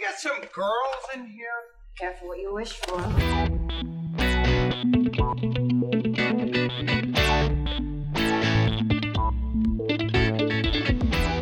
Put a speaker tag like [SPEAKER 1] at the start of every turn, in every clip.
[SPEAKER 1] there some girls in here?
[SPEAKER 2] Careful what you wish for.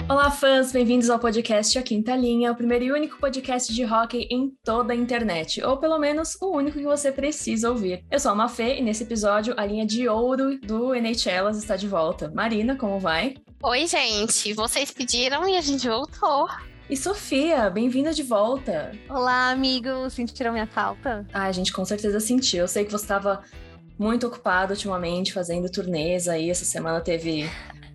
[SPEAKER 3] Olá, fãs! Bem-vindos ao podcast A Quinta Linha, o primeiro e único podcast de hockey em toda a internet, ou pelo menos o único que você precisa ouvir. Eu sou a Mafê e nesse episódio a linha de ouro do NHLas está de volta. Marina, como vai?
[SPEAKER 4] Oi, gente. Vocês pediram e a gente voltou.
[SPEAKER 3] E Sofia, bem-vinda de volta!
[SPEAKER 5] Olá, amigos. Sentiram minha falta?
[SPEAKER 3] Ah, gente, com certeza sentiu. Eu sei que você estava muito ocupada ultimamente, fazendo turnês aí. Essa semana teve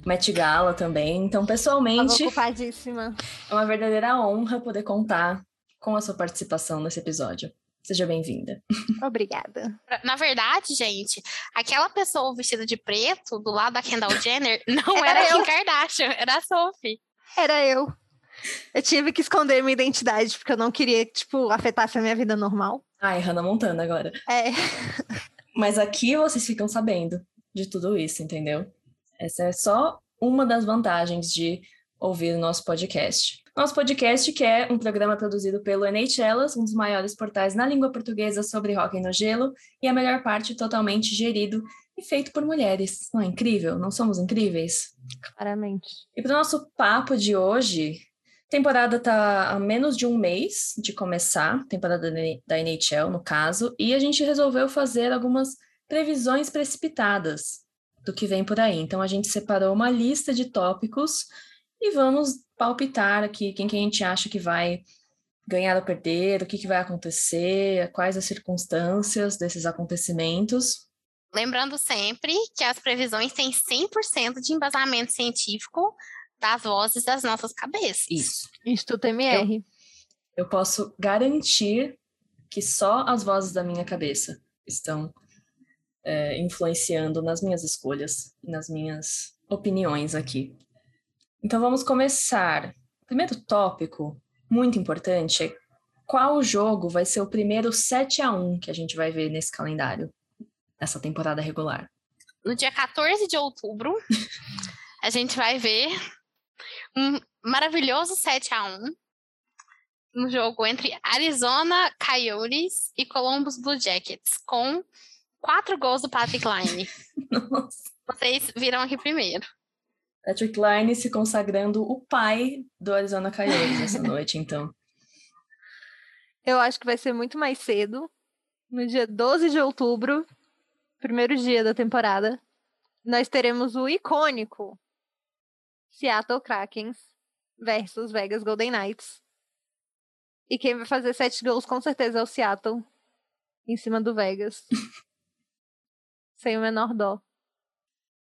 [SPEAKER 3] Met Gala também. Então,
[SPEAKER 5] Tava
[SPEAKER 3] pessoalmente,
[SPEAKER 5] ocupadíssima.
[SPEAKER 3] é uma verdadeira honra poder contar com a sua participação nesse episódio. Seja bem-vinda.
[SPEAKER 5] Obrigada.
[SPEAKER 4] Pra- Na verdade, gente, aquela pessoa vestida de preto do lado da Kendall Jenner não era,
[SPEAKER 5] Era
[SPEAKER 4] Kim Kardashian, era a Sophie.
[SPEAKER 5] Era eu. Eu tive que esconder minha identidade, porque eu não queria, tipo, afetasse a minha vida normal.
[SPEAKER 3] Ai, Hannah Montana agora.
[SPEAKER 5] É.
[SPEAKER 3] Mas aqui vocês ficam sabendo de tudo isso, entendeu? Essa é só uma das vantagens de ouvir o nosso podcast. Nosso podcast, que é um programa produzido pelo NHLas, um dos maiores portais na língua portuguesa sobre hóquei no gelo, e a melhor parte totalmente gerido e feito por mulheres. Não é incrível? Não somos incríveis?
[SPEAKER 5] Claramente.
[SPEAKER 3] E para o nosso papo de hoje, a temporada tá a menos de um mês de começar, temporada da N- da NHL, no caso, e a gente resolveu fazer algumas previsões precipitadas do que vem por aí. Então a gente separou uma lista de tópicos e vamos palpitar aqui quem que a gente acha que vai ganhar ou perder, o que, que vai acontecer, quais as circunstâncias desses acontecimentos.
[SPEAKER 4] Lembrando sempre que as previsões têm 100% de embasamento científico das vozes das nossas cabeças.
[SPEAKER 5] Instituto MR.
[SPEAKER 3] eu posso garantir que só as vozes da minha cabeça estão é, influenciando nas minhas escolhas, nas minhas opiniões aqui. Então vamos começar. Primeiro tópico muito importante é qual jogo vai ser o primeiro 7 a 1 que a gente vai ver nesse calendário, nessa temporada regular.
[SPEAKER 4] No dia 14 de outubro, a gente vai ver um maravilhoso 7 a 1 no jogo entre Arizona Coyotes e Columbus Blue Jackets, com quatro gols do Patrick Line.
[SPEAKER 3] Nossa.
[SPEAKER 4] Vocês viram aqui primeiro.
[SPEAKER 3] Patrick Line se consagrando o pai do Arizona Coyotes essa noite, então.
[SPEAKER 5] Eu acho que vai ser muito mais cedo. No dia 12 de outubro, primeiro dia da temporada, nós teremos o icônico Seattle Kraken versus Vegas Golden Knights. E quem vai fazer sete gols com certeza é o Seattle em cima do Vegas. Sem o menor dó.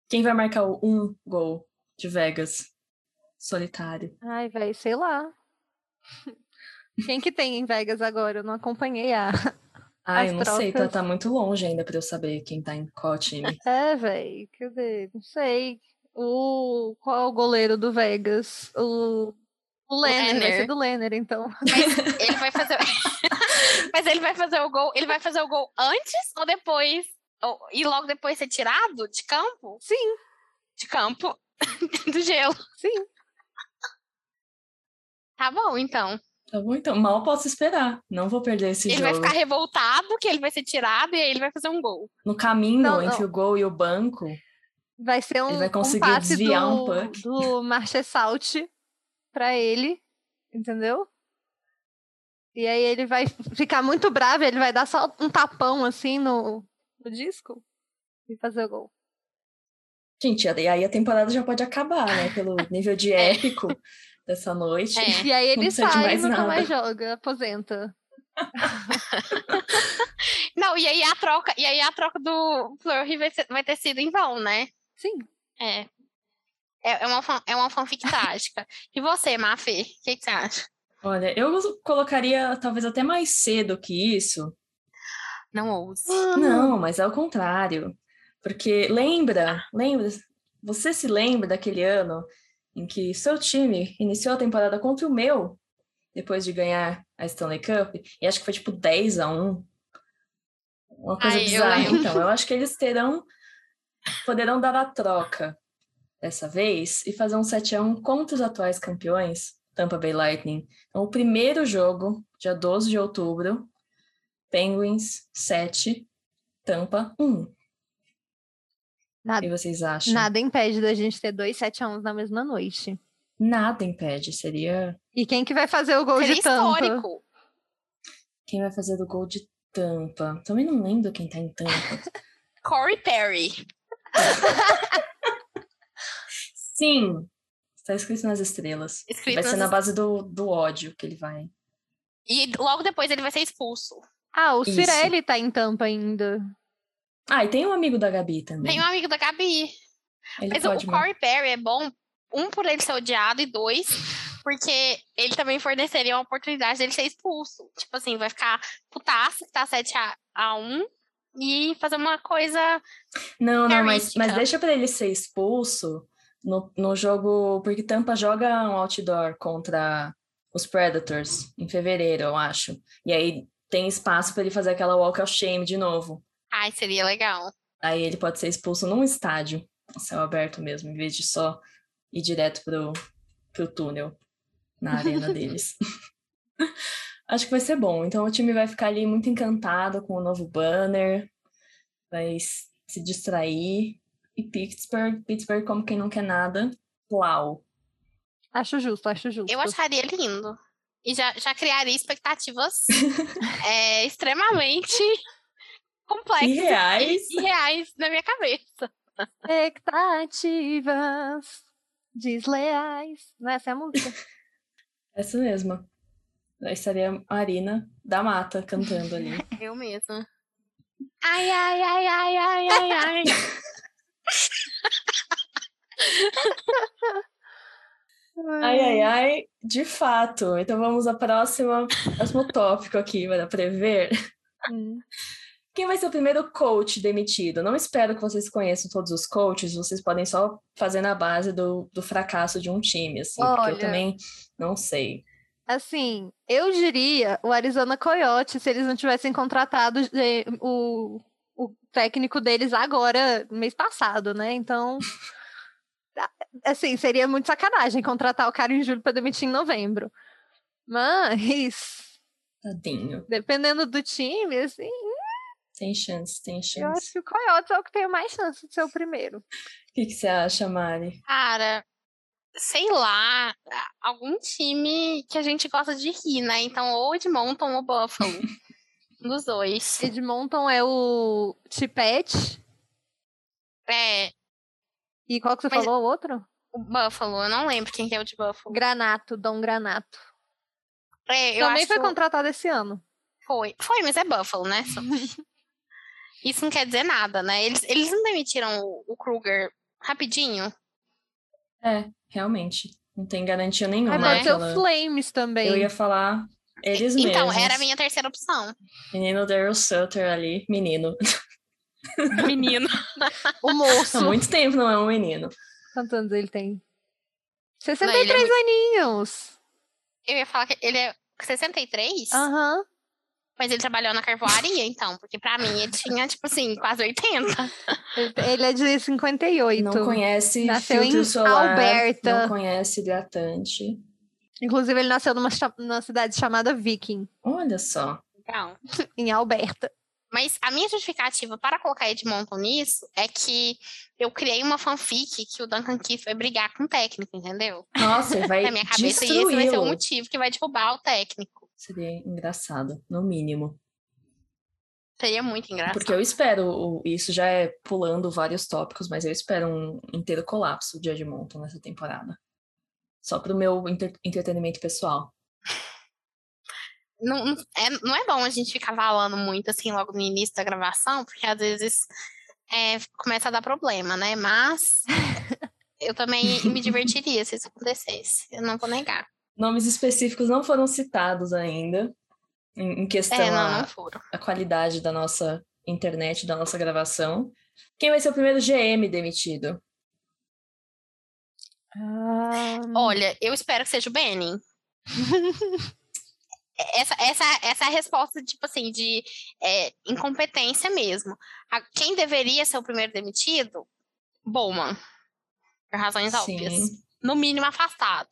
[SPEAKER 3] Quem vai marcar o um gol de Vegas? Solitário.
[SPEAKER 5] Ai, velho, sei lá. Quem que tem em Vegas agora? Eu não acompanhei a.
[SPEAKER 3] Ah,
[SPEAKER 5] As
[SPEAKER 3] eu não sei, tá,
[SPEAKER 5] trocas.
[SPEAKER 3] tá muito longe ainda pra eu saber quem tá em qual time.
[SPEAKER 5] É, velho, cadê? Não sei. O... Qual é o goleiro do Vegas? O, o Lenner, vai
[SPEAKER 4] Lenner.
[SPEAKER 5] ser do Lenner, então.
[SPEAKER 4] Ele vai fazer. Mas ele vai fazer o gol. Ele vai fazer o gol antes ou depois? Ou- E logo depois ser tirado de campo?
[SPEAKER 5] Sim,
[SPEAKER 4] De campo. Do gelo.
[SPEAKER 5] sim.
[SPEAKER 4] Tá bom, então.
[SPEAKER 3] Tá bom, então. Mal posso esperar. Não vou perder esse
[SPEAKER 4] ele
[SPEAKER 3] jogo.
[SPEAKER 4] vai ficar revoltado que ele vai ser tirado e aí ele vai fazer um gol.
[SPEAKER 3] No caminho
[SPEAKER 5] Não,
[SPEAKER 3] entre
[SPEAKER 5] não.
[SPEAKER 3] o gol e o banco,
[SPEAKER 5] Vai ser um,
[SPEAKER 3] vai
[SPEAKER 5] um
[SPEAKER 3] conseguir
[SPEAKER 5] passe
[SPEAKER 3] desviar um
[SPEAKER 5] do,
[SPEAKER 3] puck.
[SPEAKER 5] do Marchessault pra ele, entendeu? E aí ele vai ficar muito bravo, ele vai dar só um tapão assim no, no disco e fazer o gol.
[SPEAKER 3] gente, e aí a temporada já pode acabar, né? Pelo nível de épico dessa noite.
[SPEAKER 4] É.
[SPEAKER 5] E aí
[SPEAKER 3] Não
[SPEAKER 5] ele
[SPEAKER 3] precisa de
[SPEAKER 5] sai e
[SPEAKER 3] mais
[SPEAKER 5] nunca
[SPEAKER 3] nada.
[SPEAKER 5] mais joga, aposenta.
[SPEAKER 4] Não, e aí a troca, e aí a troca do Flurry vai, ser- vai ter sido em vão, né?
[SPEAKER 5] Sim.
[SPEAKER 4] É. É, é uma, fan- é uma fanfic trágica. E você, Mafê, o que, que você acha?
[SPEAKER 3] Olha, eu colocaria talvez até mais cedo que isso.
[SPEAKER 4] Não ouse.
[SPEAKER 3] Não, mas é o contrário. Porque lembra, lembra, você se lembra daquele ano em que seu time iniciou a temporada contra o meu, depois de ganhar a Stanley Cup, e acho que foi tipo 10 a 1. Uma coisa
[SPEAKER 4] Ai, eu
[SPEAKER 3] bizarra.
[SPEAKER 4] lembro.
[SPEAKER 3] então, eu acho que eles terão poderão dar a troca dessa vez e fazer um 7 a 1 contra os um atuais campeões Tampa Bay Lightning. Então, o primeiro jogo, dia 12 de outubro, Penguins 7, Tampa 1.
[SPEAKER 5] Nada-
[SPEAKER 3] E vocês acham?
[SPEAKER 5] Nada impede da gente ter dois 7 a 1 na mesma noite.
[SPEAKER 3] Nada impede, seria
[SPEAKER 5] E quem que vai fazer o gol
[SPEAKER 4] Seria
[SPEAKER 5] de tampa?
[SPEAKER 4] é histórico.
[SPEAKER 3] quem vai fazer do gol de Tampa. Também não lembro quem tá em Tampa.
[SPEAKER 4] Corey Perry.
[SPEAKER 3] Sim, está escrito nas estrelas.
[SPEAKER 4] Escrito
[SPEAKER 3] vai ser
[SPEAKER 4] nas-
[SPEAKER 3] na base do, do ódio que ele vai.
[SPEAKER 4] E logo depois ele vai ser expulso.
[SPEAKER 5] Ah, o
[SPEAKER 3] Isso.
[SPEAKER 5] Cirelli tá em tampa ainda.
[SPEAKER 3] Ah, e tem um amigo da Gabi também.
[SPEAKER 4] Tem um amigo da Gabi.
[SPEAKER 3] Ele
[SPEAKER 4] Mas o-
[SPEAKER 3] pode né?
[SPEAKER 4] o Corey Perry é bom, um, por ele ser odiado, e dois, porque ele também forneceria uma oportunidade dele ser expulso. Tipo assim, vai ficar putaço que tá 7 a, a 1 e fazer uma coisa.
[SPEAKER 3] Não, não, mas,
[SPEAKER 4] Característica.
[SPEAKER 3] mas deixa pra ele ser expulso no, no jogo. Porque Tampa joga um outdoor contra os Predators em fevereiro, eu acho. E aí tem espaço pra ele fazer aquela walk of shame de novo.
[SPEAKER 4] Ai, seria legal.
[SPEAKER 3] Aí ele pode ser expulso num estádio, a céu aberto mesmo, em vez de só ir direto pro, pro túnel na arena deles. Acho que vai ser bom. Então o time vai ficar ali muito encantado com o novo banner, vai s- se distrair. E Pittsburgh, Pittsburgh como quem não quer nada, uau.
[SPEAKER 5] Acho justo, acho justo.
[SPEAKER 4] Eu acharia lindo. E já, já criaria expectativas é, extremamente
[SPEAKER 3] E
[SPEAKER 4] complexas
[SPEAKER 3] reais,
[SPEAKER 4] e reais na minha cabeça.
[SPEAKER 5] Expectativas desleais. Não é essa é a música?
[SPEAKER 3] essa mesma. Aí estaria a Arina da Mata cantando ali.
[SPEAKER 4] Eu mesma. Ai, ai, ai, ai, ai, ai, ai.
[SPEAKER 3] Ai, ai, ai, de fato. Então vamos à próxima, próximo tópico aqui para prever.
[SPEAKER 5] Hum.
[SPEAKER 3] Quem vai ser o primeiro coach demitido? Não espero que vocês conheçam todos os coaches, vocês podem só fazer na base do, do fracasso de um time, assim, porque eu
[SPEAKER 5] Olha.
[SPEAKER 3] também não sei.
[SPEAKER 5] Assim, eu diria o Arizona Coyote se eles não tivessem contratado eh, o, o técnico deles agora, mês passado, né? Então, a- assim, seria muito sacanagem contratar o cara em julho para demitir em novembro. Mas,
[SPEAKER 3] Tadinho.
[SPEAKER 5] dependendo do time, assim,
[SPEAKER 3] Tem chance, tem
[SPEAKER 5] eu acho
[SPEAKER 3] chance.
[SPEAKER 5] que o Coyote é o que tem mais chance de ser o primeiro.
[SPEAKER 3] O que, que você acha, Mari?
[SPEAKER 4] Cara, sei lá, a- algum time que a gente gosta de rir, né? Então, ou Edmonton ou Buffalo. um dos dois.
[SPEAKER 5] Edmonton é o Tipete.
[SPEAKER 4] É,
[SPEAKER 5] E qual que você
[SPEAKER 4] Mas-
[SPEAKER 5] falou, o outro?
[SPEAKER 4] o Buffalo, eu não lembro quem que é o de Buffalo.
[SPEAKER 5] Granato, Dom Granato.
[SPEAKER 4] É, eu
[SPEAKER 5] Também
[SPEAKER 4] acho
[SPEAKER 5] foi
[SPEAKER 4] que
[SPEAKER 5] contratado esse ano.
[SPEAKER 4] foi. Foi, mas é Buffalo, né? Só- Isso não quer dizer nada, né? Eles, eles não demitiram o, o Kruger rapidinho?
[SPEAKER 3] É, realmente. Não tem garantia
[SPEAKER 5] Aí
[SPEAKER 3] nenhuma.
[SPEAKER 5] pode
[SPEAKER 4] né?
[SPEAKER 5] ser
[SPEAKER 3] aquela-
[SPEAKER 5] o Flames também.
[SPEAKER 3] Eu ia falar eles mesmos.
[SPEAKER 4] então, era a minha terceira opção.
[SPEAKER 3] Menino Daryl Sutter ali. Menino.
[SPEAKER 4] Menino.
[SPEAKER 5] O
[SPEAKER 3] Há
[SPEAKER 5] moço.
[SPEAKER 3] muito tempo não é um menino.
[SPEAKER 5] Quantos anos ele tem?
[SPEAKER 4] Não, ele é
[SPEAKER 5] 63 aninhos.
[SPEAKER 4] Eu ia falar que ele é 63?
[SPEAKER 5] Aham.
[SPEAKER 4] Mas ele trabalhou na carvoaria, então, porque pra mim ele tinha, tipo assim, quase 80.
[SPEAKER 5] Ele- Ele é de 58.
[SPEAKER 3] Não conhece
[SPEAKER 5] Nasceu
[SPEAKER 3] filtro
[SPEAKER 5] em
[SPEAKER 3] solar,
[SPEAKER 5] Alberta.
[SPEAKER 3] não conhece hidratante.
[SPEAKER 5] Inclusive, ele nasceu numa, cha- numa cidade chamada Viking,
[SPEAKER 3] Olha só.
[SPEAKER 4] Então.
[SPEAKER 5] em Alberta.
[SPEAKER 4] Mas a minha justificativa para colocar Edmonton nisso é que eu criei uma fanfic que o Duncan Keith vai brigar com o técnico, entendeu?
[SPEAKER 3] Nossa, vai
[SPEAKER 4] Na minha cabeça, e esse vai ser um o
[SPEAKER 3] destruí-lo.
[SPEAKER 4] motivo que vai derrubar o técnico.
[SPEAKER 3] Seria engraçado, no mínimo.
[SPEAKER 4] Seria muito engraçado.
[SPEAKER 3] Porque eu espero, o- isso já é pulando vários tópicos, mas eu espero um inteiro colapso de Edmonton nessa temporada. Só pro meu entre- entretenimento pessoal.
[SPEAKER 4] Não, não- é, não é bom a gente ficar falando muito assim logo no início da gravação, porque às vezes é, começa a dar problema, né? Mas eu também me divertiria se isso acontecesse. Eu não vou negar.
[SPEAKER 3] Nomes específicos não foram citados ainda, em, em questão
[SPEAKER 4] é, não,
[SPEAKER 3] Então, a-
[SPEAKER 4] não foram.
[SPEAKER 3] a qualidade da nossa internet, da nossa gravação. Quem vai ser o primeiro GM demitido? Ah. Uhum.
[SPEAKER 4] Olha, eu espero que seja o Benning. essa, essa, essa é a resposta, tipo assim, de é, incompetência mesmo. A- quem deveria ser o primeiro demitido? Bowman. Por razões óbvias.
[SPEAKER 3] Sim.
[SPEAKER 4] No mínimo afastado.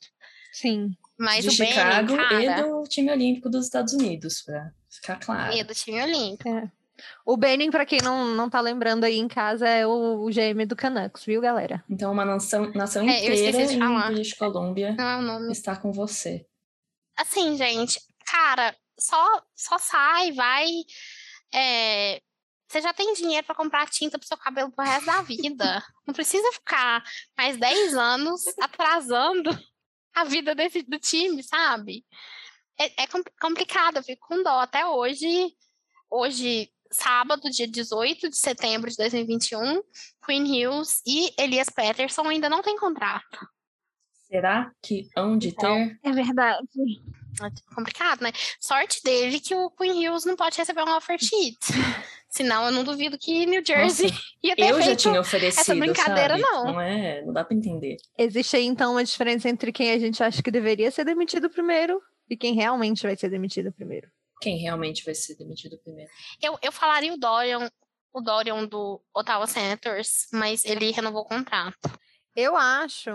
[SPEAKER 5] Sim.
[SPEAKER 4] Mas
[SPEAKER 3] de
[SPEAKER 4] o Benning,
[SPEAKER 3] Chicago e
[SPEAKER 4] um cara,
[SPEAKER 3] do time olímpico dos Estados Unidos, pra ficar claro.
[SPEAKER 4] e do time olímpico.
[SPEAKER 5] O Benning, pra quem não, não tá lembrando aí em casa, é o, o GM do Canucks, viu, galera?
[SPEAKER 3] Então, uma nação, nação
[SPEAKER 4] É, eu esqueci
[SPEAKER 3] inteira
[SPEAKER 4] de
[SPEAKER 3] em
[SPEAKER 4] falar.
[SPEAKER 3] British Columbia
[SPEAKER 4] Não é o nome.
[SPEAKER 3] está com você.
[SPEAKER 4] Assim, gente, cara, só, só sai, vai. é, Você já tem dinheiro pra comprar tinta pro seu cabelo pro resto da vida. Não precisa ficar mais 10 anos atrasando a vida desse, do time, sabe? É, é com- complicado, eu fico com dó. Até hoje, hoje, sábado, dia 18 de setembro de 2021, Queen Hughes e Elias Patterson ainda não têm contrato.
[SPEAKER 3] Será que hão de
[SPEAKER 4] Então,
[SPEAKER 3] ter?
[SPEAKER 5] É verdade.
[SPEAKER 4] É complicado, né? Sorte dele que o Queen Hughes não pode receber um offer sheet. Senão eu não duvido que New Jersey
[SPEAKER 3] Nossa,
[SPEAKER 4] ia ter
[SPEAKER 3] eu
[SPEAKER 4] feito.
[SPEAKER 3] já tinha oferecido,
[SPEAKER 4] brincadeira,
[SPEAKER 3] sabe?
[SPEAKER 4] não.
[SPEAKER 3] Não é, não dá pra entender.
[SPEAKER 5] Existe aí, então, uma diferença entre quem a gente acha que deveria ser demitido primeiro e quem realmente vai ser demitido primeiro.
[SPEAKER 3] Quem realmente vai ser demitido primeiro?
[SPEAKER 4] Eu, eu falaria o Dorian, o Dorian do Ottawa Senators, mas ele renovou o contrato.
[SPEAKER 5] Eu acho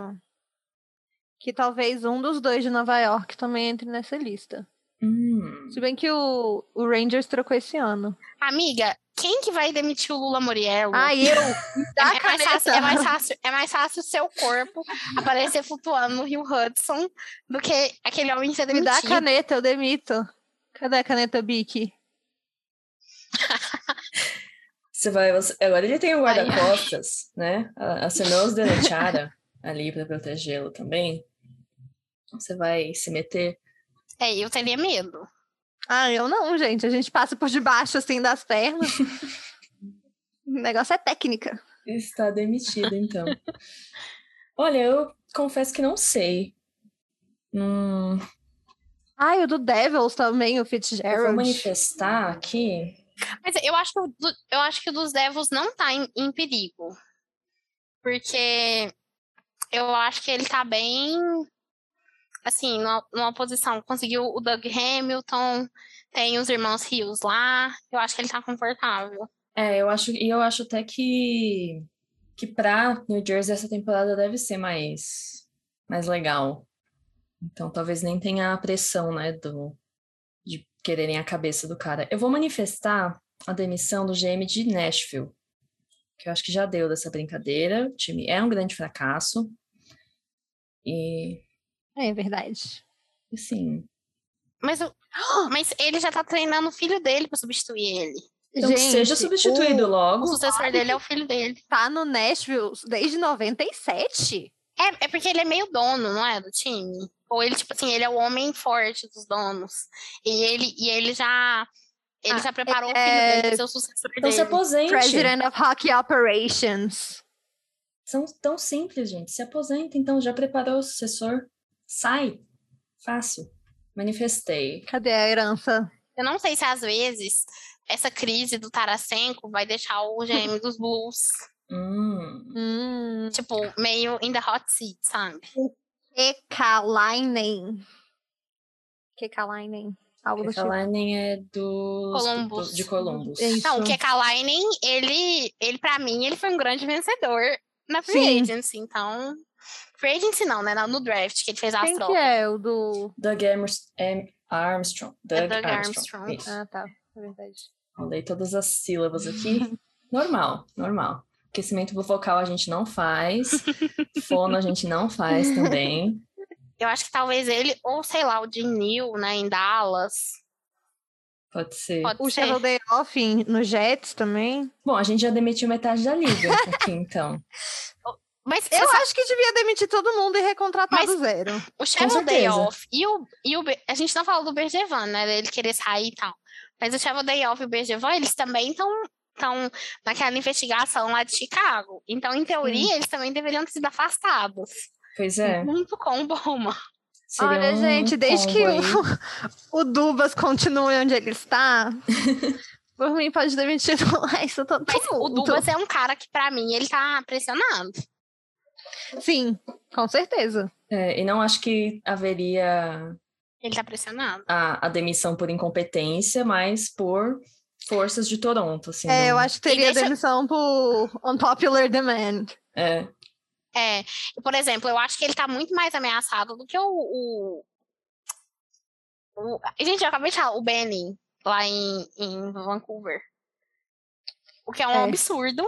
[SPEAKER 5] que talvez um dos dois de Nova York também entre nessa lista.
[SPEAKER 3] Hum,
[SPEAKER 5] Se bem que o, o Rangers trocou esse ano.
[SPEAKER 4] Amiga, quem que vai demitir o Lula Moriello?
[SPEAKER 5] Ah, eu! Me
[SPEAKER 4] é,
[SPEAKER 5] Dá a
[SPEAKER 4] é mais
[SPEAKER 5] caneta.
[SPEAKER 4] fácil, é, mais fácil, é mais fácil o seu corpo aparecer flutuando no Rio Hudson do que aquele homem ser
[SPEAKER 5] Me
[SPEAKER 4] demitido.
[SPEAKER 5] dá a caneta, eu demito. Cadê a caneta Bic?
[SPEAKER 3] Você vai, você- agora ele tem o guarda-costas, né? A- Assinou os Delechara ali pra protegê-lo também. Você vai se meter.
[SPEAKER 4] É, eu teria medo.
[SPEAKER 5] Ah, eu não, gente. A gente passa por debaixo, assim, das pernas. o negócio é técnica.
[SPEAKER 3] Está demitido, então. Olha, eu confesso que não sei. Hum,
[SPEAKER 5] Ah, e o do Devils também, o
[SPEAKER 3] eu vou
[SPEAKER 5] Fitzgerald.
[SPEAKER 3] manifestar aqui.
[SPEAKER 4] Mas eu acho que o, do- eu acho que o dos Devils não tá em, em perigo. Porque eu acho que ele tá bem assim, numa, numa posição. Conseguiu o Doug Hamilton, tem os irmãos Rios lá. Eu acho que ele tá confortável.
[SPEAKER 3] É, eu acho, e eu acho até que, que pra New Jersey essa temporada deve ser mais, mais legal. Então talvez nem tenha a pressão, né, do, de quererem a cabeça do cara. Eu vou manifestar a demissão do GM de Nashville, que eu acho que já deu dessa brincadeira. O time é um grande fracasso. E,
[SPEAKER 5] É verdade.
[SPEAKER 3] assim,
[SPEAKER 4] Mas, o- mas ele já tá treinando o filho dele pra substituir ele.
[SPEAKER 3] então que seja substituído
[SPEAKER 4] O
[SPEAKER 3] logo.
[SPEAKER 4] sucessor dele é o filho dele.
[SPEAKER 5] o tá no Nashville desde 97.
[SPEAKER 4] É, é porque ele é meio dono, não é? Do time. Ou ele, tipo assim, ele é o homem forte dos donos. E ele, e ele já. Ele
[SPEAKER 5] Ah,
[SPEAKER 4] já preparou o filho
[SPEAKER 5] é-
[SPEAKER 4] dele pra ser o sucessor
[SPEAKER 3] Então
[SPEAKER 4] dele.
[SPEAKER 3] se aposente.
[SPEAKER 5] President of Hockey Operations.
[SPEAKER 3] São tão simples, gente. Se aposenta, então. Já preparou o sucessor? Sai. Fácil. Manifestei.
[SPEAKER 5] Cadê a herança?
[SPEAKER 4] Eu não sei se às vezes essa crise do Tarasenko vai deixar o GM dos Blues,
[SPEAKER 3] Hum.
[SPEAKER 5] Hum.
[SPEAKER 4] tipo, meio in the hot seat, sabe?
[SPEAKER 5] Kekalainen. Kekalainen. Algo do
[SPEAKER 3] Essa
[SPEAKER 5] tipo.
[SPEAKER 3] Lining é do...
[SPEAKER 4] Columbus.
[SPEAKER 3] do- de Columbus.
[SPEAKER 5] É isso.
[SPEAKER 4] Não, o Kekalainen, ele, ele para mim, ele foi um grande vencedor na free
[SPEAKER 5] Sim.
[SPEAKER 4] agency, então... Free agency não, né? No draft, que ele fez as
[SPEAKER 5] Quem que
[SPEAKER 4] trocas.
[SPEAKER 5] é o do...
[SPEAKER 3] Doug Amers- Am- Armstrong. Doug,
[SPEAKER 4] Doug
[SPEAKER 3] Armstrong.
[SPEAKER 4] Armstrong.
[SPEAKER 3] Isso.
[SPEAKER 5] Ah, tá. É verdade.
[SPEAKER 3] Falei todas as sílabas aqui. normal, normal. Aquecimento vocal a gente não faz. Fono a gente não faz também.
[SPEAKER 4] Eu acho que talvez ele, ou sei lá, o de Neal, né? Em Dallas.
[SPEAKER 3] Pode ser.
[SPEAKER 4] Pode
[SPEAKER 5] O
[SPEAKER 4] ser.
[SPEAKER 5] Shadow Day Off em- no Jets também.
[SPEAKER 3] Bom, a gente já demitiu metade da liga aqui, então.
[SPEAKER 4] Mas
[SPEAKER 5] Eu
[SPEAKER 4] eu acho
[SPEAKER 5] acho que devia demitir todo mundo e recontratar
[SPEAKER 4] Mas-
[SPEAKER 5] do zero.
[SPEAKER 4] o Shadow Day
[SPEAKER 3] certeza.
[SPEAKER 4] Off e o, e o Be- A gente não falou do Bergevan, né? Dele querer sair e tal. Mas o Shadow Day Off e o Bergevan, eles também estão estão naquela investigação lá de Chicago. Então, em teoria, eles também deveriam ter sido afastados.
[SPEAKER 3] Pois é.
[SPEAKER 4] Junto com o Bowman.
[SPEAKER 3] Seria
[SPEAKER 5] Olha,
[SPEAKER 3] um
[SPEAKER 5] gente, desde
[SPEAKER 3] combo
[SPEAKER 5] que
[SPEAKER 3] aí.
[SPEAKER 5] o, o Dubas continue onde ele está, por mim pode demitir do Laissa todo
[SPEAKER 4] Mas o
[SPEAKER 5] mundo.
[SPEAKER 4] Dubas é um cara que, pra mim, ele tá pressionando.
[SPEAKER 5] Sim, com certeza.
[SPEAKER 3] É, e não acho que haveria
[SPEAKER 4] Ele tá pressionando.
[SPEAKER 3] a, a demissão por incompetência, mas por forças de Toronto, assim.
[SPEAKER 5] É,
[SPEAKER 3] não-
[SPEAKER 5] eu acho que teria
[SPEAKER 4] deixa-
[SPEAKER 5] demissão por unpopular demand.
[SPEAKER 3] É,
[SPEAKER 4] É, por exemplo, eu acho que ele tá muito mais ameaçado do que o, o, O- Gente, eu acabei de falar, o Benny, lá em, em Vancouver. O que é um
[SPEAKER 5] É.
[SPEAKER 4] absurdo,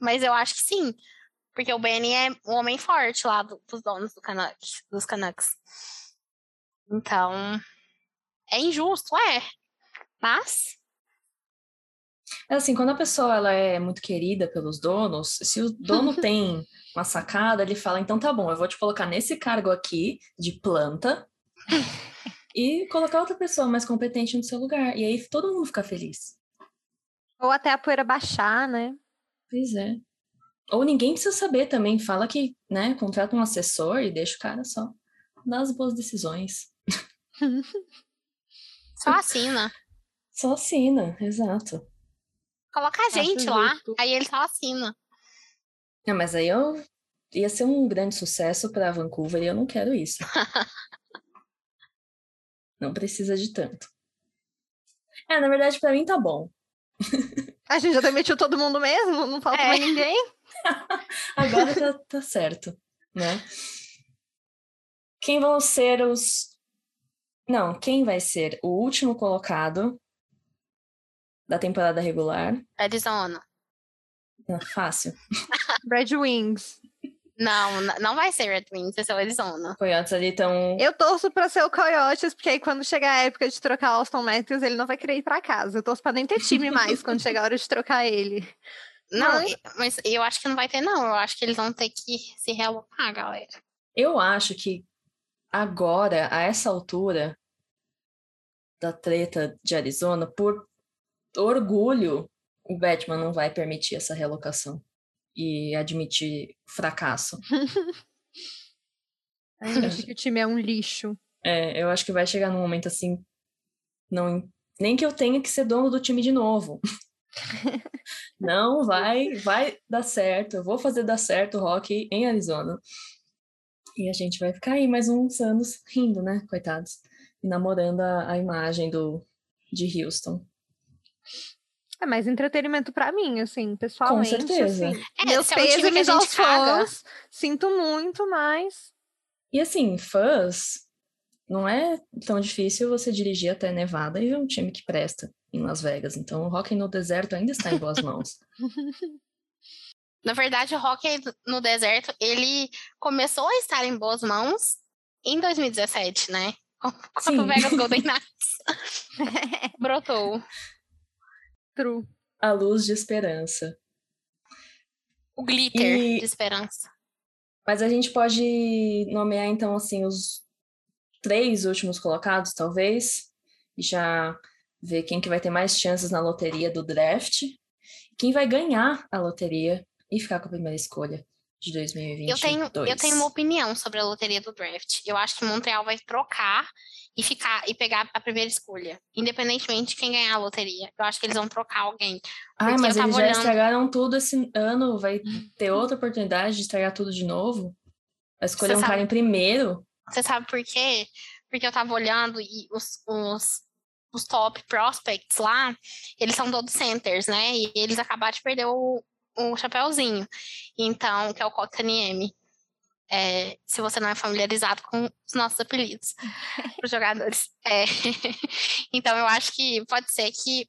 [SPEAKER 4] mas eu acho que sim. Porque o Benny é um homem forte lá do- dos donos do Canucks, dos Canucks. Então, é injusto, é. Mas,
[SPEAKER 3] Assim, quando a pessoa ela é muito querida pelos donos, se o dono tem uma sacada, ele fala: então tá bom, eu vou te colocar nesse cargo aqui de planta e colocar outra pessoa mais competente no seu lugar. E aí todo mundo fica feliz.
[SPEAKER 5] Ou até a poeira baixar, né?
[SPEAKER 3] Pois é. Ou ninguém precisa saber também. Fala que, né, contrata um assessor e deixa o cara só dar as boas decisões.
[SPEAKER 4] só assina.
[SPEAKER 3] Só assina, exato.
[SPEAKER 4] Coloca a gente lá,
[SPEAKER 5] justo.
[SPEAKER 4] aí ele só assina.
[SPEAKER 3] Não, mas aí eu ia ser um grande sucesso para Vancouver e eu não quero isso. não precisa de tanto. É, na verdade, para mim tá bom.
[SPEAKER 5] A gente já demitiu todo mundo mesmo, não falta
[SPEAKER 4] É.
[SPEAKER 5] mais ninguém.
[SPEAKER 3] Agora tá, tá certo, né? Quem vão ser os. Não, quem vai ser o último colocado da temporada regular?
[SPEAKER 4] Arizona.
[SPEAKER 3] Ah, Fácil.
[SPEAKER 5] Red Wings.
[SPEAKER 4] Não, n- não vai ser Red Wings, vai ser o Arizona.
[SPEAKER 3] Coyotes ali estão.
[SPEAKER 5] Eu torço pra ser o Coyotes, porque aí quando chegar a época de trocar o Austin Matthews, ele não vai querer ir pra casa. Eu torço pra nem ter time mais quando chegar a hora de trocar ele.
[SPEAKER 4] Não,
[SPEAKER 5] Não.
[SPEAKER 4] e- mas eu acho que não vai ter, não. Eu acho que eles vão ter que se realocar, galera.
[SPEAKER 3] Eu acho que agora, a essa altura da treta de Arizona, por orgulho, o Batman não vai permitir essa relocação e admitir fracasso.
[SPEAKER 5] Ainda acho que o time é um lixo.
[SPEAKER 3] É, eu acho que vai chegar num momento assim, não, nem que eu tenha que ser dono do time de novo. não, vai, vai dar certo. Eu vou fazer dar certo o hockey em Arizona. E a gente vai ficar aí mais uns anos rindo, né, coitados, e namorando a, a imagem do de Houston.
[SPEAKER 5] É mais entretenimento pra mim, assim, pessoalmente.
[SPEAKER 3] certeza.
[SPEAKER 5] assim.
[SPEAKER 4] É,
[SPEAKER 5] Meus
[SPEAKER 4] se é um time que a
[SPEAKER 5] pêsames aos
[SPEAKER 4] gente caga.
[SPEAKER 5] fãs. Sinto muito, mas.
[SPEAKER 3] E assim, fãs, não é tão difícil você dirigir até Nevada e ver um time que presta em Las Vegas. Então, o hockey no deserto ainda está em boas mãos.
[SPEAKER 4] Na verdade, o hockey no deserto, ele começou a estar em boas mãos em 2017, né? Quando
[SPEAKER 3] Sim.
[SPEAKER 4] o Vegas Golden Knights brotou.
[SPEAKER 5] True.
[SPEAKER 3] A luz de esperança.
[SPEAKER 4] O glitter
[SPEAKER 3] E-
[SPEAKER 4] de esperança.
[SPEAKER 3] Mas a gente pode nomear, então, assim, os três últimos colocados, talvez, e já ver quem que vai ter mais chances na loteria do draft, quem vai ganhar a loteria e ficar com a primeira escolha de 2022.
[SPEAKER 4] Eu tenho, eu tenho uma opinião sobre a loteria do draft. Eu acho que Montreal vai trocar e ficar e pegar a primeira escolha, independentemente de quem ganhar a loteria. Eu acho que eles vão trocar alguém.
[SPEAKER 3] Ai, Ah,
[SPEAKER 4] porque
[SPEAKER 3] mas
[SPEAKER 4] eu tava
[SPEAKER 3] eles já
[SPEAKER 4] olhando. Uhum.
[SPEAKER 3] estragaram tudo esse ano, vai ter outra oportunidade de estragar tudo de novo? Vai escolher
[SPEAKER 4] Você
[SPEAKER 3] um cara
[SPEAKER 4] sabe-
[SPEAKER 3] em primeiro?
[SPEAKER 4] Você sabe por quê? Porque eu tava olhando e os, os, os top prospects lá, eles são todos centers, né? E eles acabaram de perder o, o chapéuzinho. Então, que é o Cockaniemi. É, se você não é familiarizado com os nossos apelidos para os jogadores. É. Então, eu acho que pode ser que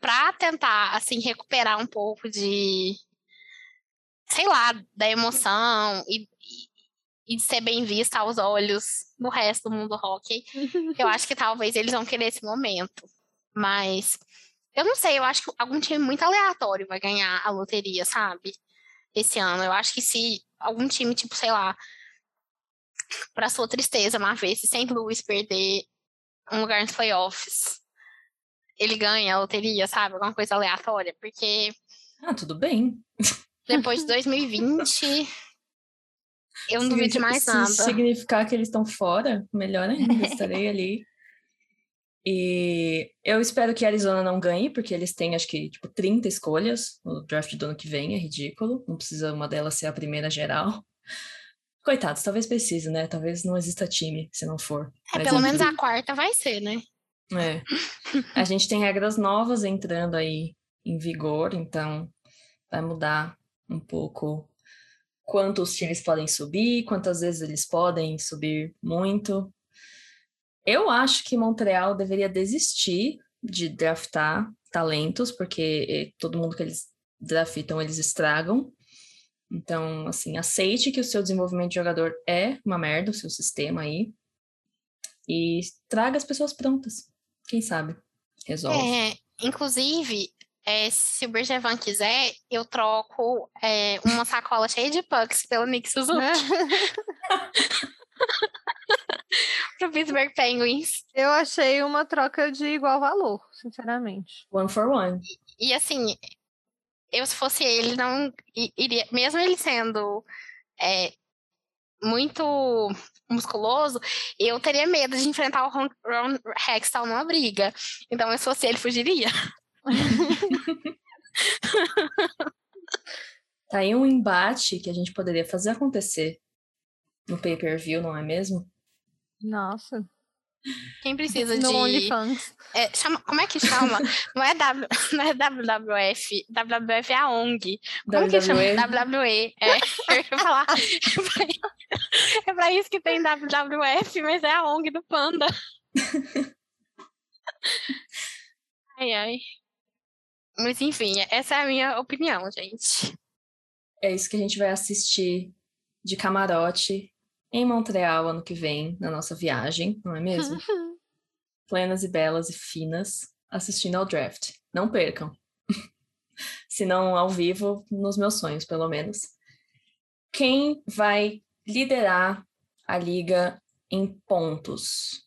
[SPEAKER 4] para tentar, assim, recuperar um pouco de, sei lá, da emoção e, e- e de ser bem vista aos olhos do resto do mundo hockey, eu acho que talvez eles vão querer esse momento. Mas eu não sei, eu acho que algum time muito aleatório vai ganhar a loteria, sabe? Esse ano. Eu acho que se algum time, tipo, sei lá, pra sua tristeza, uma vez, se St. Louis perder um lugar nos playoffs, ele ganha a loteria, sabe? Alguma coisa aleatória, porque
[SPEAKER 3] Ah, tudo bem.
[SPEAKER 4] depois de 2020, eu Então, não
[SPEAKER 3] Se-
[SPEAKER 4] duvido de mais
[SPEAKER 3] tipo, se
[SPEAKER 4] nada.
[SPEAKER 3] significar que eles estão fora, melhor ainda, estarei ali. E eu espero que a Arizona não ganhe, porque eles têm, acho que, tipo, 30 escolhas no draft do ano que vem, é ridículo. Não precisa uma delas ser a primeira geral. Coitados, talvez precise, né? Talvez não exista time, se não for.
[SPEAKER 4] É,
[SPEAKER 3] Mas
[SPEAKER 4] pelo
[SPEAKER 3] enfim.
[SPEAKER 4] menos a quarta vai ser, né?
[SPEAKER 3] É. A gente tem regras novas entrando aí em vigor, então vai mudar um pouco quantos times podem subir, quantas vezes eles podem subir muito. Eu acho que Montreal deveria desistir de draftar talentos, porque eh, todo mundo que eles draftam, eles estragam. Então, assim, aceite que o seu desenvolvimento de jogador é uma merda, o seu sistema aí. E traga as pessoas prontas. Quem sabe? Resolve.
[SPEAKER 4] É, inclusive, é, se o Bergevan quiser, eu troco é, uma sacola cheia de pucks pelo Nick Suzuki
[SPEAKER 5] né?
[SPEAKER 4] pro Pittsburgh Penguins.
[SPEAKER 5] Eu achei uma troca de igual valor, sinceramente.
[SPEAKER 3] One for one.
[SPEAKER 4] E assim, eu se fosse ele, não i- iria. Mesmo ele sendo é, muito musculoso, eu teria medo de enfrentar o Ron, Ron Hextall numa briga. Então, eu, se fosse ele, fugiria.
[SPEAKER 3] Tá aí um embate que a gente poderia fazer acontecer no pay-per-view, não é mesmo?
[SPEAKER 5] Nossa.
[SPEAKER 4] Quem precisa
[SPEAKER 5] no
[SPEAKER 4] de.
[SPEAKER 5] OnlyFans.
[SPEAKER 4] É, chama- como é que chama? não, é w, não é WWF. WWF é a ONG. Como é que chama?
[SPEAKER 3] WWE?
[SPEAKER 4] WWE. É, eu ia falar. É pra, é pra isso que tem WWF, mas é a ONG do Panda. ai, ai. Mas enfim, essa é a minha opinião, gente.
[SPEAKER 3] É isso que a gente vai assistir de camarote em Montreal ano que vem, na nossa viagem, não é mesmo? Plenas e belas e finas, assistindo ao draft. Não percam. Se não ao vivo, nos meus sonhos, pelo menos. Quem vai liderar a liga em pontos?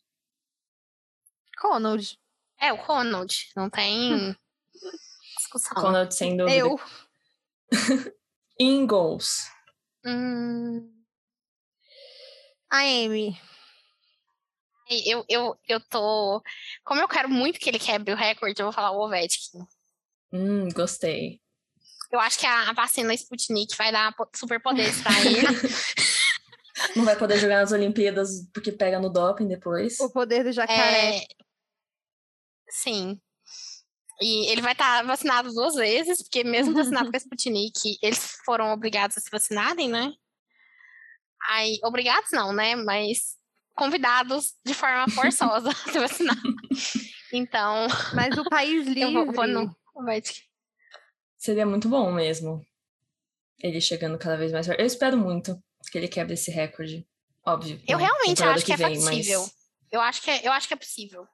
[SPEAKER 5] Conald.
[SPEAKER 4] É o Ronald, não tem discussão.
[SPEAKER 3] Conrad, sem dúvida.
[SPEAKER 5] Eu.
[SPEAKER 3] Em gols.
[SPEAKER 4] Hum,
[SPEAKER 5] A Amy.
[SPEAKER 4] eu, eu, eu tô. Como eu quero muito que ele quebre o recorde, eu vou falar o Ovechkin.
[SPEAKER 3] Hum, gostei.
[SPEAKER 4] Eu acho que a, a vacina Sputnik vai dar po- superpoderes pra ele.
[SPEAKER 3] Não vai poder jogar nas Olimpíadas porque pega no doping depois.
[SPEAKER 5] O poder do jacaré.
[SPEAKER 4] É, Sim. E ele vai estar vacinado duas vezes, porque mesmo vacinado com a Sputnik, eles foram obrigados a se vacinarem, né? Aí, obrigados não, né? Mas convidados de forma forçosa a se vacinar. Então,
[SPEAKER 5] Mas o país livre.
[SPEAKER 4] eu vou, vou no Ovechkin.
[SPEAKER 3] Seria muito bom mesmo. Ele chegando cada vez mais perto. Eu espero muito que ele quebre esse recorde. Óbvio.
[SPEAKER 4] Eu
[SPEAKER 3] na
[SPEAKER 4] realmente
[SPEAKER 3] temporada
[SPEAKER 4] acho que é
[SPEAKER 3] mas
[SPEAKER 4] factível. Eu acho que é, eu acho que é possível.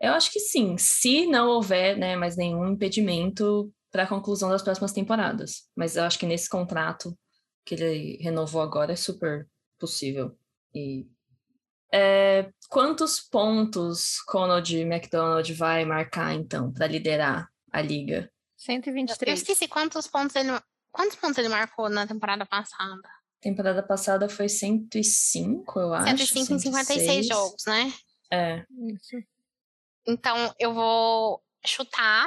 [SPEAKER 3] Eu acho que sim, se não houver né, mais nenhum impedimento para a conclusão das próximas temporadas. Mas eu acho que nesse contrato que ele renovou agora é super possível. E é, quantos pontos Conald McDonald vai marcar então para liderar a liga?
[SPEAKER 4] Eu- Eu
[SPEAKER 5] 123.
[SPEAKER 4] esqueci quantos pontos ele quantos pontos ele marcou na temporada passada.
[SPEAKER 3] Temporada passada foi 105, eu acho.
[SPEAKER 4] 105 em 56 jogos, né?
[SPEAKER 3] É,
[SPEAKER 5] Isso.
[SPEAKER 4] Então eu vou chutar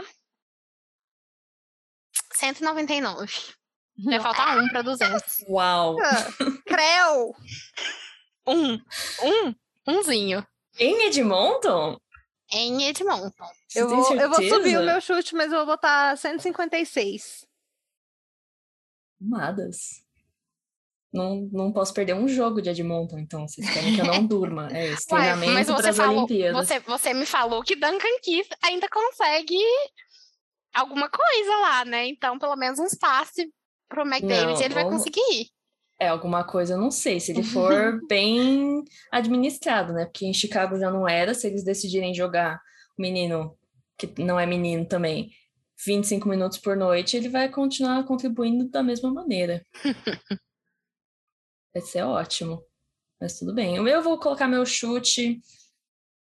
[SPEAKER 4] 199. Vai faltar um para 200.
[SPEAKER 3] uau.
[SPEAKER 5] Nossa, Ah, Creu!
[SPEAKER 4] Um, um, umzinho.
[SPEAKER 3] Em Edmonton?
[SPEAKER 4] Em Edmonton.
[SPEAKER 3] Você
[SPEAKER 5] Eu
[SPEAKER 3] tem
[SPEAKER 5] vou, eu vou
[SPEAKER 3] certeza?
[SPEAKER 5] subir o meu chute, mas eu vou botar 156.
[SPEAKER 3] Amadas. Não, não posso perder um jogo de Edmonton, então. Vocês querem que eu não durma. É isso.
[SPEAKER 4] Uai,
[SPEAKER 3] Treinamento
[SPEAKER 4] mas
[SPEAKER 3] para
[SPEAKER 4] você
[SPEAKER 3] as
[SPEAKER 4] falou,
[SPEAKER 3] Olimpíadas.
[SPEAKER 4] você, você me falou que Duncan Keith ainda consegue alguma coisa lá, né? Então, pelo menos um passe pro McDavid
[SPEAKER 3] Não,
[SPEAKER 4] ele vai
[SPEAKER 3] ou-
[SPEAKER 4] conseguir.
[SPEAKER 3] É alguma coisa, eu não sei. Se ele for bem administrado, né? Porque em Chicago já não era. Se eles decidirem jogar o menino, que não é menino também, 25 minutos por noite, ele vai continuar contribuindo da mesma maneira. vai ser ótimo. Mas tudo bem. Eu vou colocar meu chute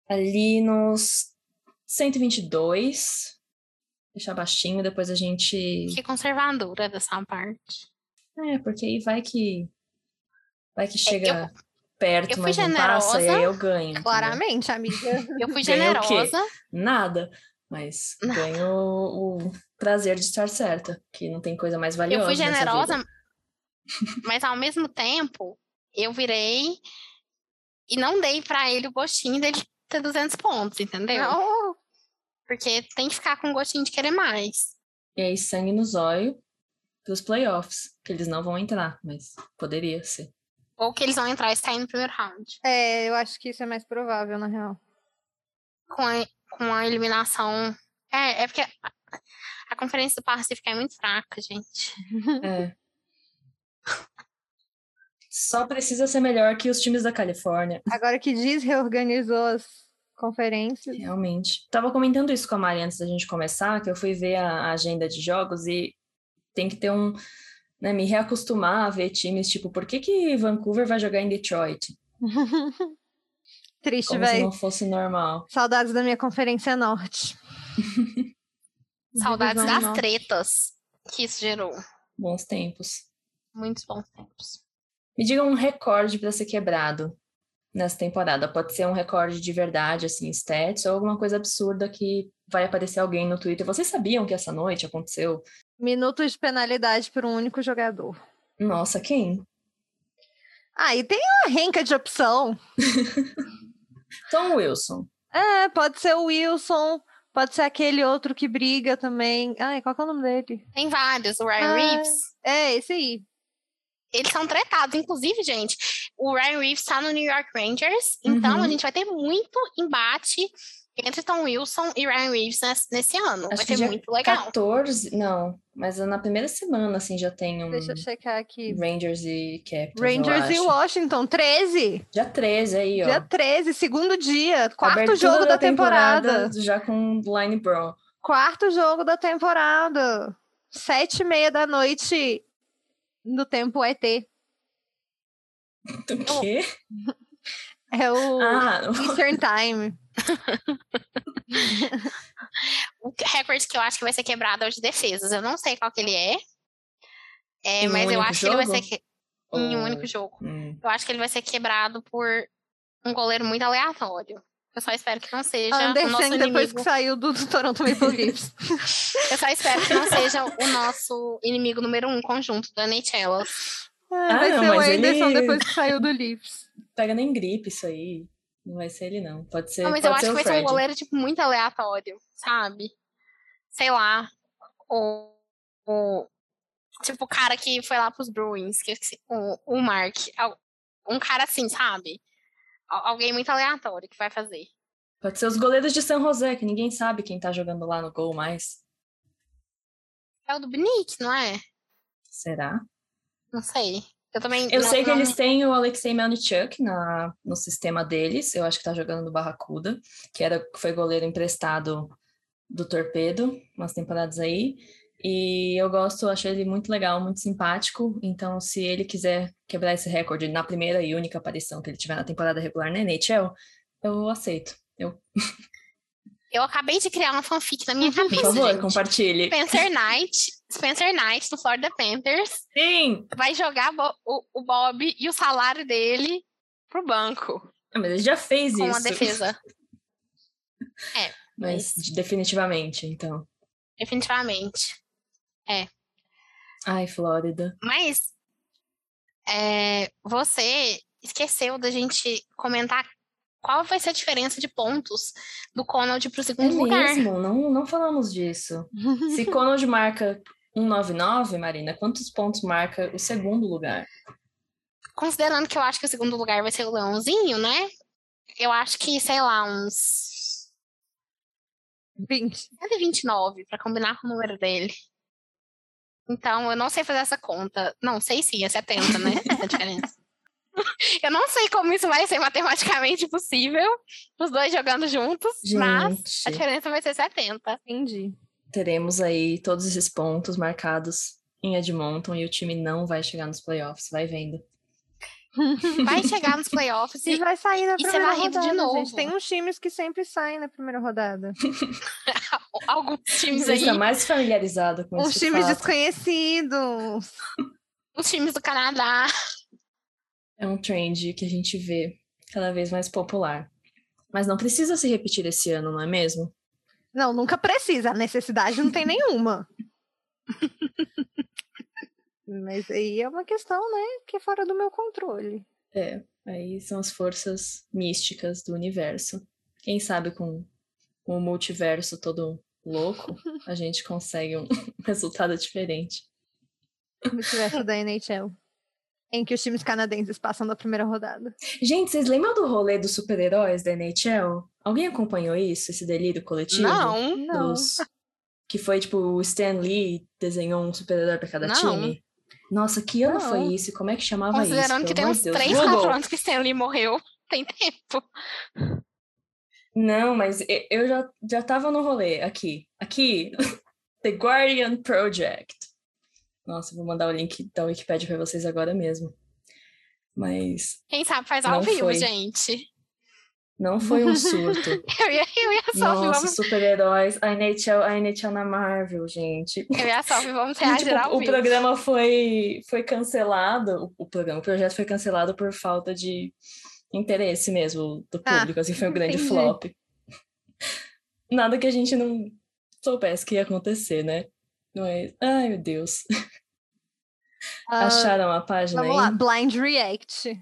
[SPEAKER 3] ali nos 122. Deixar baixinho, depois a gente
[SPEAKER 4] Que conservadora dessa parte.
[SPEAKER 3] é, porque aí vai que vai que chega
[SPEAKER 4] É, eu
[SPEAKER 3] perto,
[SPEAKER 4] fui
[SPEAKER 3] mas não passa, e aí
[SPEAKER 4] generosa,
[SPEAKER 3] eu ganho. entendeu?
[SPEAKER 5] Claramente, amiga.
[SPEAKER 4] Eu fui
[SPEAKER 3] Ganhou o quê?
[SPEAKER 4] generosa.
[SPEAKER 3] Nada, mas
[SPEAKER 4] Nada.
[SPEAKER 3] ganho o, o prazer de estar certa, que não tem coisa mais valiosa.
[SPEAKER 4] Eu fui
[SPEAKER 3] nessa vida.
[SPEAKER 4] generosa, mas ao mesmo tempo, eu virei e não dei pra ele o gostinho dele ter 200 pontos, entendeu?
[SPEAKER 5] Não.
[SPEAKER 4] Porque tem que ficar com gostinho de querer mais.
[SPEAKER 3] E aí, sangue nos olhos pros playoffs, que eles não vão entrar, mas poderia ser.
[SPEAKER 4] Ou que eles vão entrar e sair no primeiro round.
[SPEAKER 5] É, eu acho que isso é mais provável, na real.
[SPEAKER 4] Com a, com a eliminação. É, é porque a, a conferência do Pacífico é muito fraca, gente.
[SPEAKER 3] É. Só precisa ser melhor que os times da Califórnia,
[SPEAKER 5] Agora que diz reorganizou as conferências.
[SPEAKER 3] realmente. Tava comentando isso com a Mari antes da gente começar, que eu fui ver a a agenda de jogos e tem que ter um. Né, me reacostumar a ver times, tipo, por que, que Vancouver vai jogar em Detroit?
[SPEAKER 5] Triste,
[SPEAKER 3] Como assim? se
[SPEAKER 5] velho.
[SPEAKER 3] não fosse normal.
[SPEAKER 5] Saudades da minha conferência norte.
[SPEAKER 4] Saudades
[SPEAKER 5] Divisão
[SPEAKER 4] das
[SPEAKER 5] norte.
[SPEAKER 4] tretas que isso gerou.
[SPEAKER 3] Bons tempos.
[SPEAKER 4] Muitos bons tempos.
[SPEAKER 3] Me diga um recorde para ser quebrado nessa temporada. Pode ser um recorde de verdade, assim, stats, ou alguma coisa absurda que vai aparecer alguém no Twitter. Vocês sabiam que essa noite aconteceu?
[SPEAKER 5] Minutos de penalidade por um único jogador.
[SPEAKER 3] Nossa, quem?
[SPEAKER 5] Ah, e tem uma renca de opção.
[SPEAKER 3] Tom Wilson.
[SPEAKER 5] É, pode ser o Wilson, pode ser aquele outro que briga também. Ai, qual que é o nome dele?
[SPEAKER 4] Tem vários. O
[SPEAKER 5] Ah.
[SPEAKER 4] Ryan Reeves.
[SPEAKER 5] É, esse aí.
[SPEAKER 4] Eles são tratados, inclusive, gente. O Ryan Reeves tá no New York Rangers, então
[SPEAKER 3] Uhum.
[SPEAKER 4] a gente vai ter muito embate entre Tom Wilson e Ryan Reeves nes- nesse
[SPEAKER 3] Acho
[SPEAKER 4] ano.
[SPEAKER 3] que
[SPEAKER 4] vai
[SPEAKER 3] tá
[SPEAKER 4] ser
[SPEAKER 3] dia
[SPEAKER 4] muito legal.
[SPEAKER 3] 14. Não, mas é na primeira semana, assim, já tem um
[SPEAKER 5] Deixa eu checar aqui.
[SPEAKER 3] Rangers e Capitals. eu
[SPEAKER 5] Rangers e
[SPEAKER 3] acho.
[SPEAKER 5] Washington, 13.
[SPEAKER 3] Dia 13 aí, ó.
[SPEAKER 5] Dia 13, segundo dia, quarto
[SPEAKER 3] Abertura
[SPEAKER 5] jogo da temporada.
[SPEAKER 3] Já com Line Brown.
[SPEAKER 5] Quarto jogo da temporada. Sete e meia da noite no tempo ET.
[SPEAKER 3] O quê?
[SPEAKER 5] É o
[SPEAKER 3] Ah,
[SPEAKER 5] Eastern Time.
[SPEAKER 4] O recorde que eu acho que vai ser quebrado é o de defesas. Eu não sei qual que ele é. É,
[SPEAKER 3] Em um
[SPEAKER 4] mas eu
[SPEAKER 3] único
[SPEAKER 4] acho que ele vai
[SPEAKER 3] jogo?
[SPEAKER 4] ser que... em um único jogo.
[SPEAKER 3] Hum.
[SPEAKER 4] Eu acho que ele vai ser quebrado por um goleiro muito aleatório. Eu só espero que não seja é
[SPEAKER 3] Ah,
[SPEAKER 4] o nosso
[SPEAKER 5] Anderson, depois
[SPEAKER 4] inimigo.
[SPEAKER 5] que saiu do, do Toronto Maple Leafs.
[SPEAKER 4] Eu só espero que não seja o nosso inimigo número um conjunto da NHL.
[SPEAKER 5] É,
[SPEAKER 3] Ah,
[SPEAKER 5] vai
[SPEAKER 3] não,
[SPEAKER 5] ser o
[SPEAKER 3] mas
[SPEAKER 5] Anderson
[SPEAKER 3] ele-
[SPEAKER 5] depois que saiu do Leafs.
[SPEAKER 3] pega nem gripe isso aí. Não vai ser ele, não. Pode ser.
[SPEAKER 4] Não, mas
[SPEAKER 3] pode
[SPEAKER 4] eu acho
[SPEAKER 3] ser
[SPEAKER 4] que
[SPEAKER 3] o
[SPEAKER 4] vai ser
[SPEAKER 3] Fred.
[SPEAKER 4] um goleiro, tipo, muito aleatório, sabe? Sei lá. O, o- tipo, o cara que foi lá pros Bruins, que eu esqueci, o, o Mark. Al- Um cara assim, sabe? Al- Alguém muito aleatório que vai fazer.
[SPEAKER 3] Pode ser os goleiros de San José, que ninguém sabe quem tá jogando lá no gol mais.
[SPEAKER 4] É o do Bnick, não é?
[SPEAKER 3] Será?
[SPEAKER 4] Não sei. Eu também.
[SPEAKER 3] Eu
[SPEAKER 4] não-
[SPEAKER 3] sei que
[SPEAKER 4] não-
[SPEAKER 3] eles têm o Alexei Melnichuk na, no sistema deles. Eu acho que tá jogando no Barracuda, que era, foi goleiro emprestado do Torpedo, umas temporadas aí. E eu gosto, acho ele muito legal, muito simpático. Então, se ele quiser quebrar esse recorde na primeira e única aparição que ele tiver na temporada regular na NHL, eu aceito.
[SPEAKER 4] Eu acabei de criar uma fanfic na minha
[SPEAKER 3] Por
[SPEAKER 4] cabeça.
[SPEAKER 3] favor,
[SPEAKER 4] gente.
[SPEAKER 3] compartilhe.
[SPEAKER 4] Spencer Knight. Spencer Knight, do Florida Panthers.
[SPEAKER 3] Sim!
[SPEAKER 4] vai jogar bo- o, o Bob e o salário dele pro banco
[SPEAKER 3] Ah, Mas ele já fez
[SPEAKER 4] com
[SPEAKER 3] isso.
[SPEAKER 4] a defesa.
[SPEAKER 3] Mas definitivamente, então.
[SPEAKER 4] Definitivamente.
[SPEAKER 3] Ai, Flórida.
[SPEAKER 4] Mas é, você esqueceu da gente comentar qual vai ser a diferença de pontos do Conald pro
[SPEAKER 3] É
[SPEAKER 4] segundo lugar.
[SPEAKER 3] mesmo, não, não falamos disso. Se Conald marca 199, Marina, quantos pontos marca o segundo lugar?
[SPEAKER 4] Considerando que eu acho que o segundo lugar vai ser o Leãozinho, né? Eu acho que, sei lá, uns
[SPEAKER 5] 20.
[SPEAKER 4] 129 pra combinar com o número dele. Então, eu não sei fazer essa conta. Não, sei sim, é 70, né? Essa é a diferença. Eu não sei como isso vai ser matematicamente possível, os dois jogando juntos, mas a
[SPEAKER 3] Gente,
[SPEAKER 4] diferença vai ser 70.
[SPEAKER 5] Entendi.
[SPEAKER 3] teremos aí todos esses pontos marcados em Edmonton e o time não vai chegar nos playoffs, vai vendo.
[SPEAKER 4] Vai chegar nos playoffs
[SPEAKER 5] E
[SPEAKER 4] e
[SPEAKER 5] vai sair na
[SPEAKER 4] e ser
[SPEAKER 5] primeira
[SPEAKER 4] varrido
[SPEAKER 5] rodada,
[SPEAKER 4] de
[SPEAKER 5] gente.
[SPEAKER 4] novo.
[SPEAKER 5] Tem uns times que sempre saem na primeira rodada.
[SPEAKER 4] alguns times
[SPEAKER 3] Você
[SPEAKER 4] aí,
[SPEAKER 3] está mais familiarizado
[SPEAKER 4] Um
[SPEAKER 3] com
[SPEAKER 5] Uns
[SPEAKER 3] esse
[SPEAKER 5] times
[SPEAKER 3] é fato.
[SPEAKER 5] desconhecidos.
[SPEAKER 4] os times do Canadá.
[SPEAKER 3] É um trend que a gente vê cada vez mais popular. Mas não precisa se repetir esse ano, não é mesmo?
[SPEAKER 5] Não, nunca precisa. A necessidade não tem nenhuma. Mas aí é uma questão, né, que é fora do meu controle.
[SPEAKER 3] É, aí são as forças místicas do universo. Quem sabe com o multiverso todo louco, a gente consegue um resultado diferente.
[SPEAKER 5] O multiverso da NHL. em que os times canadenses passam da primeira rodada.
[SPEAKER 3] Gente, vocês lembram do rolê dos super-heróis da NHL? Alguém acompanhou isso, esse delírio coletivo?
[SPEAKER 4] Não.
[SPEAKER 5] Não.
[SPEAKER 3] Dos- Que foi tipo, o Stan Lee desenhou um super-herói pra cada
[SPEAKER 4] Não.
[SPEAKER 3] time? Nossa, que ano
[SPEAKER 5] Não.
[SPEAKER 3] foi isso? E Como é que chamava
[SPEAKER 4] Considerando
[SPEAKER 3] isso?
[SPEAKER 4] que tem
[SPEAKER 3] Pelo amor
[SPEAKER 4] uns
[SPEAKER 3] de Deus.
[SPEAKER 4] 3,
[SPEAKER 3] Google.
[SPEAKER 4] 4 anos que Stanley morreu, tem tempo.
[SPEAKER 3] Não, mas e- eu já, já tava no rolê aqui. Aqui, The Guardian Project. Nossa, vou mandar o link da Wikipedia pra vocês agora mesmo. Mas
[SPEAKER 4] Quem sabe faz ao
[SPEAKER 3] Não
[SPEAKER 4] vivo,
[SPEAKER 3] foi.
[SPEAKER 4] gente.
[SPEAKER 3] não foi um surto.
[SPEAKER 4] Eu ia, eu ia só ouvir,
[SPEAKER 3] Nossa,
[SPEAKER 4] vamos,
[SPEAKER 3] super-heróis, a NHL, a NHL na Marvel, gente.
[SPEAKER 4] eu ia só ouvir, vamos
[SPEAKER 3] E,
[SPEAKER 4] reagir
[SPEAKER 3] tipo,
[SPEAKER 4] ao
[SPEAKER 3] o
[SPEAKER 4] vivo.
[SPEAKER 3] programa foi, foi cancelado, o- o programa, o projeto foi cancelado por falta de interesse mesmo do
[SPEAKER 5] Ah,
[SPEAKER 3] público, assim, foi um grande
[SPEAKER 5] entendi.
[SPEAKER 3] flop. Nada que a gente não soubesse que ia acontecer, né? Mas, ai meu Deus.
[SPEAKER 5] Ah,
[SPEAKER 3] Acharam a página aí?
[SPEAKER 5] vamos lá, Blind React.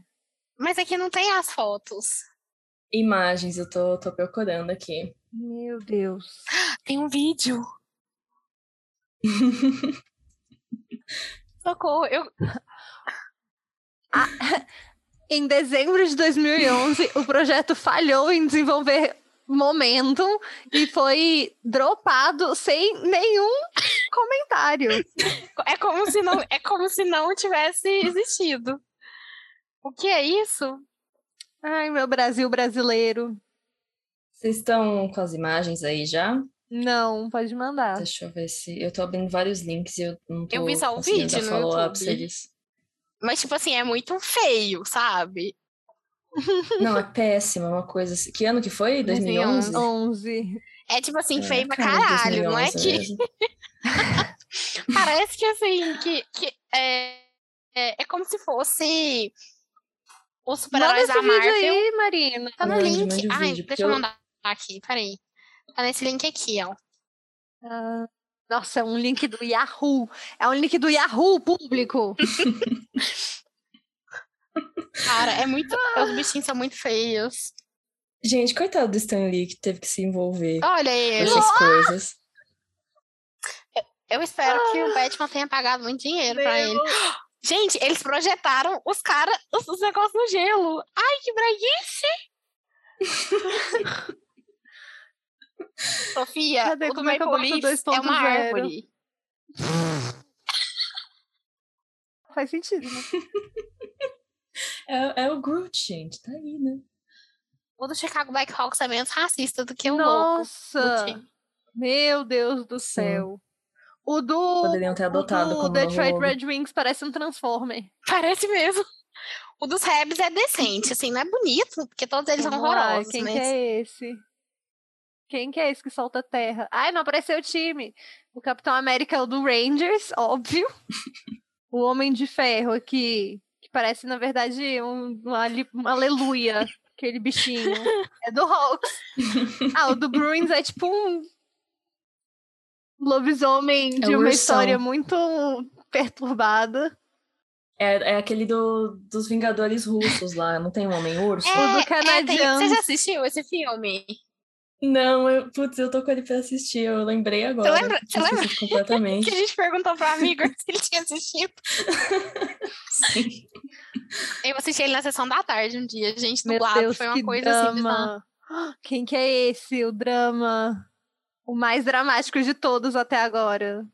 [SPEAKER 4] Mas aqui não tem as fotos.
[SPEAKER 3] Imagens, eu tô, tô procurando aqui.
[SPEAKER 5] Meu Deus.
[SPEAKER 4] Tem um vídeo. Socorro, eu...
[SPEAKER 5] Em dezembro de 2011, o projeto falhou em desenvolver momentum e foi dropado sem nenhum comentário.
[SPEAKER 4] é, como se não, é como se não tivesse existido. O que é isso?
[SPEAKER 5] Ai, meu Brasil brasileiro.
[SPEAKER 3] Vocês estão com as imagens aí já?
[SPEAKER 5] Não, pode mandar.
[SPEAKER 3] Deixa eu ver se. Eu tô abrindo vários links e eu não tô.
[SPEAKER 4] Tá. Eu vi só o
[SPEAKER 3] conseguindo dar
[SPEAKER 4] vídeo no
[SPEAKER 3] follow up,
[SPEAKER 4] YouTube.
[SPEAKER 3] se eles-
[SPEAKER 4] Mas, tipo assim, é muito feio, sabe?
[SPEAKER 3] Não, é péssima, é uma coisa assim. Que ano que foi? 2011?
[SPEAKER 5] 11.
[SPEAKER 4] É, tipo assim,
[SPEAKER 3] É,
[SPEAKER 4] feio pra
[SPEAKER 3] cara,
[SPEAKER 4] caralho, não é
[SPEAKER 3] 2011
[SPEAKER 4] que...
[SPEAKER 3] mesmo. é.
[SPEAKER 4] Parece que assim, que, que é, é, é como se fosse os
[SPEAKER 5] Manda
[SPEAKER 4] super-heróis
[SPEAKER 5] esse
[SPEAKER 4] da
[SPEAKER 5] vídeo
[SPEAKER 4] Marvel.
[SPEAKER 5] aí, Marina.
[SPEAKER 4] Tá no
[SPEAKER 3] Mande,
[SPEAKER 4] link.
[SPEAKER 3] mande o
[SPEAKER 4] Ai,
[SPEAKER 3] vídeo, porque
[SPEAKER 4] deixa eu
[SPEAKER 3] eu-
[SPEAKER 4] mandar aqui, peraí. Tá nesse link aqui, ó.
[SPEAKER 5] Ah, Nossa, é um link do Yahoo. É um link do Yahoo público.
[SPEAKER 4] Cara, é muito. Os bichinhos são muito feios.
[SPEAKER 3] Gente, coitado do Stan Lee que teve que se envolver
[SPEAKER 4] Olha
[SPEAKER 3] com
[SPEAKER 4] ele. Ah!
[SPEAKER 3] essas coisas.
[SPEAKER 4] Eu espero que o Batman tenha pagado muito dinheiro pra ele.
[SPEAKER 5] Meu
[SPEAKER 4] Gente, eles projetaram os caras, os, os negócios no gelo. Ai, que breguice! Sofia,
[SPEAKER 5] Cadê?
[SPEAKER 4] o do
[SPEAKER 5] Como é que eu boto
[SPEAKER 4] Maple Leafs é uma
[SPEAKER 5] 2.0?
[SPEAKER 4] árvore.
[SPEAKER 5] Faz sentido, né?
[SPEAKER 3] É, é o Groot, gente, tá aí, né?
[SPEAKER 4] O do Chicago Blackhawks é menos racista do que o louco. do
[SPEAKER 5] Nossa!
[SPEAKER 4] time.
[SPEAKER 5] Meu Deus do céu. O do,
[SPEAKER 3] Poderiam ter
[SPEAKER 5] o
[SPEAKER 3] adotado
[SPEAKER 5] do
[SPEAKER 3] como
[SPEAKER 5] Detroit
[SPEAKER 3] novo logo.
[SPEAKER 5] Red Wings parece um Transformer.
[SPEAKER 4] Parece mesmo. O dos Rebs é decente, assim, não é bonito, porque todos eles são
[SPEAKER 5] Vamos lá,
[SPEAKER 4] horrorosos,
[SPEAKER 5] Quem
[SPEAKER 4] mas...
[SPEAKER 5] que é esse? Quem que é esse que solta terra? Ai, não apareceu o time. O Capitão América é o do Rangers, óbvio. o Homem de Ferro aqui, que parece, na verdade, um, um ale- um aleluia. Aquele bichinho. É do Hawks. Ah, o do Bruins é tipo um lobisomem
[SPEAKER 4] É
[SPEAKER 5] de
[SPEAKER 3] um
[SPEAKER 5] uma
[SPEAKER 3] ursão.
[SPEAKER 5] história muito perturbada.
[SPEAKER 3] É, é aquele do, dos Vingadores Russos lá, não tem um homem urso?
[SPEAKER 4] É,
[SPEAKER 5] do
[SPEAKER 4] é, tem- Você
[SPEAKER 5] Canadians.
[SPEAKER 4] já assistiu esse filme?
[SPEAKER 3] Não, eu, putz, eu tô com ele pra assistir, eu lembrei agora.
[SPEAKER 4] lembra- você
[SPEAKER 3] Tinha
[SPEAKER 4] lembra?
[SPEAKER 3] esquecido
[SPEAKER 4] Que a
[SPEAKER 3] completamente.
[SPEAKER 4] gente perguntou pro amigo se ele tinha assistido.
[SPEAKER 3] Sim.
[SPEAKER 4] Eu assisti ele na sessão da tarde um dia, gente,
[SPEAKER 5] Meu
[SPEAKER 4] dublado.
[SPEAKER 5] Deus,
[SPEAKER 4] foi uma
[SPEAKER 5] que
[SPEAKER 4] coisa assim, bizarra.
[SPEAKER 5] drama. Quem que é esse? O drama. O mais dramático de todos até agora.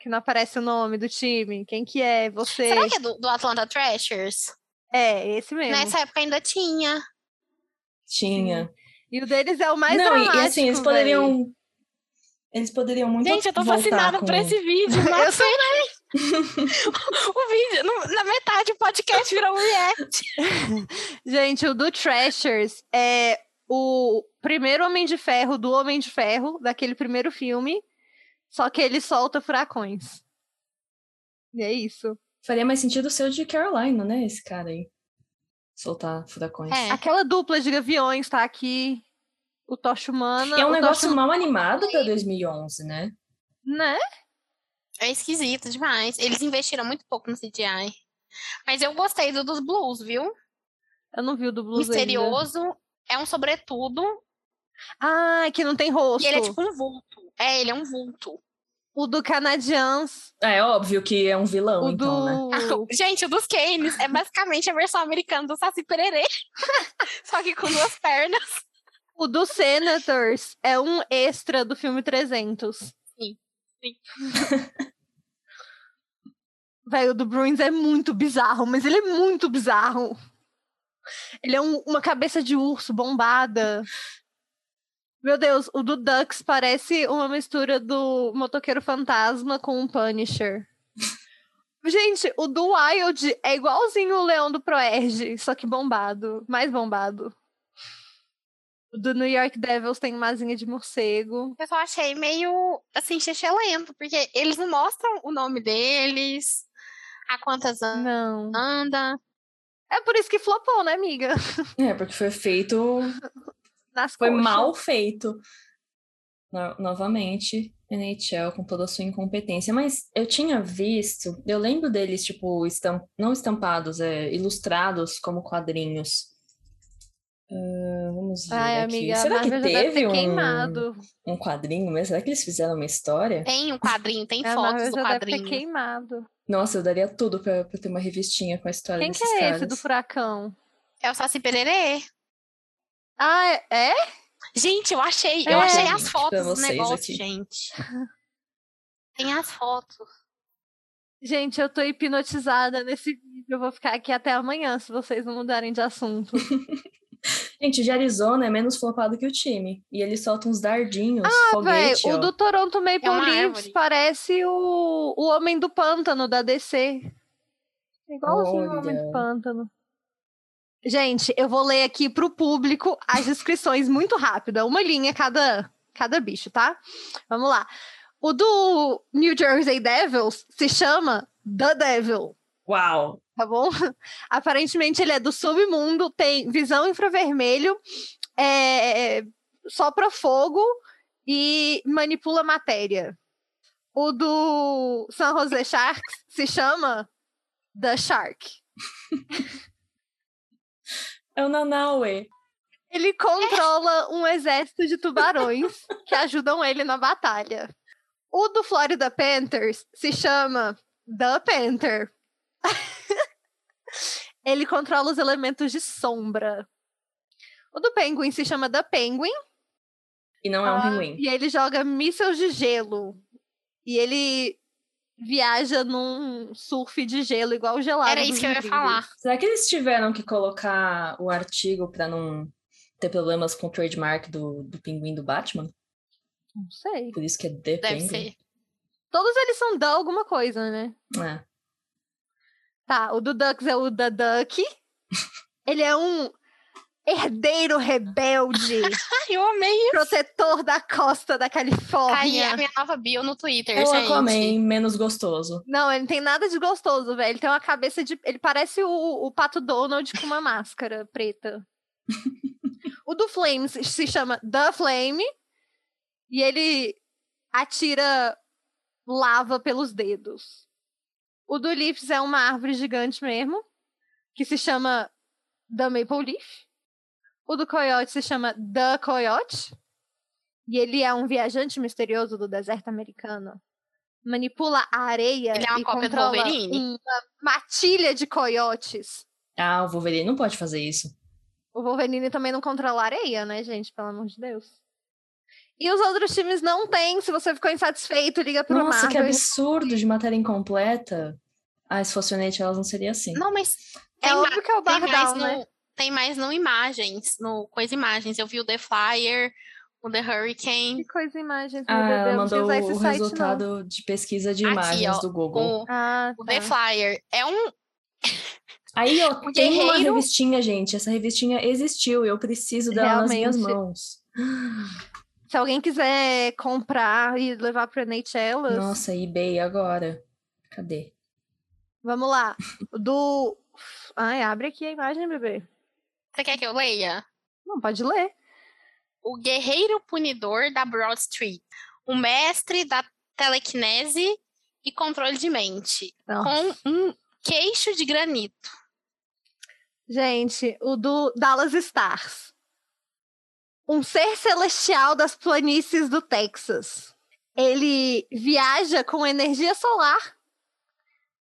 [SPEAKER 5] Que não aparece o nome do time. Quem que é? Você.
[SPEAKER 4] Será que é do, do Atlanta Thrashers?
[SPEAKER 5] É, esse mesmo.
[SPEAKER 4] Nessa época ainda tinha.
[SPEAKER 3] Tinha.
[SPEAKER 5] E o deles é o mais
[SPEAKER 3] não, e-
[SPEAKER 5] dramático.
[SPEAKER 3] e, assim, eles
[SPEAKER 5] véi.
[SPEAKER 3] poderiam. Eles poderiam muito.
[SPEAKER 4] Gente, eu tô
[SPEAKER 3] voltar
[SPEAKER 4] fascinada
[SPEAKER 3] com...
[SPEAKER 4] por esse vídeo.
[SPEAKER 5] Eu
[SPEAKER 4] Nossa, o vídeo, no- na metade, o podcast virou um react.
[SPEAKER 5] Gente, o do Trashers é o primeiro Homem de Ferro do Homem de Ferro, daquele primeiro filme. Só que ele solta furacões. E é isso.
[SPEAKER 3] Faria mais sentido o seu de Carolina, né? Esse cara aí. Soltar furacões.
[SPEAKER 4] É.
[SPEAKER 5] Aquela dupla de gaviões tá aqui. O Tocha Humana.
[SPEAKER 3] E é
[SPEAKER 5] o
[SPEAKER 3] um negócio
[SPEAKER 5] Tocha-
[SPEAKER 3] mal animado pra 2011, né?
[SPEAKER 5] Né?
[SPEAKER 4] É esquisito demais. Eles investiram muito pouco no CGI. Mas eu gostei do dos blues, viu?
[SPEAKER 5] Eu não vi o né? do Blues ainda.
[SPEAKER 4] Misterioso. É um sobretudo.
[SPEAKER 5] Ah, que não tem rosto.
[SPEAKER 3] é tipo
[SPEAKER 4] E ele é tipo um vulto. É, ele é um vulto.
[SPEAKER 5] O do Canadians,
[SPEAKER 3] É óbvio que é um vilão,
[SPEAKER 5] o
[SPEAKER 3] então, né?
[SPEAKER 5] do.
[SPEAKER 4] Gente, Ah, o dos Keynes é basicamente a versão americana do Saci Pererê. Só que com duas pernas.
[SPEAKER 5] O do Senators é um extra do filme 300.
[SPEAKER 4] Sim, sim.
[SPEAKER 5] Velho, o do Bruins é muito bizarro, mas ele é muito bizarro. Ele é um- uma cabeça de urso bombada. Meu Deus, o do Ducks parece uma mistura do Motoqueiro Fantasma com o Punisher. Gente, o do Wild é igualzinho o Leão do Proerd, só que bombado, mais bombado. O do New York Devils tem uma asinha de morcego.
[SPEAKER 4] Eu só achei meio, assim, xixi lento, porque eles não mostram o nome deles, a quantas
[SPEAKER 5] Ah.
[SPEAKER 4] an-
[SPEAKER 5] Não.
[SPEAKER 4] anda.
[SPEAKER 5] É por isso que flopou, né, amiga?
[SPEAKER 3] É, porque foi feito.
[SPEAKER 5] Nas
[SPEAKER 3] Foi
[SPEAKER 5] coxas.
[SPEAKER 3] mal feito. No- novamente, NHL com toda a sua incompetência. Mas eu tinha visto, eu lembro deles, tipo, estam- não estampados, é, ilustrados como quadrinhos. Ah, vamos ver.
[SPEAKER 5] Ai,
[SPEAKER 3] aqui.
[SPEAKER 5] amiga, a
[SPEAKER 3] Será que
[SPEAKER 5] Marvel já deve
[SPEAKER 3] teve
[SPEAKER 5] ter
[SPEAKER 3] um,
[SPEAKER 5] queimado.
[SPEAKER 3] um quadrinho mesmo? Será que eles fizeram uma história?
[SPEAKER 4] Tem um quadrinho, tem
[SPEAKER 5] A
[SPEAKER 4] fotos
[SPEAKER 5] Marvel
[SPEAKER 4] do
[SPEAKER 5] É, já deve ter
[SPEAKER 4] quadrinho.
[SPEAKER 5] queimado.
[SPEAKER 3] Nossa, eu daria tudo pra, pra ter uma revistinha com a história
[SPEAKER 5] Quem que
[SPEAKER 3] desses
[SPEAKER 5] é
[SPEAKER 3] caras.
[SPEAKER 5] esse do furacão?
[SPEAKER 4] É o Saci Pererê.
[SPEAKER 5] Ah, é? é?
[SPEAKER 4] Gente, eu achei, eu
[SPEAKER 5] É.
[SPEAKER 4] achei as
[SPEAKER 3] Gente, pra
[SPEAKER 4] fotos do
[SPEAKER 3] vocês
[SPEAKER 4] negócio,
[SPEAKER 3] aqui.
[SPEAKER 4] gente. Tem as fotos.
[SPEAKER 5] Gente, eu tô hipnotizada nesse vídeo. Eu vou ficar aqui até amanhã, se vocês não mudarem de assunto.
[SPEAKER 3] Gente, de Arizona é menos flopado que o time. E ele solta uns dardinhos,
[SPEAKER 5] Ah, Véi,
[SPEAKER 3] foguete.
[SPEAKER 5] o
[SPEAKER 3] ó.
[SPEAKER 5] do Toronto Maple
[SPEAKER 4] É uma
[SPEAKER 5] Leafs
[SPEAKER 4] árvore.
[SPEAKER 5] parece o, o Homem do Pântano da DC. É Igualzinho o Homem do
[SPEAKER 3] Olha.
[SPEAKER 5] Pântano. Gente, eu vou ler aqui pro público as descrições muito rápido. É uma linha cada, cada bicho, tá? Vamos lá. O do New Jersey Devils se chama The Devil,
[SPEAKER 3] Uau!
[SPEAKER 5] tá bom? Aparentemente ele é do submundo, tem visão infravermelho, é, sopra fogo e manipula matéria. O do San Jose Sharks se chama The Shark.
[SPEAKER 3] É o Nanaue.
[SPEAKER 5] Ele controla um exército de tubarões que ajudam ele na batalha. O do Florida Panthers se chama The Panther. ele controla os elementos de sombra. O do Penguin se chama The Penguin
[SPEAKER 3] E não é um
[SPEAKER 5] Ah,
[SPEAKER 3] pinguim.
[SPEAKER 5] e ele joga mísseis de gelo. E ele viaja num surf de gelo igual o gelado.
[SPEAKER 4] Era
[SPEAKER 5] dos
[SPEAKER 4] isso que eu ia
[SPEAKER 5] Incríveis.
[SPEAKER 4] falar.
[SPEAKER 3] Será que eles tiveram que colocar o artigo pra não ter problemas com o trademark do, do pinguim do Batman?
[SPEAKER 5] Não sei.
[SPEAKER 3] Por isso que é The
[SPEAKER 4] Deve
[SPEAKER 3] Penguin?
[SPEAKER 4] ser.
[SPEAKER 5] Todos eles são da alguma coisa, né?
[SPEAKER 3] É.
[SPEAKER 5] Tá, o do Ducks é o da Duck. Ele é um herdeiro rebelde,
[SPEAKER 4] Ai, eu amei isso.
[SPEAKER 5] protetor da costa da
[SPEAKER 4] Tá aí
[SPEAKER 5] Califórnia.
[SPEAKER 4] a minha nova bio no Twitter,
[SPEAKER 3] É o
[SPEAKER 4] gente.
[SPEAKER 3] Aquaman menos gostoso.
[SPEAKER 5] Não, ele não tem nada de gostoso, velho. Ele tem uma cabeça de. Ele parece o, o Pato Donald com uma máscara preta. o do Flames se chama The Flame. E ele atira lava pelos dedos. O do Leafs é uma árvore gigante mesmo, que se chama The Maple Leaf. O do Coyote se chama The Coyote. E ele é um viajante misterioso do deserto americano. Manipula a areia
[SPEAKER 4] Ele é uma
[SPEAKER 5] e
[SPEAKER 4] cópia do
[SPEAKER 5] controla
[SPEAKER 4] Wolverine?
[SPEAKER 5] uma matilha de coiotes.
[SPEAKER 3] Ah, o Wolverine não pode fazer isso.
[SPEAKER 5] O Wolverine também não controla a areia, né, gente? Pelo amor de Deus. E os outros times não têm. Se você ficou insatisfeito, liga pro
[SPEAKER 3] Nossa, que
[SPEAKER 5] Marvel.
[SPEAKER 3] absurdo de matéria incompleta. Ah, se fosse o Nate, elas não seria assim.
[SPEAKER 4] Não, mas
[SPEAKER 5] É
[SPEAKER 4] tem ma-
[SPEAKER 5] óbvio que é o
[SPEAKER 4] Tem mais,
[SPEAKER 5] Bardal,
[SPEAKER 4] no,
[SPEAKER 5] né?
[SPEAKER 4] tem mais no Imagens, no Coisa Imagens. Eu vi o The Flyer, o The Hurricane,
[SPEAKER 5] Que coisa imagem.
[SPEAKER 3] Ah,
[SPEAKER 5] meu
[SPEAKER 3] ela
[SPEAKER 5] Deus, não
[SPEAKER 3] mandou
[SPEAKER 5] usar esse
[SPEAKER 3] o
[SPEAKER 5] site,
[SPEAKER 3] resultado de pesquisa de
[SPEAKER 4] Aqui,
[SPEAKER 3] imagens
[SPEAKER 4] ó,
[SPEAKER 3] do Google.
[SPEAKER 4] o,
[SPEAKER 5] não. Ah,
[SPEAKER 4] o The
[SPEAKER 5] tá.
[SPEAKER 4] Flyer. É um.
[SPEAKER 3] Aí, ó,
[SPEAKER 4] o
[SPEAKER 3] tem uma
[SPEAKER 4] guerreiro-
[SPEAKER 3] revistinha, gente. Essa revistinha existiu e eu preciso dela nas minhas
[SPEAKER 5] Realmente.
[SPEAKER 3] mãos.
[SPEAKER 5] Se alguém quiser comprar e levar pro NHLas,
[SPEAKER 3] Nossa, eBay agora. Cadê?
[SPEAKER 5] vamos lá. Do. Ai, abre aqui a imagem, bebê.
[SPEAKER 4] Você quer que eu leia?
[SPEAKER 5] Não, pode ler.
[SPEAKER 4] O Guerreiro Punidor da Broad Street. O mestre da telequinese e controle de mente.
[SPEAKER 5] Não.
[SPEAKER 4] Com um queixo de granito.
[SPEAKER 5] Gente, o do Dallas Stars. Um ser celestial das planícies do Texas. ele viaja com energia solar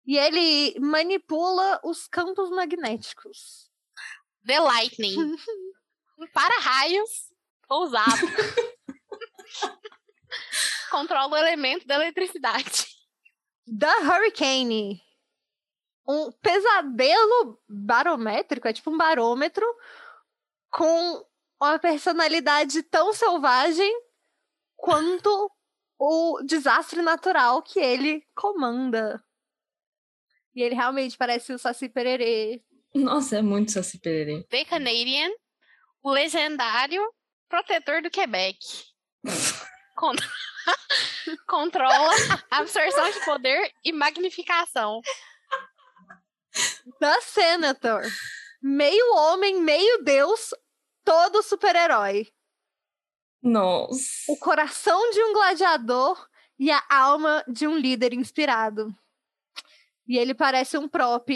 [SPEAKER 5] e ele manipula os campos magnéticos.
[SPEAKER 4] The Lightning. um para-raios ousado. Controla o elemento da eletricidade.
[SPEAKER 5] Da Hurricane. Um pesadelo barométrico, é tipo um barômetro com uma personalidade tão selvagem quanto o desastre natural que ele comanda. E ele realmente parece o Saci Pererê.
[SPEAKER 3] Nossa, é muito Saci Pererê.
[SPEAKER 4] The Canadian, o legendário protetor do Quebec. Contra- Controla absorção de poder e magnificação.
[SPEAKER 5] Da Senator. Meio homem, meio deus, todo super-herói.
[SPEAKER 3] Nossa.
[SPEAKER 5] O coração de um gladiador e a alma de um líder inspirado. E ele parece um prop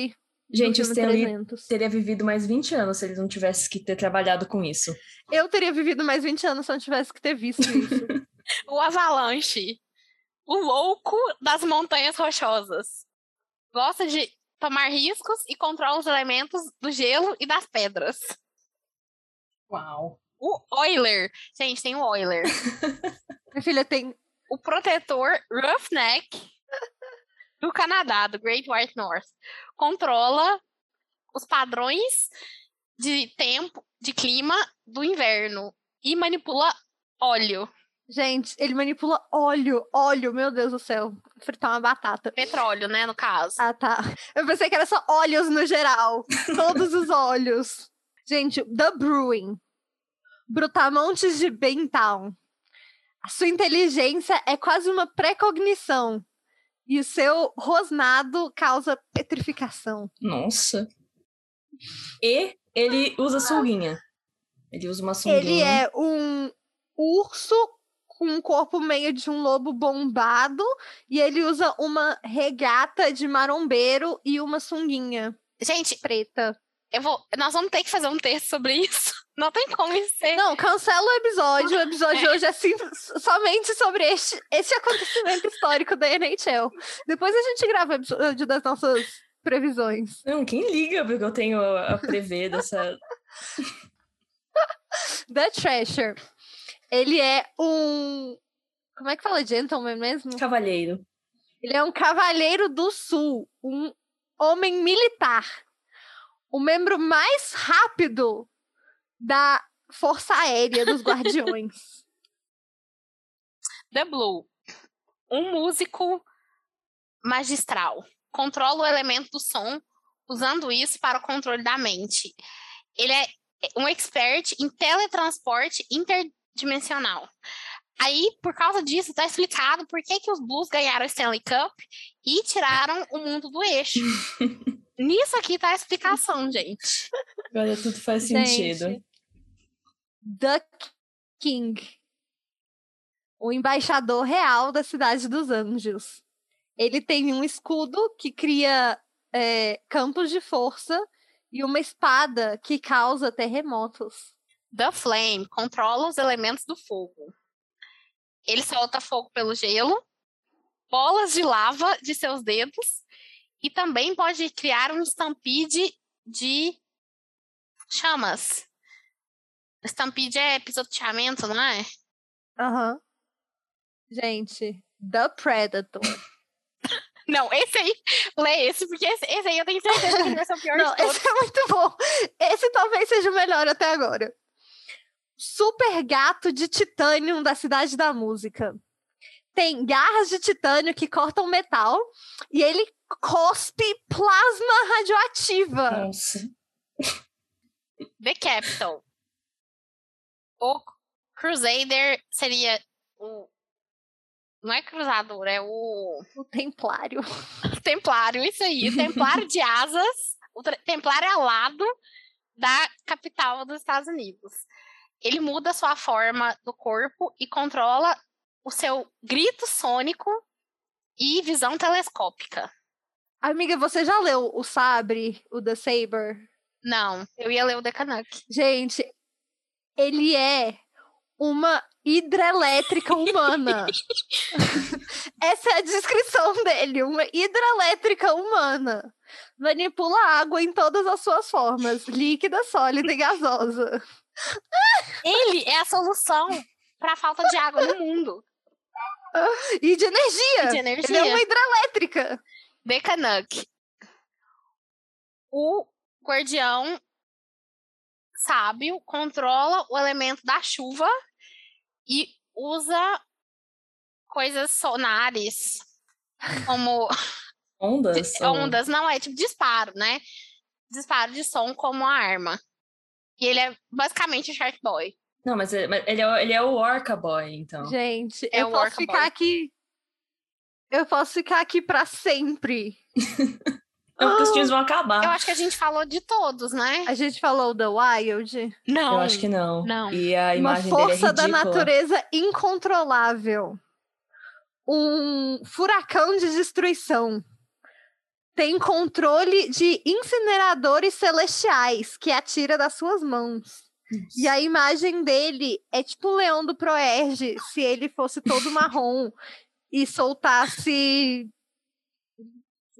[SPEAKER 3] Gente,
[SPEAKER 5] do
[SPEAKER 3] o
[SPEAKER 5] filme
[SPEAKER 3] Stan Lee
[SPEAKER 5] 300.
[SPEAKER 3] teria vivido mais 20 anos se ele não tivesse que ter trabalhado com isso.
[SPEAKER 5] Eu teria vivido mais 20 anos se eu não tivesse que ter visto isso.
[SPEAKER 4] O avalanche. O louco das montanhas rochosas. Gosta de tomar riscos e controla os elementos do gelo e das pedras.
[SPEAKER 3] Uau.
[SPEAKER 4] O Euler. Gente, tem o Euler.
[SPEAKER 5] Minha filha tem
[SPEAKER 4] o protetor Roughneck do Canadá, do Great White North, controla os padrões de tempo, de clima do inverno e manipula óleo,
[SPEAKER 5] Gente, ele manipula óleo, óleo, meu Deus do céu. Fritar uma batata.
[SPEAKER 4] petróleo, né, no caso.
[SPEAKER 5] Ah, tá. Eu pensei que era só óleos no geral. Todos os óleos. Gente, The Brewing. Brutamontes de Bentown. A sua inteligência é quase uma precognição. E o seu rosnado causa petrificação.
[SPEAKER 3] Nossa. E ele usa sunguinha. Ele usa uma sunguinha.
[SPEAKER 5] Ah. Ele é um urso com um corpo meio de um lobo bombado e ele usa uma regata de marombeiro e uma sunguinha
[SPEAKER 4] Gente,
[SPEAKER 5] preta.
[SPEAKER 4] eu vou, nós vamos ter que fazer um texto sobre isso. Não tem como isso ser.
[SPEAKER 5] Não, cancela o episódio. O episódio de hoje é sim- somente sobre este, este acontecimento histórico da NHL. Depois a gente grava o episódio das nossas previsões.
[SPEAKER 3] Não, quem liga porque eu tenho a, a prever dessa...
[SPEAKER 5] The Thrasher. Ele é um. Como é que fala gentleman mesmo?
[SPEAKER 3] Cavalheiro.
[SPEAKER 5] Ele é um cavaleiro do sul, um homem militar, o membro mais rápido da Força Aérea dos Guardiões.
[SPEAKER 4] The Blue, um músico magistral. Controla o elemento do som usando isso para o controle da mente. Ele é um expert em teletransporte interdimensional. Aí, por causa disso, está explicado por que, que os Blues ganharam a Stanley Cup e tiraram o mundo do eixo. Nisso aqui tá a explicação, gente.
[SPEAKER 3] Agora tudo faz
[SPEAKER 5] Gente,
[SPEAKER 3] sentido.
[SPEAKER 5] The King, o embaixador real da Cidade dos Anjos. Ele tem um escudo que cria eh, campos de força e uma espada que causa terremotos.
[SPEAKER 4] The Flame controla os elementos do fogo. Ele solta fogo pelo gelo, bolas de lava de seus dedos e também pode criar um stampede de chamas. Stampede é pisoteamento, não é?
[SPEAKER 5] Aham. Gente, The Predator.
[SPEAKER 4] Não, esse aí, lê esse, porque esse, esse aí eu tenho certeza que vai ser o pior
[SPEAKER 5] Não,
[SPEAKER 4] de todos.
[SPEAKER 5] esse é muito bom. Esse talvez seja o melhor até agora. Super gato de titânio da Cidade da Música. Tem garras de titânio que cortam metal e ele cospe plasma radioativa.
[SPEAKER 3] Nossa.
[SPEAKER 4] The Capital. O Crusader seria o. Não é cruzador, é o.
[SPEAKER 5] O Templário.
[SPEAKER 4] Templário, isso aí. o Templário de asas. O tra- Templário alado da capital dos Estados Unidos. Ele muda sua forma do corpo e controla o seu grito sônico e visão telescópica.
[SPEAKER 5] Amiga, você já leu o Sabre, o The Saber?
[SPEAKER 4] Não, eu ia ler o Decanuck.
[SPEAKER 5] Gente, ele é uma hidrelétrica humana. Essa é a descrição dele, uma hidrelétrica humana. Manipula a água em todas as suas formas, líquida, sólida e gasosa.
[SPEAKER 4] Ele é a solução para a falta de água no mundo
[SPEAKER 5] E
[SPEAKER 4] e
[SPEAKER 5] de energia.
[SPEAKER 4] de
[SPEAKER 5] Ele é
[SPEAKER 4] energia.
[SPEAKER 5] uma hidrelétrica.
[SPEAKER 4] Decanuck. O guardião sábio controla o elemento da chuva e usa coisas sonares como
[SPEAKER 3] Ondas? ou-
[SPEAKER 4] ondas, não é tipo disparo, né? Disparo de som como arma. E ele é basicamente Shark Boy.
[SPEAKER 3] Não, mas ele, mas ele é, o- ele é o Orca Boy, então.
[SPEAKER 5] Gente,
[SPEAKER 4] É
[SPEAKER 5] eu
[SPEAKER 4] o
[SPEAKER 5] posso
[SPEAKER 4] workabout.
[SPEAKER 5] ficar aqui. Eu posso ficar aqui pra sempre.
[SPEAKER 3] Não, porque os
[SPEAKER 5] ah,
[SPEAKER 3] times vão acabar.
[SPEAKER 4] Eu acho que a gente falou de todos, né?
[SPEAKER 5] A gente falou The Wild,
[SPEAKER 4] Não.
[SPEAKER 3] Eu acho que não.
[SPEAKER 4] Não.
[SPEAKER 3] E a
[SPEAKER 5] uma
[SPEAKER 3] imagem dele é
[SPEAKER 5] força
[SPEAKER 3] ridícula.
[SPEAKER 5] da natureza incontrolável, um furacão de destruição. Tem controle de incineradores celestiais que atira das suas mãos. E a imagem dele é tipo o leão do Proerge, se ele fosse todo marrom e soltasse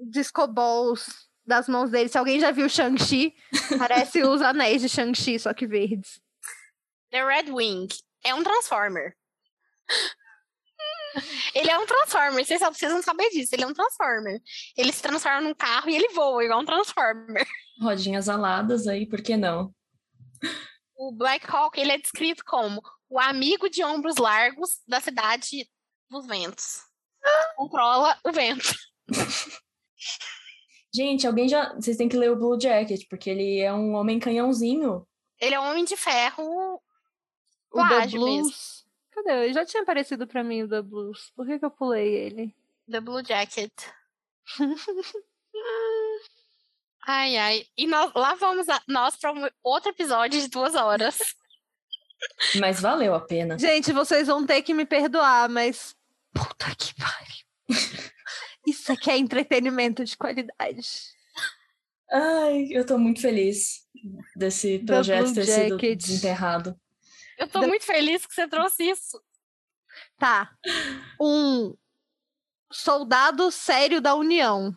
[SPEAKER 5] discobols das mãos dele. Se alguém já viu Shang-Chi, parece os anéis de Shang-Chi, só que verdes.
[SPEAKER 4] The Red Wing é um Transformer. ele é um Transformer, vocês só precisam saber disso. Ele é um Transformer. Ele se transforma num carro e ele voa igual um Transformer.
[SPEAKER 3] Rodinhas aladas aí, por que não?
[SPEAKER 4] O Black Hawk, ele é descrito como o amigo de ombros largos da cidade dos ventos. Controla o vento.
[SPEAKER 3] Gente, alguém já. Vocês têm que ler o Blue Jacket, porque ele é um homem canhãozinho.
[SPEAKER 4] Ele é um homem de ferro.
[SPEAKER 5] O The
[SPEAKER 4] plágio mesmo.
[SPEAKER 5] Blues. Cadê? Já tinha aparecido pra mim o The Blues. Por que, que eu pulei ele?
[SPEAKER 4] The Blue Jacket. Ai, ai. E nós, lá vamos a- nós para outro episódio de duas horas.
[SPEAKER 3] Mas valeu a pena.
[SPEAKER 5] Gente, vocês vão ter que me perdoar, mas. Puta que pariu. Isso aqui é entretenimento de qualidade.
[SPEAKER 3] Ai, eu tô muito feliz desse projeto
[SPEAKER 5] Blue
[SPEAKER 3] ter sido
[SPEAKER 5] Jacket.
[SPEAKER 3] desenterrado.
[SPEAKER 4] Eu tô
[SPEAKER 5] Da-
[SPEAKER 4] muito feliz que você trouxe isso.
[SPEAKER 5] Tá. Um soldado sério da União.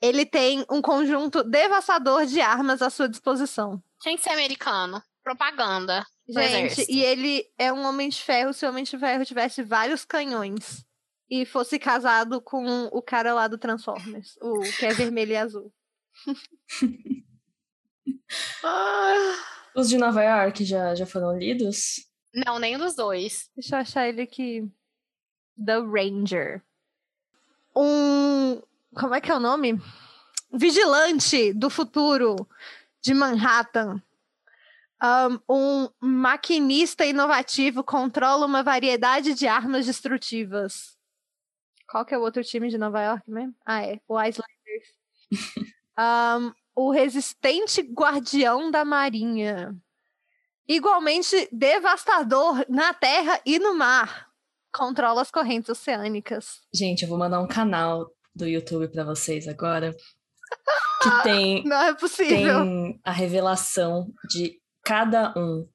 [SPEAKER 5] Ele tem um conjunto devastador de armas à sua disposição.
[SPEAKER 4] Tinha que ser americano. Propaganda. do
[SPEAKER 5] Gente,
[SPEAKER 4] exército.
[SPEAKER 5] e ele é um homem de ferro. Se o homem de ferro tivesse vários canhões e fosse casado com o cara lá do Transformers, o que é vermelho e azul. Ah,
[SPEAKER 3] Os de Nova York já, já foram lidos?
[SPEAKER 4] Não, nenhum dos dois.
[SPEAKER 5] deixa eu achar ele aqui. The Ranger. Um. Como é que é o nome? Vigilante do futuro de Manhattan. Ahn, um maquinista inovativo controla uma variedade de armas destrutivas. Qual que é o outro time de Nova York mesmo? Ah, é. O Islanders. Ahn, o resistente guardião da marinha. Igualmente devastador na terra e no mar. Controla as correntes oceânicas.
[SPEAKER 3] Gente, eu vou mandar um canal do YouTube pra vocês agora. Que tem,
[SPEAKER 5] Não é possível.
[SPEAKER 3] tem a revelação de cada um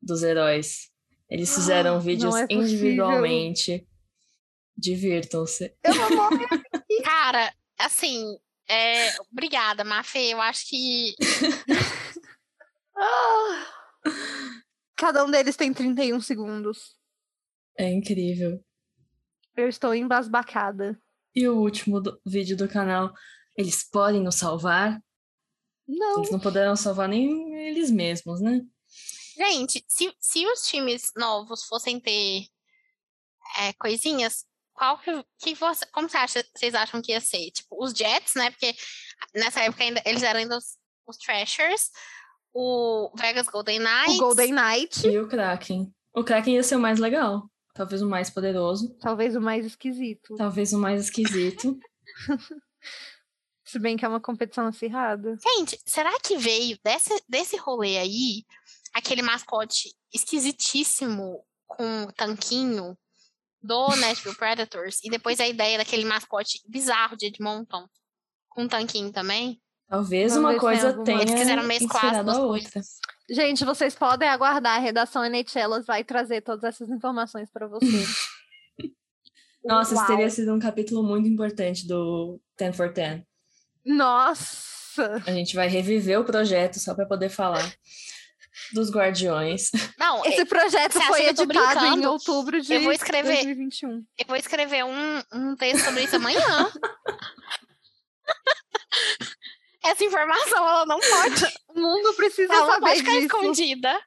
[SPEAKER 3] dos heróis. Eles fizeram vídeos
[SPEAKER 5] Ah, é possível.
[SPEAKER 3] individualmente. Divirtam-se.
[SPEAKER 5] Eu vou morrer.
[SPEAKER 4] Cara, assim, é, obrigada, Mafê. Eu acho que.
[SPEAKER 5] Ah. Cada um deles tem 31 segundos.
[SPEAKER 3] É incrível.
[SPEAKER 5] Eu estou embasbacada.
[SPEAKER 3] E o último do- vídeo do canal. Eles podem nos salvar?
[SPEAKER 5] Não.
[SPEAKER 3] Eles não poderão salvar nem eles mesmos, né?
[SPEAKER 4] Gente, se, se os times novos fossem ter é, coisinhas, qual que, que você. Como você acha- vocês acham que ia ser? Tipo, os Jets, né? Porque nessa época ainda, eles eram ainda os, os Trashers, o Vegas Golden Knights.
[SPEAKER 5] O Golden Knight,
[SPEAKER 3] E o Kraken. O Kraken ia ser o mais legal. Talvez o mais poderoso.
[SPEAKER 5] talvez o mais esquisito.
[SPEAKER 3] Talvez o mais esquisito.
[SPEAKER 5] Se bem que é uma competição acirrada.
[SPEAKER 4] Gente, será que veio desse, desse rolê aí aquele mascote esquisitíssimo com tanquinho do Nashville Predators? E depois a ideia daquele mascote bizarro de Edmonton com tanquinho também?
[SPEAKER 3] Talvez
[SPEAKER 5] Vamos ver
[SPEAKER 3] uma
[SPEAKER 5] se tem
[SPEAKER 3] coisa
[SPEAKER 5] alguma-
[SPEAKER 3] tenha
[SPEAKER 5] Eles
[SPEAKER 4] quiseram mesclar as
[SPEAKER 3] inspirado a
[SPEAKER 4] duas
[SPEAKER 3] outra.
[SPEAKER 5] Gente, vocês podem aguardar. A redação NHL elas vai trazer todas essas informações pra vocês.
[SPEAKER 3] Nossa,
[SPEAKER 5] Uau.
[SPEAKER 3] isso teria sido um capítulo muito importante do 10 for 10.
[SPEAKER 5] Nossa!
[SPEAKER 3] A gente vai reviver o projeto só para poder falar dos Guardiões.
[SPEAKER 4] Não, é,
[SPEAKER 5] Esse projeto
[SPEAKER 4] Então, Você acha
[SPEAKER 5] foi
[SPEAKER 4] que eu tô
[SPEAKER 5] editado em
[SPEAKER 4] brincando?
[SPEAKER 5] outubro de
[SPEAKER 4] Eu vou escrever.
[SPEAKER 5] 2021.
[SPEAKER 4] eu vou escrever um, um texto sobre isso amanhã. Essa informação, ela não pode.
[SPEAKER 5] O mundo precisa
[SPEAKER 4] Ela não
[SPEAKER 5] saber
[SPEAKER 4] pode ficar
[SPEAKER 5] disso.
[SPEAKER 4] escondida.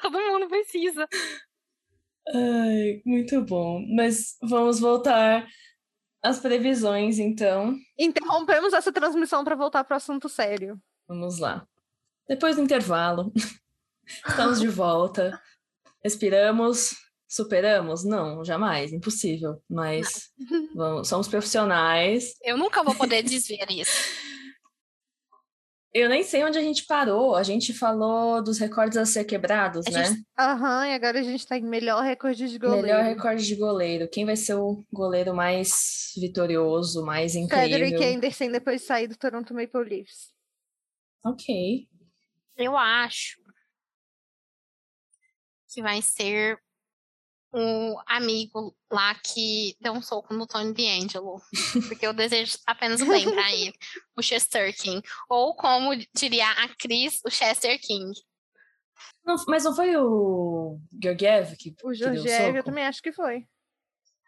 [SPEAKER 4] Todo mundo precisa.
[SPEAKER 3] Ai, muito bom. Mas vamos voltar às previsões, então.
[SPEAKER 5] Interrompemos essa transmissão pra voltar pro assunto sério.
[SPEAKER 3] Vamos lá. Depois do intervalo, estamos de volta. Respiramos, superamos? Não, jamais, impossível. Mas vamos, somos profissionais.
[SPEAKER 4] Eu nunca vou poder desver isso.
[SPEAKER 3] Eu nem sei onde a gente parou. A gente falou dos recordes a ser quebrados,
[SPEAKER 5] É
[SPEAKER 4] A
[SPEAKER 3] né?
[SPEAKER 4] gente-
[SPEAKER 5] Aham, e agora a gente tá em melhor recorde de goleiro.
[SPEAKER 3] Melhor recorde de goleiro. Quem vai ser o goleiro mais vitorioso, mais incrível?
[SPEAKER 5] Cedric Anderson depois de sair do Toronto Maple Leafs.
[SPEAKER 3] Ok.
[SPEAKER 4] Eu acho que vai ser o amigo lá que deu um soco no Tony D'Angelo. Porque eu desejo apenas o bem pra ele. O Chester King. Ou como diria a Cris, o Chester King.
[SPEAKER 3] Não, mas não foi o Georgiev que,
[SPEAKER 5] O
[SPEAKER 3] que deu o
[SPEAKER 5] Jorgiev, eu
[SPEAKER 3] soco?
[SPEAKER 5] também acho que foi.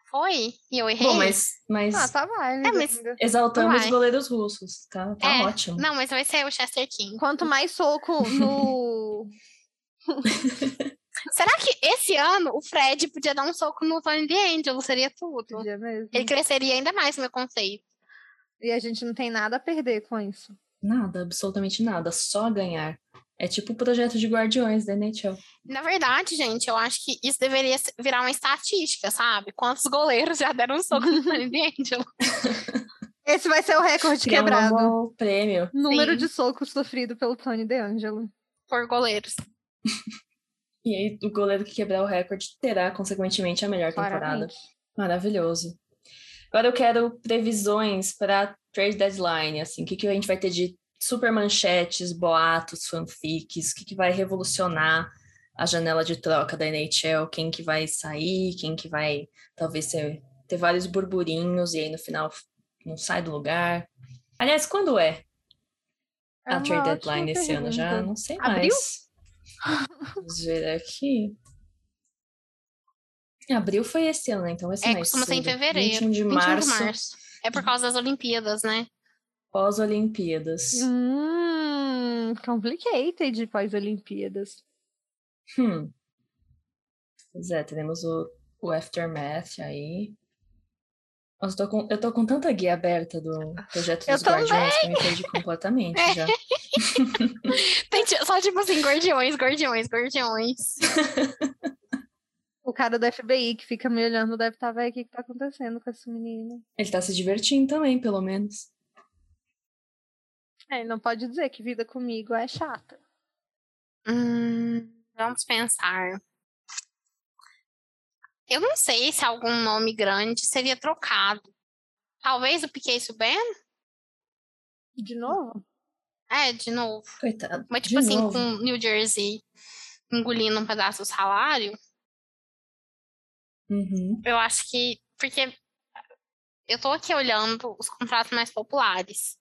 [SPEAKER 4] Foi. E eu errei.
[SPEAKER 3] Bom, mas, mas
[SPEAKER 5] Ah, tá válido.
[SPEAKER 4] É, mas-
[SPEAKER 5] ainda.
[SPEAKER 3] exaltamos
[SPEAKER 4] Vai.
[SPEAKER 3] goleiros russos. Tá, tá
[SPEAKER 4] É,
[SPEAKER 3] ótimo.
[SPEAKER 4] Não, mas vai ser o Chester King.
[SPEAKER 5] Quanto mais soco no.
[SPEAKER 4] Será que esse ano o Fred podia dar um soco no Tony D'Angelo? Seria tudo.
[SPEAKER 5] Podia mesmo.
[SPEAKER 3] Hum.
[SPEAKER 4] Ele cresceria ainda mais meu conceito.
[SPEAKER 5] E a gente não tem nada a perder com isso.
[SPEAKER 3] Nada, absolutamente nada. Só ganhar. É tipo o projeto de Guardiões da NHL.
[SPEAKER 4] Na verdade, gente, eu acho que isso deveria se- virar uma estatística, sabe? Quantos goleiros já deram um soco no Tony D'Angelo?
[SPEAKER 5] Esse vai ser o recorde
[SPEAKER 3] Criar um
[SPEAKER 5] quebrado.
[SPEAKER 3] novo prêmio.
[SPEAKER 5] Número
[SPEAKER 4] Sim.
[SPEAKER 5] de socos sofrido pelo Tony DeAngelo.
[SPEAKER 4] Por goleiros.
[SPEAKER 3] E aí, o goleiro que quebrar o recorde terá, consequentemente, a melhor temporada.
[SPEAKER 5] claramente.
[SPEAKER 3] Maravilhoso. Agora eu quero previsões para trade deadline, assim, o que, que a gente vai ter de super manchetes, boatos, fanfics, o que, que vai revolucionar a janela de troca da NHL, quem que vai sair, quem que vai talvez ser- ter vários burburinhos e aí no final não sai do lugar. Aliás, quando é
[SPEAKER 5] É
[SPEAKER 3] a
[SPEAKER 5] uma
[SPEAKER 3] trade
[SPEAKER 5] ótima
[SPEAKER 3] deadline esse ano? Já
[SPEAKER 5] pergunta.
[SPEAKER 3] não sei
[SPEAKER 5] Abril?
[SPEAKER 3] mais. Vamos ver aqui. Abril foi esse ano, né? Então vai ser
[SPEAKER 4] É,
[SPEAKER 3] mais
[SPEAKER 4] costuma ser em
[SPEAKER 3] cedo.
[SPEAKER 4] fevereiro,
[SPEAKER 3] 21 de
[SPEAKER 4] 21 de
[SPEAKER 3] março,
[SPEAKER 4] março. É por causa das Olimpíadas, né?
[SPEAKER 3] pós-Olimpíadas.
[SPEAKER 5] Hum, complicated pós-Olimpíadas.
[SPEAKER 3] Hum. Pois é, teremos o, o Aftermath aí. Nossa, eu tô com, eu tô com tanta guia aberta do projeto
[SPEAKER 5] Eu
[SPEAKER 3] dos Guardiões que eu me perdi completamente já.
[SPEAKER 4] Tem ti- só tipo assim, guardiões, guardiões, guardiões.
[SPEAKER 5] O cara do FBI que fica me olhando deve estar, velho, o que, que tá acontecendo com esse menino?
[SPEAKER 3] Ele tá se divertindo também, pelo menos.
[SPEAKER 5] É, não pode dizer que vida comigo é chata.
[SPEAKER 4] Hum, vamos pensar. Eu não sei se algum nome grande seria trocado. Talvez o Piquet Subban?
[SPEAKER 5] De novo?
[SPEAKER 4] É, de novo.
[SPEAKER 3] Coitado.
[SPEAKER 4] Mas,
[SPEAKER 3] de
[SPEAKER 4] tipo assim,
[SPEAKER 3] novo.
[SPEAKER 4] com New Jersey engolindo um pedaço do salário,
[SPEAKER 3] Uhum.
[SPEAKER 4] eu acho que. Porque eu tô aqui olhando os contratos mais populares.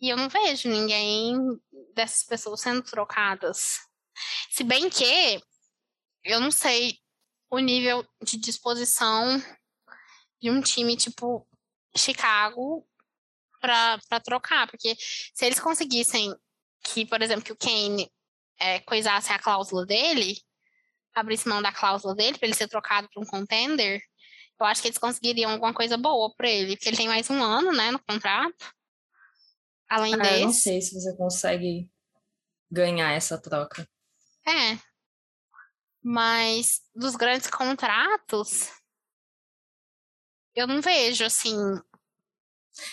[SPEAKER 4] E eu não vejo ninguém dessas pessoas sendo trocadas. Se bem que eu não sei o nível de disposição de um time tipo Chicago pra pra trocar. Porque se eles conseguissem que, por exemplo, que o Kane é, coisasse a cláusula dele, abrisse mão da cláusula dele pra ele ser trocado pra um contender, eu acho que eles conseguiriam alguma coisa boa pra ele. Porque ele tem mais um ano, né, no contrato. Além
[SPEAKER 3] Ah, eu não
[SPEAKER 4] desse.
[SPEAKER 3] sei se você consegue ganhar essa troca.
[SPEAKER 4] É. Mas dos grandes contratos, eu não vejo assim.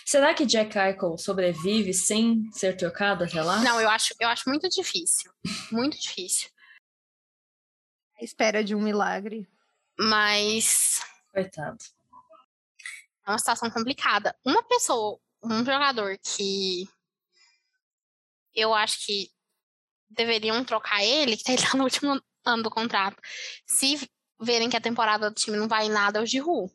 [SPEAKER 3] Será que Jack Eichel sobrevive sem ser trocado até lá?
[SPEAKER 4] Não, eu acho, eu acho muito difícil. Muito difícil.
[SPEAKER 5] À espera de um milagre.
[SPEAKER 4] Mas
[SPEAKER 3] Coitado.
[SPEAKER 4] é uma situação complicada. Uma pessoa, um jogador que eu acho que deveriam trocar ele, que ele tá no último ano do contrato. Se verem que a temporada do time não vai em nada, é o Giroud.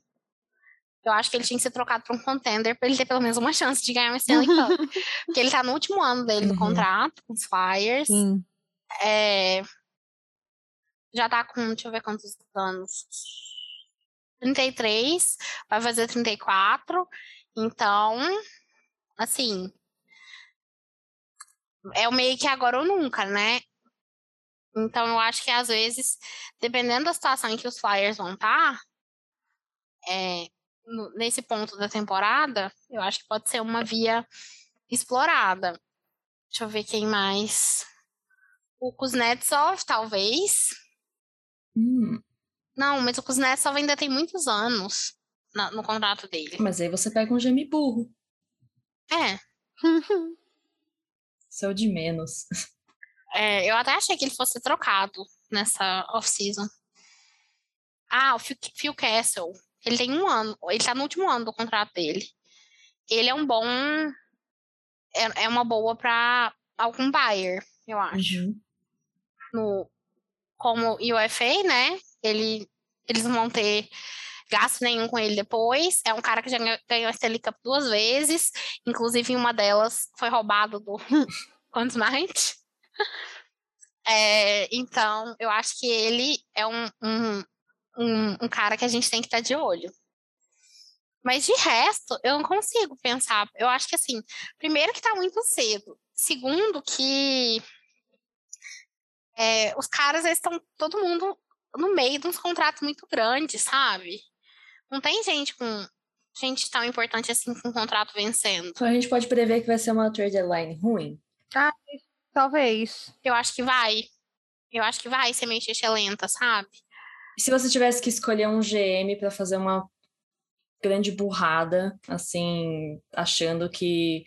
[SPEAKER 4] Eu acho que ele tinha que ser trocado para um contender para ele ter pelo menos uma chance de ganhar uma Stanley Cup. Porque ele tá no último ano dele do
[SPEAKER 3] Uhum.
[SPEAKER 4] contrato, com os Flyers.
[SPEAKER 5] Sim.
[SPEAKER 4] É, já tá com, deixa eu ver quantos anos. 33, vai fazer 34. Então, assim, é o meio que agora ou nunca, né? Então, eu acho que às vezes, dependendo da situação em que os Flyers vão estar, nesse ponto da temporada, eu acho que pode ser uma via explorada. Deixa eu ver quem mais. O Kuznetsov, talvez.
[SPEAKER 3] Hum,
[SPEAKER 4] Não, mas o Kuznetsov ainda tem muitos anos na- no contrato dele.
[SPEAKER 3] mas aí você pega um gemi burro.
[SPEAKER 4] É,
[SPEAKER 3] Isso é o de menos.
[SPEAKER 4] é, eu até achei que ele fosse trocado nessa off-season. Ah, o Phil, Phil Castle. Ele tem um ano. Ele tá no último ano do contrato dele. Ele é um bom. É, é uma boa pra algum buyer, eu acho.
[SPEAKER 3] Uhum.
[SPEAKER 4] no como UFA, né? Ele, eles não vão ter gasto nenhum com ele depois. É um cara que já ganhou- ganhou a Stanley Cup duas vezes, inclusive uma delas foi roubada do Conn Smythe. É, então, eu acho que ele é um, um, um, um cara que a gente tem que estar de olho. Mas de resto, eu não consigo pensar. Eu acho que assim, primeiro que tá muito cedo. Segundo que é, os caras eles estão todo mundo no meio de uns contratos muito grandes, sabe? Não tem gente com gente tão importante assim com um contrato vencendo.
[SPEAKER 3] Então a gente pode prever que vai ser uma trade line ruim.
[SPEAKER 5] Talvez.
[SPEAKER 4] Eu acho que vai. Eu acho que vai ser meio xixi lenta, sabe?
[SPEAKER 3] E se você tivesse que escolher um GM para fazer uma grande burrada, assim, achando que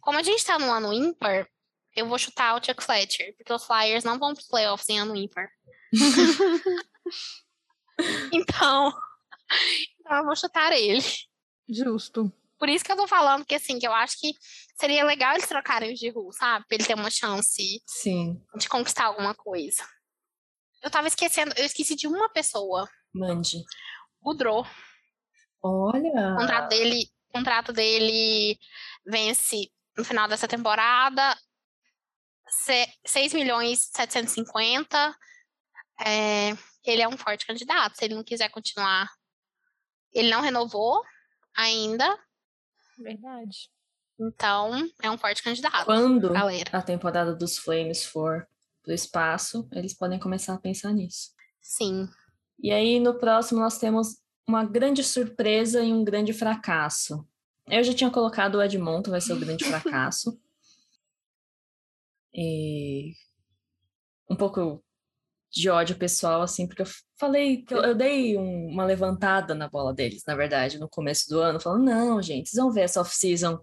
[SPEAKER 4] Como a gente tá num ano ímpar, eu vou chutar o Chuck Fletcher, porque os Flyers não vão pros playoffs em ano ímpar. então, então, eu vou chutar ele.
[SPEAKER 5] Justo.
[SPEAKER 4] Por isso que eu tô falando que, assim, que eu acho que seria legal eles trocarem o Giroud, sabe? Pra ele ter uma chance
[SPEAKER 3] sim,
[SPEAKER 4] de conquistar alguma coisa. Eu tava esquecendo, eu esqueci de uma pessoa,
[SPEAKER 3] mande.
[SPEAKER 4] o Dro. O
[SPEAKER 3] Olha,
[SPEAKER 4] contrato dele, o contrato dele vence no final dessa temporada. Se, 6 milhões e 750. É, ele é um forte candidato, se ele não quiser continuar. Ele não renovou ainda,
[SPEAKER 5] Verdade.
[SPEAKER 4] então é um forte candidato,
[SPEAKER 3] quando
[SPEAKER 4] galera.
[SPEAKER 3] a temporada dos Flames for pro espaço, eles podem começar a pensar nisso.
[SPEAKER 4] Sim.
[SPEAKER 3] E aí, no próximo, nós temos uma grande surpresa e um grande fracasso. Eu já tinha colocado o Edmonton, vai ser o grande fracasso. E... Um pouco de ódio pessoal, assim, porque eu falei, que eu, eu dei um- uma levantada na bola deles, na verdade, no começo do ano, falando: não, gente, vocês vão ver essa off-season,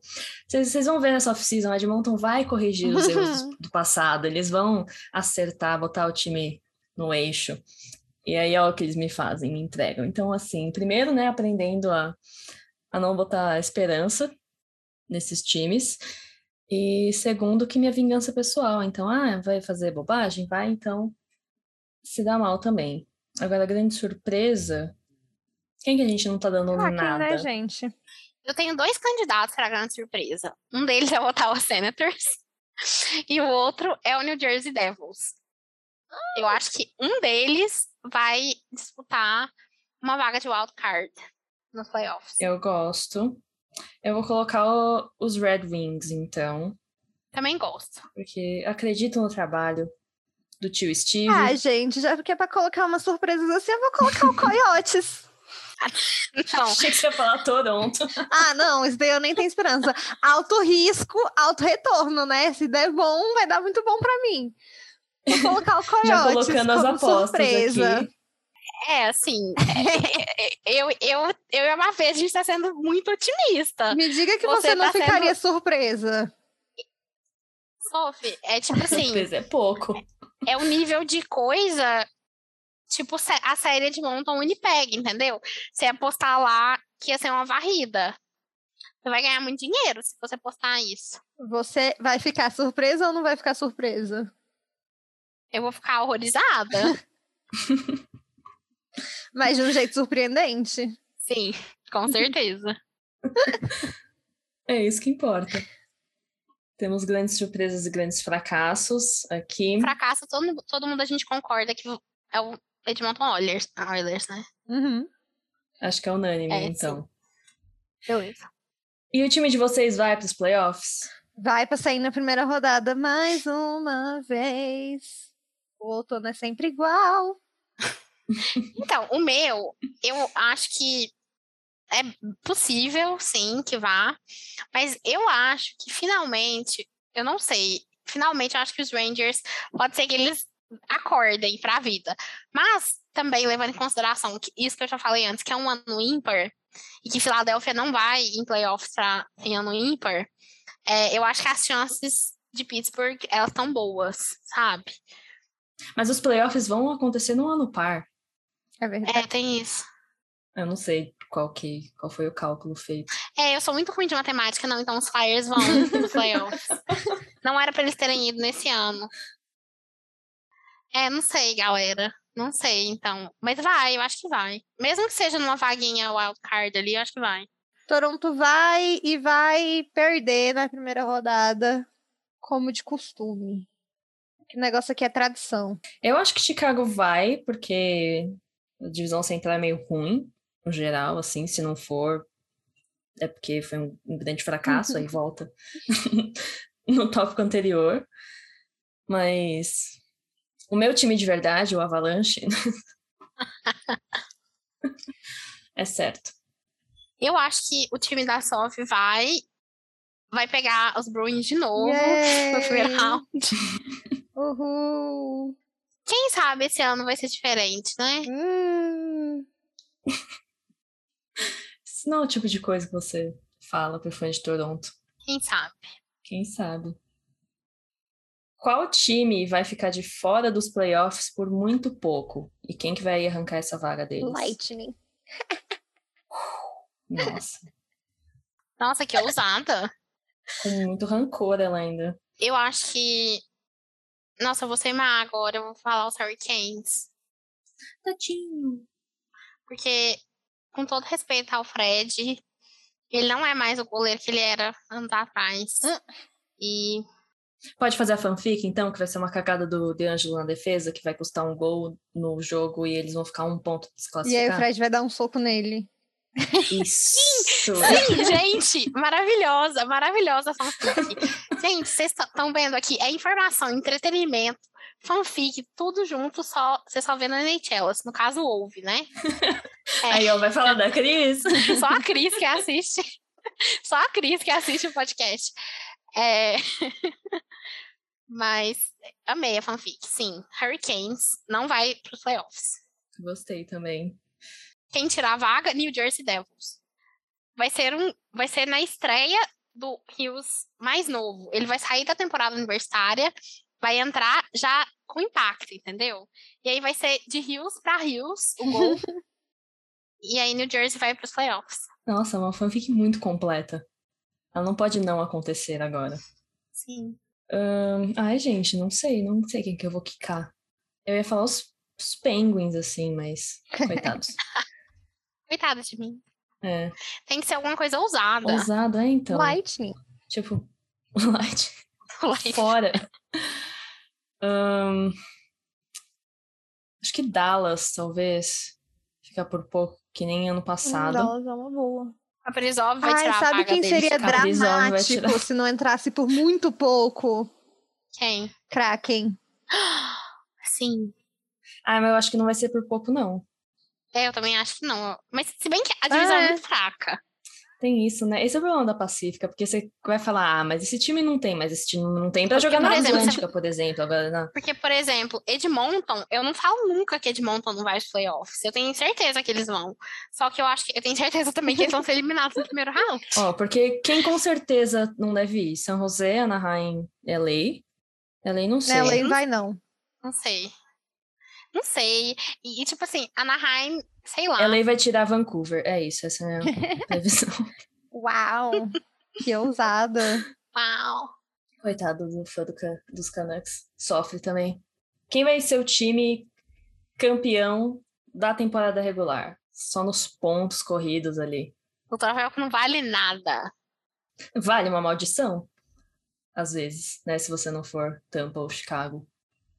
[SPEAKER 3] vocês, vocês vão ver nessa off-season, o Edmonton vai corrigir os erros do passado, eles vão acertar, botar o time no eixo. E aí é o que eles me fazem, me entregam. Então, assim, primeiro, né, aprendendo a, a não botar esperança nesses times. E segundo, que minha vingança pessoal. Então, ah, vai fazer bobagem? Vai, então se dá mal também. Agora, a grande surpresa. Quem que a gente não tá dando
[SPEAKER 5] Ah, quem,
[SPEAKER 3] nada?
[SPEAKER 5] né, gente?
[SPEAKER 4] Eu tenho dois candidatos para grande surpresa. Um deles é o Ottawa Senators e o outro é o New Jersey Devils. Eu acho que um deles vai disputar uma vaga de wild card nos playoffs.
[SPEAKER 3] Eu gosto. Eu vou colocar o- os Red Wings, então.
[SPEAKER 4] Também gosto.
[SPEAKER 3] Porque acredito no trabalho do tio Steve.
[SPEAKER 5] Ah, gente, já porque é pra colocar umas surpresas assim, eu vou colocar o Coyotes.
[SPEAKER 4] Então,
[SPEAKER 3] Achei que você ia falar Toronto.
[SPEAKER 5] ah, não, isso daí eu nem tenho esperança. Alto risco, alto retorno, né? Se der bom, vai dar muito bom pra mim. Vou colocar o Coyotes
[SPEAKER 3] Já colocando as
[SPEAKER 5] como
[SPEAKER 3] apostas
[SPEAKER 5] surpresa.
[SPEAKER 3] aqui.
[SPEAKER 4] é assim, eu, eu, eu e a Mafê, a gente tá sendo muito otimista.
[SPEAKER 5] Me diga que
[SPEAKER 4] Você
[SPEAKER 5] você, não
[SPEAKER 4] tá sendo-
[SPEAKER 5] ficaria surpresa.
[SPEAKER 4] Sophie, é tipo assim,
[SPEAKER 3] Surpresa é pouco.
[SPEAKER 4] é um nível de coisa tipo sé- a um série de Mountain Winnipeg, entendeu? Você apostar lá que ia ser uma varrida. Você vai ganhar muito dinheiro se você postar isso.
[SPEAKER 5] Você vai ficar surpresa ou não vai ficar surpresa?
[SPEAKER 4] Eu vou ficar horrorizada.
[SPEAKER 5] Mas de um jeito surpreendente.
[SPEAKER 4] Sim, com certeza.
[SPEAKER 3] É isso que importa. Temos grandes surpresas e grandes fracassos aqui.
[SPEAKER 4] Fracasso, todo, todo mundo a gente concorda que é o Edmonton Oilers, Oilers né?
[SPEAKER 5] Uhum.
[SPEAKER 3] Acho que é unânime,
[SPEAKER 4] É,
[SPEAKER 3] então.
[SPEAKER 4] Beleza.
[SPEAKER 3] E o time de vocês vai para os playoffs?
[SPEAKER 5] Vai pra sair na primeira rodada mais uma vez. O outono é sempre igual.
[SPEAKER 4] Então, o meu, eu acho que é possível, sim, que vá. Mas eu acho que finalmente, eu não sei, finalmente eu acho que os Rangers, pode ser que eles acordem pra vida. Mas também levando em consideração que isso que eu já falei antes, que é um ano ímpar, e que Filadélfia não vai em playoffs pra, em ano ímpar, é, eu acho que as chances de Pittsburgh, elas estão boas, sabe?
[SPEAKER 3] Mas os playoffs vão acontecer num ano par.
[SPEAKER 5] É verdade.
[SPEAKER 4] É, tem isso.
[SPEAKER 3] Eu não sei qual que qual foi o cálculo feito.
[SPEAKER 4] É, eu sou muito ruim de matemática, não, então os Flyers vão nos playoffs. Não era pra eles terem ido nesse ano. É, não sei, galera. Não sei, então. Mas vai, eu acho que vai. Mesmo que seja numa vaguinha wildcard ali, eu acho que vai.
[SPEAKER 5] Toronto vai e vai perder na primeira rodada, como de costume. Que negócio aqui é tradição.
[SPEAKER 3] Eu acho que Chicago vai, porque a divisão central é meio ruim, no geral, assim, se não for, é porque foi um, um grande fracasso, aí volta no tópico anterior. Mas o meu time de verdade, o Avalanche, é certo.
[SPEAKER 4] Eu acho que o time da Sof vai. Vai pegar os Bruins de novo no primeiro
[SPEAKER 5] Yay!
[SPEAKER 4] round.
[SPEAKER 5] Uhul!
[SPEAKER 4] Quem sabe esse ano vai ser diferente, né?
[SPEAKER 5] Hum.
[SPEAKER 3] Isso não é o tipo de coisa que você fala pro fã de Toronto.
[SPEAKER 4] Quem sabe?
[SPEAKER 3] Quem sabe? Qual time vai ficar de fora dos playoffs por muito pouco? E quem que vai arrancar essa vaga deles?
[SPEAKER 5] Lightning.
[SPEAKER 3] Nossa,
[SPEAKER 4] Nossa, que ousada.
[SPEAKER 3] com muito rancor ela ainda.
[SPEAKER 4] Eu acho que. Nossa, eu vou ser má agora, eu vou falar os Hurricanes.
[SPEAKER 3] Tadinho.
[SPEAKER 4] Porque, com todo respeito ao Fred, ele não é mais o goleiro que ele era anos atrás. E.
[SPEAKER 3] Pode fazer a fanfic, então, que vai ser uma cagada do DeAngelo na defesa, que vai custar um gol no jogo e eles vão ficar um ponto
[SPEAKER 5] E aí o
[SPEAKER 3] desclassificados.
[SPEAKER 5] Fred vai dar um soco nele.
[SPEAKER 3] Isso!
[SPEAKER 4] Sim, gente! Maravilhosa, maravilhosa a fanfic. gente, vocês estão vendo aqui, é informação, entretenimento, fanfic, tudo junto, só você só vê na NHL. assim, No caso, ouve, né? É.
[SPEAKER 3] Aí, ó, vai falar da Cris?
[SPEAKER 4] Só a Cris que assiste. Só a Cris que assiste o podcast. É, Mas amei a fanfic, sim. Hurricanes não vai para os playoffs.
[SPEAKER 3] Gostei também.
[SPEAKER 4] Quem tirar a vaga, New Jersey Devils. Vai ser, um, vai ser na estreia do Hughes mais novo. Ele vai sair da temporada universitária, vai entrar já com impacto, entendeu? E aí vai ser de Hughes para Hughes o um gol. e aí New Jersey vai para os playoffs.
[SPEAKER 3] Nossa, é uma fanfic muito completa. Ela não pode não acontecer agora.
[SPEAKER 4] Sim.
[SPEAKER 3] Ahn, ai, gente, não sei, não sei quem que eu vou quicar. Eu ia falar os, os penguins, assim, mas coitados.
[SPEAKER 4] Coitada de mim.
[SPEAKER 3] É,
[SPEAKER 4] Tem que ser alguma coisa ousada.
[SPEAKER 3] ousado, é então.
[SPEAKER 5] Lightning.
[SPEAKER 3] Tipo, light
[SPEAKER 4] Like,
[SPEAKER 3] fora. Ahn, acho que Dallas, talvez. Ficar por pouco, que nem ano passado.
[SPEAKER 5] Dallas é uma boa.
[SPEAKER 4] A Brisov vai
[SPEAKER 5] Ai,
[SPEAKER 4] tirar a
[SPEAKER 5] sabe
[SPEAKER 4] vaga
[SPEAKER 5] quem
[SPEAKER 4] deles.
[SPEAKER 5] seria
[SPEAKER 3] cara. Caprizov vai
[SPEAKER 5] dramático
[SPEAKER 3] tirar.
[SPEAKER 5] se não entrasse por muito pouco?
[SPEAKER 4] Quem?
[SPEAKER 5] Kraken.
[SPEAKER 4] Sim.
[SPEAKER 3] Ah, mas eu acho que não vai ser por pouco, não.
[SPEAKER 4] É, eu também acho que não. Mas se bem que a divisão
[SPEAKER 5] Ah,
[SPEAKER 4] é
[SPEAKER 5] é.
[SPEAKER 4] muito fraca.
[SPEAKER 3] Tem isso, né? Esse é o problema da Pacífica, porque você vai falar, ah, mas esse time não tem, mas esse time não tem pra
[SPEAKER 4] Porque,
[SPEAKER 3] jogar
[SPEAKER 4] por
[SPEAKER 3] na
[SPEAKER 4] exemplo, você-
[SPEAKER 3] Atlântica, por exemplo. Agora, na...
[SPEAKER 4] Porque, por exemplo, Edmonton, eu não falo nunca que Edmonton não vai aos playoffs. Eu tenho certeza que eles vão. Só que eu acho que eu tenho certeza também que eles vão ser eliminados no primeiro round.
[SPEAKER 3] Ó, porque quem com certeza não deve ir? São José, Anaheim, LA. LA não sei.
[SPEAKER 5] Ela aí vai não.
[SPEAKER 4] Não sei. Não sei. E, e, tipo assim, Anaheim, sei lá.
[SPEAKER 3] LA vai tirar Vancouver. É isso, essa é a minha previsão.
[SPEAKER 5] Uau! Que ousada.
[SPEAKER 4] Uau.
[SPEAKER 3] Coitado do fã do Can- dos Canucks. Sofre também. Quem vai ser o time campeão da temporada regular? Só nos pontos corridos ali.
[SPEAKER 4] O troféu que não vale nada.
[SPEAKER 3] Vale uma maldição? Às vezes, né? Se você não for Tampa ou Chicago.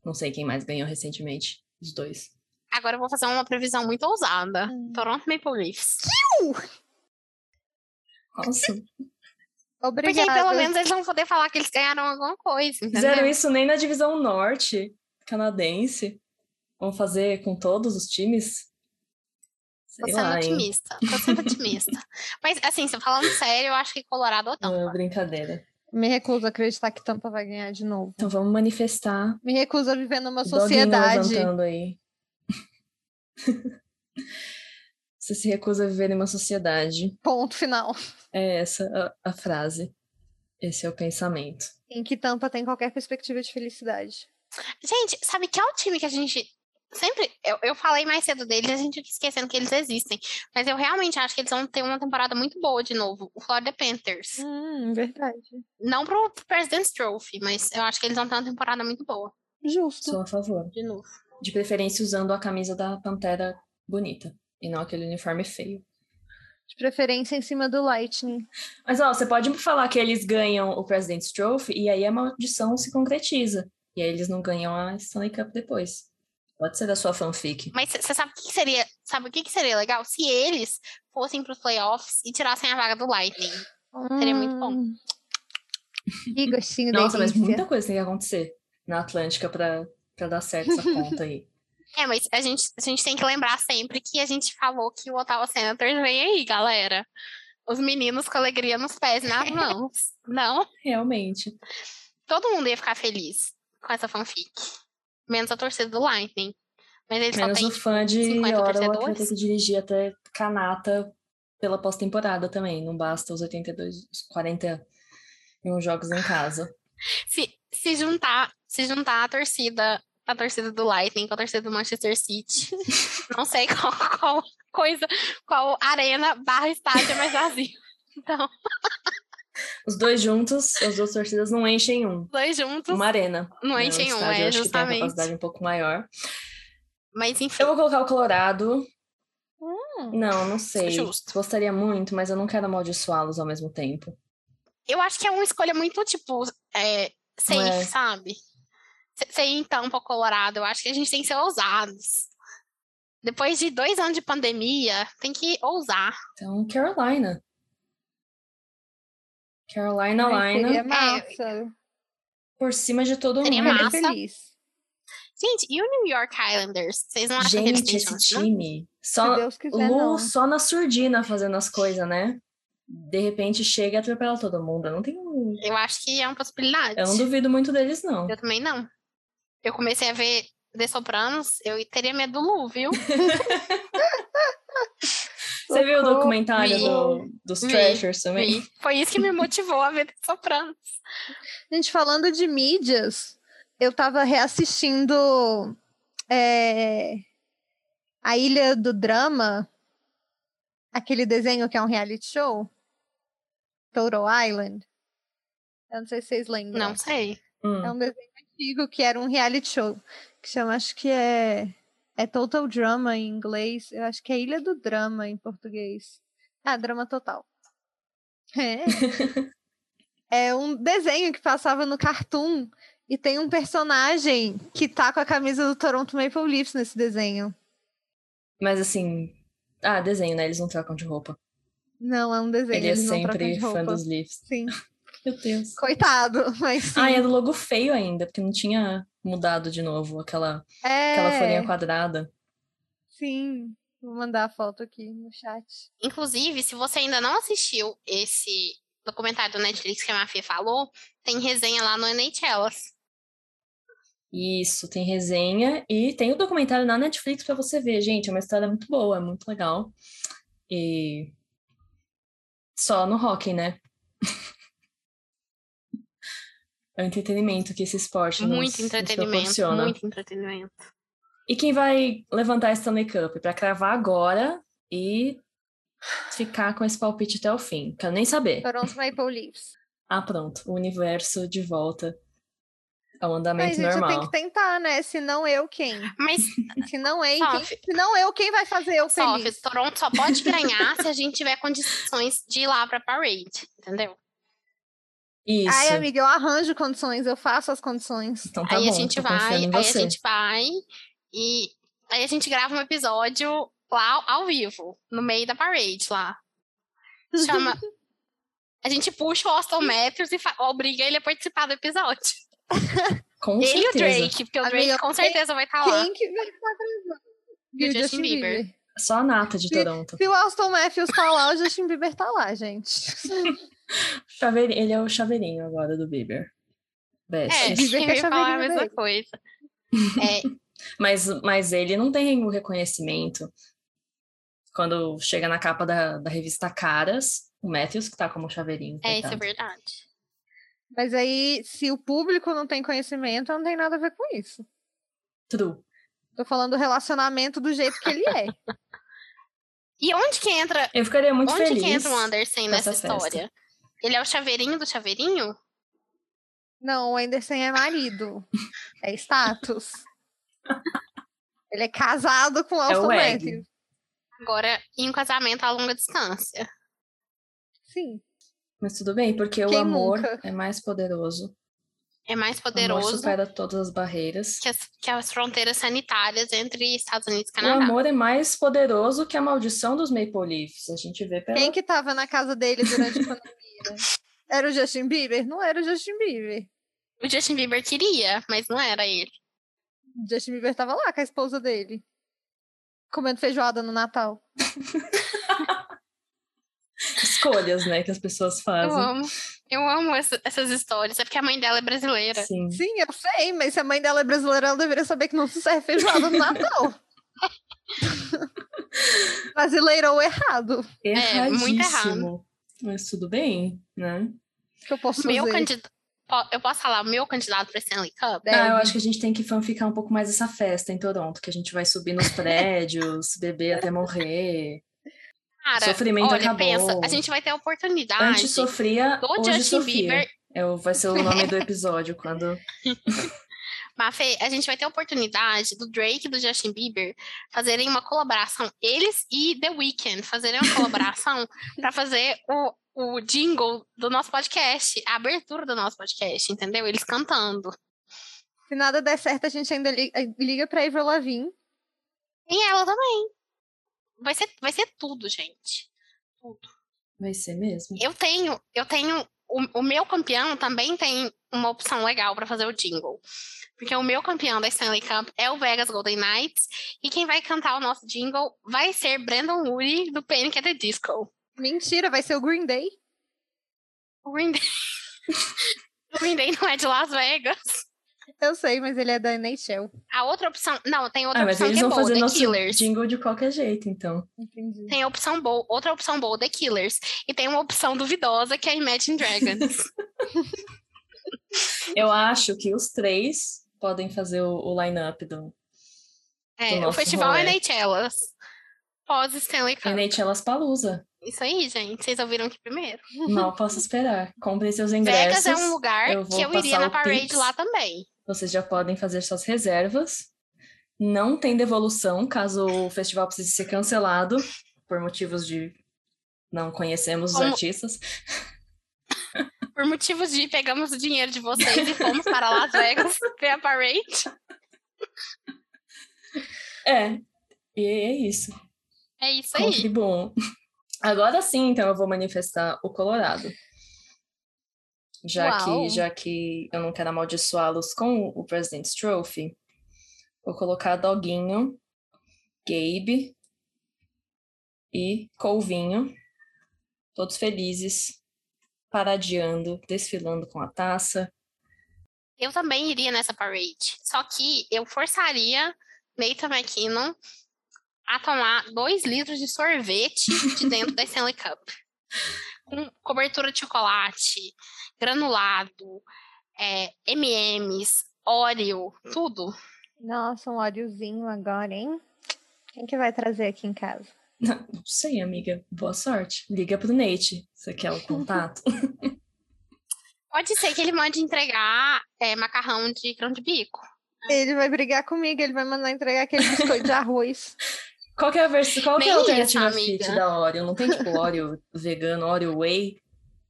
[SPEAKER 3] Não sei quem mais ganhou recentemente. Os dois.
[SPEAKER 4] Agora eu vou fazer uma previsão muito ousada.
[SPEAKER 5] Hum.
[SPEAKER 4] Toronto Maple Leafs.
[SPEAKER 3] Nossa,
[SPEAKER 4] Porque
[SPEAKER 5] Obrigada.
[SPEAKER 4] aí pelo menos eles vão poder falar que eles ganharam alguma coisa,
[SPEAKER 3] fizeram
[SPEAKER 4] entendeu?
[SPEAKER 3] isso nem na divisão norte canadense. Vão fazer com todos os times?
[SPEAKER 4] Tô
[SPEAKER 3] Sei
[SPEAKER 4] sendo
[SPEAKER 3] lá, hein?
[SPEAKER 4] é otimista. Tô sendo otimista. Mas assim, se falando sério, eu acho que Colorado ou
[SPEAKER 3] Não, é
[SPEAKER 4] Tampa.
[SPEAKER 3] brincadeira.
[SPEAKER 5] Me recuso a acreditar que Tampa vai ganhar de novo.
[SPEAKER 3] Então vamos manifestar
[SPEAKER 5] Me recuso a viver numa
[SPEAKER 3] Doguinho
[SPEAKER 5] sociedade.
[SPEAKER 3] levantando aí. Você se recusa a viver em uma sociedade.
[SPEAKER 5] Ponto final.
[SPEAKER 3] É essa a, a frase. Esse é o pensamento.
[SPEAKER 5] Em que Tampa tem qualquer perspectiva de felicidade.
[SPEAKER 4] Gente, sabe que é o time que a gente. Sempre. Eu, eu falei mais cedo deles, a gente fica esquecendo que eles existem. Mas eu realmente acho que eles vão ter uma temporada muito boa de novo. O Florida Panthers.
[SPEAKER 5] Hum, verdade.
[SPEAKER 4] Não pro President's Trophy, mas eu acho que eles vão ter uma temporada muito boa
[SPEAKER 5] Justo.
[SPEAKER 3] Sou a favor.
[SPEAKER 4] de novo.
[SPEAKER 3] De preferência usando a camisa da Pantera bonita. E não aquele uniforme feio.
[SPEAKER 5] De preferência em cima do Lightning.
[SPEAKER 3] Mas, ó, você pode falar que eles ganham o President's Trophy e aí a maldição se concretiza. E aí eles não ganham a Stanley Cup depois. Pode ser da sua fanfic.
[SPEAKER 4] Mas você sabe o que que seria. Sabe o que que seria legal? Se eles fossem pros playoffs e tirassem a vaga do Lightning. Seria muito bom.
[SPEAKER 5] Hum. Que gostinho
[SPEAKER 3] Nossa, mas
[SPEAKER 5] delícia.
[SPEAKER 3] muita coisa tem que acontecer na Atlântica pra, pra dar certo essa conta aí.
[SPEAKER 4] É, mas a gente, a gente tem que lembrar sempre que a gente falou que o Ottawa Senators vem aí, galera. Os meninos com alegria nos pés e nas mãos. Não?
[SPEAKER 3] Realmente.
[SPEAKER 4] Todo mundo ia ficar feliz com essa fanfic. Menos a torcida do Lightning. Mas eles
[SPEAKER 3] Menos
[SPEAKER 4] só
[SPEAKER 3] o
[SPEAKER 4] têm
[SPEAKER 3] fã de
[SPEAKER 4] 50
[SPEAKER 3] Ottawa que vai ter
[SPEAKER 4] torcedores?
[SPEAKER 3] que dirigir até Canata pela pós-temporada também. Não basta os 82, os 41 jogos em casa.
[SPEAKER 4] se, se juntar, se juntar a torcida, a torcida do Lightning com a torcida do Manchester City. não sei qual, qual coisa, qual arena barra estádio é mais vazio. Então,
[SPEAKER 3] Os dois juntos, as duas torcidas não enchem um.
[SPEAKER 4] dois juntos
[SPEAKER 3] Uma arena.
[SPEAKER 4] não
[SPEAKER 3] né?
[SPEAKER 4] enchem
[SPEAKER 3] O
[SPEAKER 4] um,
[SPEAKER 3] estádio,
[SPEAKER 4] é
[SPEAKER 3] acho que tem uma capacidade
[SPEAKER 4] justamente.
[SPEAKER 3] um pouco maior.
[SPEAKER 4] Mas enfim,
[SPEAKER 3] Eu vou colocar o Colorado.
[SPEAKER 5] Hum.
[SPEAKER 3] Não, não sei.
[SPEAKER 4] é Justo.
[SPEAKER 3] Gostaria muito, mas eu não quero amaldiçoá-los ao mesmo tempo.
[SPEAKER 4] eu acho que é uma escolha muito, tipo, é, safe,
[SPEAKER 3] É.
[SPEAKER 4] sabe? Se- Você ir então pro Colorado, eu acho que a gente tem que ser ousados. Depois de dois anos de pandemia, tem que ousar.
[SPEAKER 3] Então, Carolina. Carolina
[SPEAKER 5] Ai,
[SPEAKER 3] Lina.
[SPEAKER 5] Seria massa.
[SPEAKER 3] por cima de todo
[SPEAKER 4] Seria
[SPEAKER 5] Eu
[SPEAKER 3] mundo.
[SPEAKER 5] ficaria
[SPEAKER 4] É, massa.
[SPEAKER 5] feliz.
[SPEAKER 4] Gente, e o New York Islanders? Vocês não acham que eles
[SPEAKER 3] Gente,
[SPEAKER 4] têm
[SPEAKER 3] esse
[SPEAKER 4] chance, não?
[SPEAKER 3] time.
[SPEAKER 5] Se
[SPEAKER 3] Só
[SPEAKER 5] Deus quiser, não.
[SPEAKER 3] Lu só na surdina fazendo as coisas, né? De repente chega e atropela todo mundo. Eu não tenho.
[SPEAKER 4] Eu acho que é uma possibilidade.
[SPEAKER 3] Eu não duvido muito deles, não.
[SPEAKER 4] Eu também não. Eu comecei a ver The Sopranos, eu teria medo do Lu, viu?
[SPEAKER 3] Você viu o
[SPEAKER 5] Socorro.
[SPEAKER 3] documentário
[SPEAKER 4] Vi.
[SPEAKER 3] do- dos
[SPEAKER 4] Vi.
[SPEAKER 3] Trashers também?
[SPEAKER 4] E foi isso que me motivou a ver The Sopranos.
[SPEAKER 5] Gente, falando de mídias, eu tava reassistindo é, A Ilha do Drama, aquele desenho que é um reality show, Total Island. Eu não sei se vocês lembram.
[SPEAKER 4] Não sei.
[SPEAKER 3] Hum.
[SPEAKER 5] É um desenho antigo que era um reality show, que chama, acho que é, é Total Drama em inglês, eu acho que é Ilha do Drama em português. Ah, Drama Total. É. é um desenho que passava no Cartoon e tem um personagem que tá com a camisa do Toronto Maple Leafs nesse desenho.
[SPEAKER 3] Mas assim. Ah, desenho, né? Eles não trocam de roupa.
[SPEAKER 5] Não, é um desenho,
[SPEAKER 3] Ele é
[SPEAKER 5] eles não trocam
[SPEAKER 3] sempre
[SPEAKER 5] de
[SPEAKER 3] fã
[SPEAKER 5] roupa.
[SPEAKER 3] dos Leafs.
[SPEAKER 5] Sim,
[SPEAKER 3] Meu Deus.
[SPEAKER 5] coitado, mas sim.
[SPEAKER 3] Ah, e é do logo feio ainda, porque não tinha mudado de novo aquela,
[SPEAKER 5] é,
[SPEAKER 3] aquela folhinha quadrada.
[SPEAKER 5] sim. Vou mandar a foto aqui no chat.
[SPEAKER 4] Inclusive, se você ainda não assistiu esse documentário do Netflix que a Mafia falou, tem resenha lá no NHLas.
[SPEAKER 3] Isso, tem resenha e tem o documentário na Netflix pra você ver, gente. É uma história muito boa, é muito legal. E só no hockey, né? É o entretenimento que esse esporte nos,
[SPEAKER 4] Muito
[SPEAKER 3] nos
[SPEAKER 4] entretenimento,
[SPEAKER 3] proporciona.
[SPEAKER 4] muito entretenimento.
[SPEAKER 3] E quem vai levantar a Stanley Cup Pra cravar agora e ficar com esse palpite até o fim. Quero nem saber.
[SPEAKER 5] Toronto Maple Leafs.
[SPEAKER 3] Ah, pronto. O universo de volta ao
[SPEAKER 5] Mas
[SPEAKER 3] andamento
[SPEAKER 5] gente, eu tenho
[SPEAKER 3] normal.
[SPEAKER 5] que tentar, né? Se não eu, quem?
[SPEAKER 4] Mas,
[SPEAKER 5] Se não eu, quem,
[SPEAKER 4] Sophie.
[SPEAKER 5] se não eu, quem vai fazer eu feliz?
[SPEAKER 4] Sophie, Toronto só pode ganhar se a gente tiver condições de ir lá pra parade, entendeu?
[SPEAKER 3] Isso.
[SPEAKER 5] Ai, amiga, eu arranjo condições, eu faço as condições.
[SPEAKER 3] Então tá
[SPEAKER 4] aí
[SPEAKER 3] bom,
[SPEAKER 4] a gente
[SPEAKER 3] tô
[SPEAKER 4] vai,
[SPEAKER 3] confiando em
[SPEAKER 4] aí
[SPEAKER 3] você.
[SPEAKER 4] a gente vai e aí a gente grava um episódio lá ao vivo, no meio da parade lá. Chama A gente puxa o Austin Matthews e fa- obriga ele a participar do episódio.
[SPEAKER 3] Com
[SPEAKER 4] ele e o
[SPEAKER 3] certeza.
[SPEAKER 4] Drake, porque o
[SPEAKER 5] Amiga,
[SPEAKER 4] Drake com
[SPEAKER 5] quem-
[SPEAKER 3] é
[SPEAKER 4] certeza vai estar Tá lá.
[SPEAKER 5] Quem que vai estar gravando? E o
[SPEAKER 4] Justin
[SPEAKER 5] Justin
[SPEAKER 4] Bieber.
[SPEAKER 5] Bieber.
[SPEAKER 3] Só a nata de Toronto.
[SPEAKER 5] Se o Austin Matthews tá lá, o Justin Bieber tá lá, gente.
[SPEAKER 3] Chaveirinho, ele é o chaveirinho agora do Bieber.
[SPEAKER 4] É,
[SPEAKER 3] Bestes.
[SPEAKER 5] Bieber
[SPEAKER 4] eu
[SPEAKER 5] quer
[SPEAKER 4] ia falar a
[SPEAKER 5] chaveirinho
[SPEAKER 4] mesma
[SPEAKER 5] dele.
[SPEAKER 4] coisa. É,
[SPEAKER 3] Mas, mas ele não tem o reconhecimento. Quando chega na capa da, da revista Caras, o Matthews que tá como chaveirinho.
[SPEAKER 4] é, isso é
[SPEAKER 3] coitado.
[SPEAKER 4] verdade.
[SPEAKER 5] Mas aí, se o público não tem conhecimento, não tem nada a ver com isso.
[SPEAKER 3] True.
[SPEAKER 5] Tô falando do relacionamento do jeito que ele é.
[SPEAKER 4] E onde que entra,
[SPEAKER 3] Eu ficaria muito
[SPEAKER 4] onde
[SPEAKER 3] feliz.
[SPEAKER 4] que entra o Anderson
[SPEAKER 3] essa
[SPEAKER 4] nessa
[SPEAKER 3] festa.
[SPEAKER 4] história? Ele é o chaveirinho do chaveirinho?
[SPEAKER 5] Não, o Anderson é marido. É status. Ele é casado com o
[SPEAKER 3] É o
[SPEAKER 5] Austin
[SPEAKER 3] Egg.
[SPEAKER 5] Matthews.
[SPEAKER 4] Agora em um casamento a longa distância.
[SPEAKER 5] Sim.
[SPEAKER 3] Mas tudo bem, porque o
[SPEAKER 5] Quem
[SPEAKER 3] amor
[SPEAKER 5] nunca?
[SPEAKER 3] é mais poderoso.
[SPEAKER 4] É mais
[SPEAKER 3] O amor
[SPEAKER 4] poderoso
[SPEAKER 3] supera todas as barreiras.
[SPEAKER 4] que as, que as fronteiras sanitárias entre Estados Unidos e
[SPEAKER 3] O
[SPEAKER 4] Canadá.
[SPEAKER 3] amor é mais poderoso que a maldição dos Maple Leafs. A gente vê pela...
[SPEAKER 5] Quem que tava na casa dele durante a pandemia? Era o Justin Bieber? Não era o Justin Bieber.
[SPEAKER 4] O Justin Bieber queria, mas não era ele.
[SPEAKER 5] O Justin Bieber tava lá com a esposa dele. Comendo feijoada no Natal.
[SPEAKER 3] escolhas, né, que as pessoas
[SPEAKER 4] Eu
[SPEAKER 3] fazem.
[SPEAKER 4] amo. Eu amo essa- essas histórias. É porque a mãe dela é brasileira.
[SPEAKER 3] Sim.
[SPEAKER 5] Sim, eu sei, mas se a mãe dela é brasileira, ela deveria saber que não se serve feijoada no Natal. Brasileiro ou errado.
[SPEAKER 4] É, muito errado.
[SPEAKER 3] Erradíssimo. Mas tudo bem, né?
[SPEAKER 5] O que eu posso
[SPEAKER 4] Meu
[SPEAKER 5] fazer?
[SPEAKER 4] candidato. Eu posso falar, meu candidato para Stanley Cup?
[SPEAKER 5] Deve.
[SPEAKER 3] Ah, eu acho que a gente tem que fanficar um pouco mais essa festa em Toronto, que a gente vai subir nos prédios, beber até morrer.
[SPEAKER 4] Cara,
[SPEAKER 3] Sofrimento
[SPEAKER 4] olha,
[SPEAKER 3] acabou.
[SPEAKER 4] pensa, a gente vai ter a oportunidade
[SPEAKER 3] Antes sofria,
[SPEAKER 4] do
[SPEAKER 3] hoje
[SPEAKER 4] Justin
[SPEAKER 3] Sofia.
[SPEAKER 4] Bieber.
[SPEAKER 3] É, o- vai ser o nome do episódio, quando...
[SPEAKER 4] Mafê, a gente vai ter a oportunidade do Drake e do Justin Bieber fazerem uma colaboração, eles e The Weeknd fazerem uma colaboração para fazer o, o jingle do nosso podcast, a abertura do nosso podcast, entendeu? Eles cantando.
[SPEAKER 5] Se nada der certo, a gente ainda li- eh, liga pra Avril Lavigne.
[SPEAKER 4] Tem ela também. Vai ser, vai ser tudo, gente.
[SPEAKER 3] Vai ser mesmo?
[SPEAKER 4] Eu tenho, eu tenho. O, o meu campeão também tem uma opção legal pra fazer o jingle. Porque o meu campeão da Stanley Cup é o Vegas Golden Knights. E quem vai cantar o nosso jingle vai ser Brandon Woody do Panic at the Disco.
[SPEAKER 5] Mentira, vai ser o Green Day.
[SPEAKER 4] O Green Day, o Green Day não é de Las Vegas.
[SPEAKER 5] Eu sei, mas ele é da NHL.
[SPEAKER 4] A outra opção. Não, tem outra
[SPEAKER 3] ah, mas
[SPEAKER 4] opção
[SPEAKER 3] eles
[SPEAKER 4] que é
[SPEAKER 3] vão
[SPEAKER 4] boa,
[SPEAKER 3] fazer
[SPEAKER 4] The
[SPEAKER 3] nosso
[SPEAKER 4] Killers.
[SPEAKER 3] jingle de qualquer jeito, então.
[SPEAKER 5] Entendi.
[SPEAKER 4] Tem a opção boa, outra opção boa, The Killers. E tem uma opção duvidosa que é Imagine Dragons.
[SPEAKER 3] Eu acho que os três podem fazer o, o line-up do do
[SPEAKER 4] É, o
[SPEAKER 3] nosso
[SPEAKER 4] festival
[SPEAKER 3] rolê.
[SPEAKER 4] NHLas. Pós Stanley Cup.
[SPEAKER 3] NHLas Palusa.
[SPEAKER 4] Isso aí, gente. Vocês ouviram aqui primeiro.
[SPEAKER 3] Mal posso esperar. Comprem seus ingressos.
[SPEAKER 4] Vegas é um lugar
[SPEAKER 3] eu vou
[SPEAKER 4] que eu iria
[SPEAKER 3] passar
[SPEAKER 4] na
[SPEAKER 3] o
[SPEAKER 4] parade
[SPEAKER 3] Pix.
[SPEAKER 4] lá também.
[SPEAKER 3] Vocês já podem fazer suas reservas. Não tem devolução caso o festival precise ser cancelado por motivos de não conhecemos os
[SPEAKER 4] Como-
[SPEAKER 3] artistas.
[SPEAKER 4] Por motivos de pegamos o dinheiro de vocês e fomos para Las Vegas ver a parade.
[SPEAKER 3] É, e é isso.
[SPEAKER 4] É isso aí.
[SPEAKER 3] Contribuam. Agora sim, então eu vou manifestar o Colorado. Já
[SPEAKER 5] Uau.
[SPEAKER 3] que já que eu não quero amaldiçoá-los com o President's Trophy, vou colocar Doguinho, Gabe e Colvinho, todos felizes, paradeando, desfilando com a taça.
[SPEAKER 4] Eu também iria nessa parade. Só que eu forçaria Nathan McKinnon a tomar dois litros de sorvete de dentro da Stanley Cup. Com cobertura de chocolate, granulado, é, MMs, Oreo, tudo.
[SPEAKER 5] Nossa, um óleozinho agora, hein? Quem que vai trazer aqui em casa?
[SPEAKER 3] Não, não sei, amiga. Boa sorte. Liga pro Nate. Você quer o contato?
[SPEAKER 4] Pode ser que ele mande entregar é, macarrão de grão de bico.
[SPEAKER 5] Ah. Ele vai brigar comigo, ele vai mandar entregar aquele biscoito de arroz.
[SPEAKER 3] Qual que é a versão? Qual que é a
[SPEAKER 4] Nem
[SPEAKER 3] alternativa
[SPEAKER 4] isso, amiga.
[SPEAKER 3] fit da Oreo? Não tem tipo Oreo vegano, Oreo whey,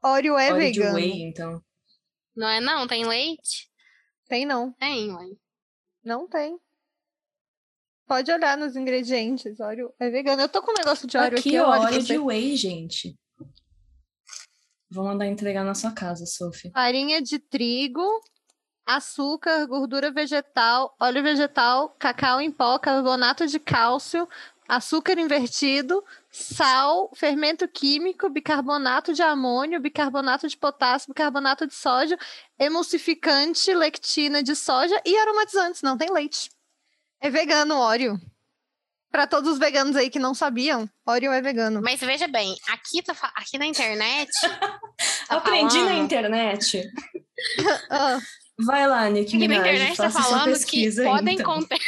[SPEAKER 5] Oreo é
[SPEAKER 3] Oreo
[SPEAKER 5] vegano.
[SPEAKER 3] de whey, então.
[SPEAKER 4] Não é não? Tem leite?
[SPEAKER 5] Tem não,
[SPEAKER 4] Tem, ué.
[SPEAKER 5] não tem. Pode olhar nos ingredientes, Oreo é vegano. Eu tô com um negócio de Oreo aqui,
[SPEAKER 3] Aqui
[SPEAKER 5] eu
[SPEAKER 3] ó,
[SPEAKER 5] olho
[SPEAKER 3] Oreo
[SPEAKER 5] pra você.
[SPEAKER 3] de whey, gente. Vou mandar entregar na sua casa, Sophie.
[SPEAKER 5] farinha de trigo, açúcar, gordura vegetal, óleo vegetal, cacau em pó, carbonato de cálcio, açúcar invertido, sal, fermento químico, bicarbonato de amônio, bicarbonato de potássio, bicarbonato de sódio, emulsificante, lectina de soja e aromatizantes. Não tem leite. É vegano o óleo. Para todos os veganos aí que não sabiam, óleo é vegano.
[SPEAKER 4] Mas veja bem, aqui, tá, fa- aqui na internet. tá
[SPEAKER 3] Aprendi na
[SPEAKER 4] falando-
[SPEAKER 3] internet.
[SPEAKER 5] Ah,
[SPEAKER 3] Vai lá, Nick
[SPEAKER 4] Aqui na
[SPEAKER 3] Minaj,
[SPEAKER 4] internet tá
[SPEAKER 3] faça sua
[SPEAKER 4] falando que
[SPEAKER 3] pesquisa aí,
[SPEAKER 4] podem
[SPEAKER 3] então.
[SPEAKER 4] conter.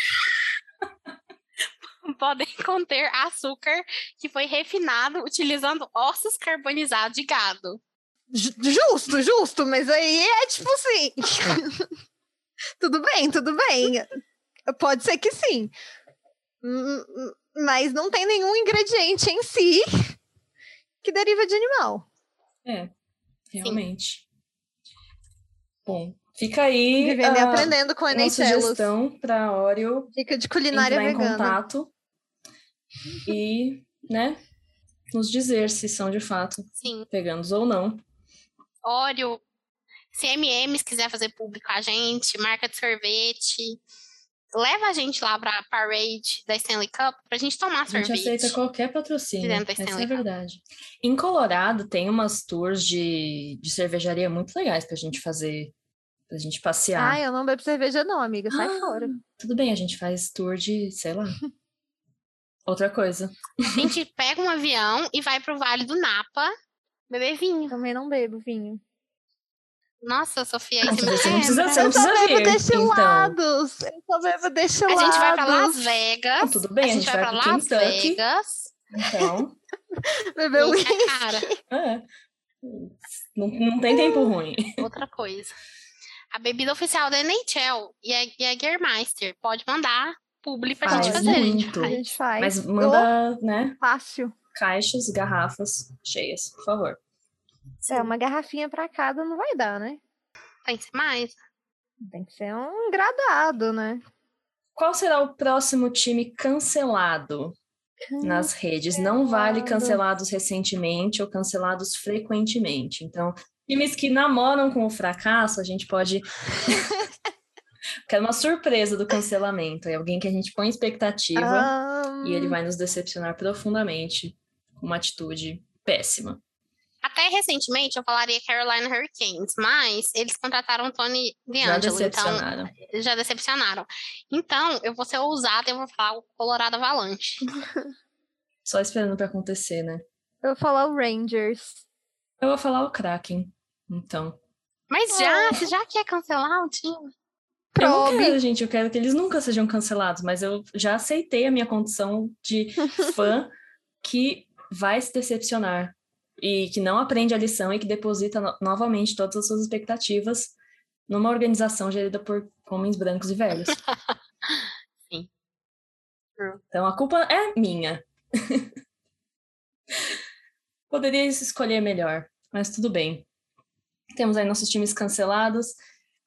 [SPEAKER 4] podem conter açúcar que foi refinado utilizando ossos carbonizados de gado.
[SPEAKER 5] Ju- Justo, justo, mas aí é tipo assim. tudo bem, tudo bem. Pode ser que sim. M- m- Mas não tem nenhum ingrediente em si que deriva de animal.
[SPEAKER 3] Realmente. Bom, fica aí ah,
[SPEAKER 5] Vivendo e
[SPEAKER 3] a
[SPEAKER 5] aprendendo com a
[SPEAKER 4] né,
[SPEAKER 3] uma
[SPEAKER 5] Enencelos.
[SPEAKER 3] sugestão para Oreo
[SPEAKER 5] Dica de culinária
[SPEAKER 3] entrar em
[SPEAKER 5] vegana.
[SPEAKER 3] contato e, né, nos dizer se são de fato
[SPEAKER 4] Sim,
[SPEAKER 3] veganos ou não.
[SPEAKER 4] óleo. Se MMs quiser fazer público a gente, marca de sorvete. Leva a gente lá pra parade da Stanley Cup pra gente tomar
[SPEAKER 3] A gente
[SPEAKER 4] sorvete.
[SPEAKER 3] aceita qualquer patrocínio.
[SPEAKER 4] Dentro da
[SPEAKER 3] Essa é a
[SPEAKER 4] Stanley Cup.
[SPEAKER 3] verdade. Em Colorado tem umas tours de, de cervejaria muito legais pra gente fazer, pra gente passear.
[SPEAKER 5] Ah, eu não bebo cerveja, não, amiga. Sai
[SPEAKER 3] Ah.
[SPEAKER 5] fora.
[SPEAKER 3] Tudo bem, a gente faz tour de, sei lá. Outra coisa.
[SPEAKER 4] A gente pega um avião e vai pro Vale do Napa beber vinho.
[SPEAKER 5] Também não bebo vinho.
[SPEAKER 4] Nossa, Sofia, aí
[SPEAKER 3] Não,
[SPEAKER 4] você me
[SPEAKER 3] Ah, você não precisa,
[SPEAKER 4] lembra.
[SPEAKER 3] você não
[SPEAKER 5] eu só
[SPEAKER 3] precisa
[SPEAKER 5] bebo
[SPEAKER 3] vir, então.
[SPEAKER 5] destilados. Eu só bebo
[SPEAKER 4] A
[SPEAKER 5] destilados.
[SPEAKER 4] gente vai pra Las Vegas.
[SPEAKER 3] Não, tudo bem,
[SPEAKER 4] Ah, a gente vai pra
[SPEAKER 3] pro
[SPEAKER 4] Las
[SPEAKER 3] Kentucky.
[SPEAKER 4] Vegas.
[SPEAKER 3] Então,
[SPEAKER 5] Beber
[SPEAKER 4] Gente,
[SPEAKER 5] uísque.
[SPEAKER 4] é cara,
[SPEAKER 3] é. Não, não tem tempo
[SPEAKER 4] Hum,
[SPEAKER 3] ruim.
[SPEAKER 4] outra coisa. A bebida oficial da NHL e a, e a Germeister. Pode mandar publi pra gente
[SPEAKER 5] Faz
[SPEAKER 4] fazer. a gente
[SPEAKER 3] muito.
[SPEAKER 5] A
[SPEAKER 4] faz.
[SPEAKER 5] gente faz.
[SPEAKER 3] Mas manda, né,
[SPEAKER 5] Fácil.
[SPEAKER 3] caixas, garrafas cheias, por favor.
[SPEAKER 5] É, uma garrafinha pra cada não vai dar, né?
[SPEAKER 4] Tem que ser mais.
[SPEAKER 5] Tem que ser um gradado, né?
[SPEAKER 3] Qual será o próximo time cancelado nas redes? Não vale
[SPEAKER 5] Cancelado.
[SPEAKER 3] cancelados recentemente ou cancelados frequentemente. Então, times que namoram com o fracasso, a gente pode. Quero uma surpresa do cancelamento. É alguém que a gente põe
[SPEAKER 5] Ah,
[SPEAKER 3] expectativa
[SPEAKER 5] Ahn,
[SPEAKER 3] e ele vai nos decepcionar profundamente com uma atitude péssima.
[SPEAKER 4] Até recentemente eu falaria Carolina Hurricanes, mas eles contrataram o Tony
[SPEAKER 3] Já
[SPEAKER 4] DeAngelo, então
[SPEAKER 3] decepcionaram.
[SPEAKER 4] já decepcionaram. Então eu vou ser ousada e eu vou falar o Colorado Avalanche.
[SPEAKER 3] Só esperando pra acontecer, né?
[SPEAKER 5] Eu vou falar o Rangers.
[SPEAKER 3] Eu vou falar o Kraken. Então.
[SPEAKER 4] Mas
[SPEAKER 3] É.
[SPEAKER 4] já, você já quer cancelar o time?
[SPEAKER 3] Eu não
[SPEAKER 5] Probe.
[SPEAKER 3] quero, gente, eu quero que eles nunca sejam cancelados, mas eu já aceitei a minha condição de fã que vai se decepcionar e que não aprende a lição e que deposita no- novamente todas as suas expectativas numa organização gerida por homens brancos e velhos.
[SPEAKER 4] Sim.
[SPEAKER 3] Então a culpa é minha. Poderia escolher melhor, mas tudo bem. Temos aí nossos times cancelados.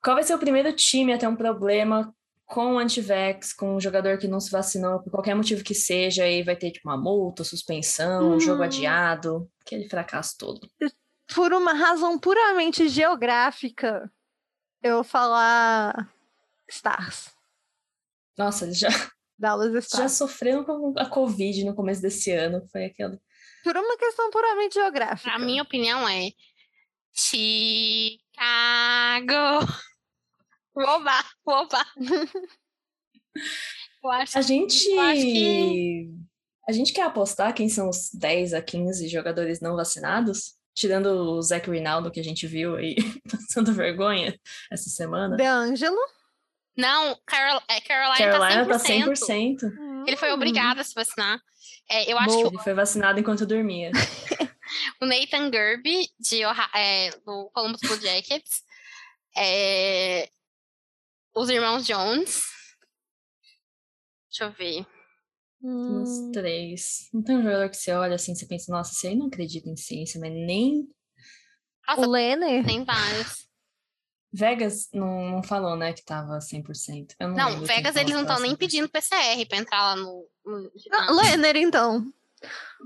[SPEAKER 3] Qual vai ser o primeiro time a ter um problema com o antivax, com um jogador que não se vacinou por qualquer motivo que seja, e vai ter tipo, uma multa, suspensão, um
[SPEAKER 5] Uhum.
[SPEAKER 3] jogo adiado, aquele fracasso todo.
[SPEAKER 5] Por uma razão puramente geográfica, eu vou falar Stars.
[SPEAKER 3] Nossa, eles já,
[SPEAKER 5] Dallas
[SPEAKER 3] já
[SPEAKER 4] Tá.
[SPEAKER 5] Stars.
[SPEAKER 3] sofreram com a Covid no começo desse ano, foi aquele.
[SPEAKER 5] Por uma questão puramente geográfica.
[SPEAKER 4] A minha opinião é Chicago. Oba, oba. Eu acho
[SPEAKER 3] A gente.
[SPEAKER 4] Eu acho que-
[SPEAKER 3] A gente quer apostar quem são os 10 a 15 jogadores não vacinados? Tirando o Zach Rinaldo, que a gente viu aí passando vergonha essa semana.
[SPEAKER 5] De Angelo.
[SPEAKER 4] Não, Carol, é, Carolina,
[SPEAKER 3] Carolina
[SPEAKER 4] tá
[SPEAKER 3] tá
[SPEAKER 4] 100%.
[SPEAKER 3] 100%.
[SPEAKER 4] Ele
[SPEAKER 5] Hum,
[SPEAKER 4] foi obrigado a se vacinar. É, eu acho
[SPEAKER 5] Boa.
[SPEAKER 4] que
[SPEAKER 3] Ele foi vacinado enquanto dormia.
[SPEAKER 4] o Nathan Gerby, de Oha- é, do Columbus Blue Jackets, é, os irmãos Jones. Deixa eu ver.
[SPEAKER 5] hum.
[SPEAKER 4] Ah.
[SPEAKER 3] Uns três. Não tem um jogador que você olha assim, você pensa, nossa, esse aí não acredita em ciência, mas nem.
[SPEAKER 5] O Lenner?
[SPEAKER 4] Tem vários.
[SPEAKER 3] Vegas não, não falou, né, que tava 100%. Eu não,
[SPEAKER 4] Não,
[SPEAKER 3] lembro quem
[SPEAKER 4] Vegas
[SPEAKER 3] falou
[SPEAKER 4] eles não
[SPEAKER 3] que tava
[SPEAKER 4] estão nem
[SPEAKER 3] 100%.
[SPEAKER 4] pedindo PCR pra entrar lá no. no
[SPEAKER 5] Ah,
[SPEAKER 4] ginásio.
[SPEAKER 5] Lenner, então.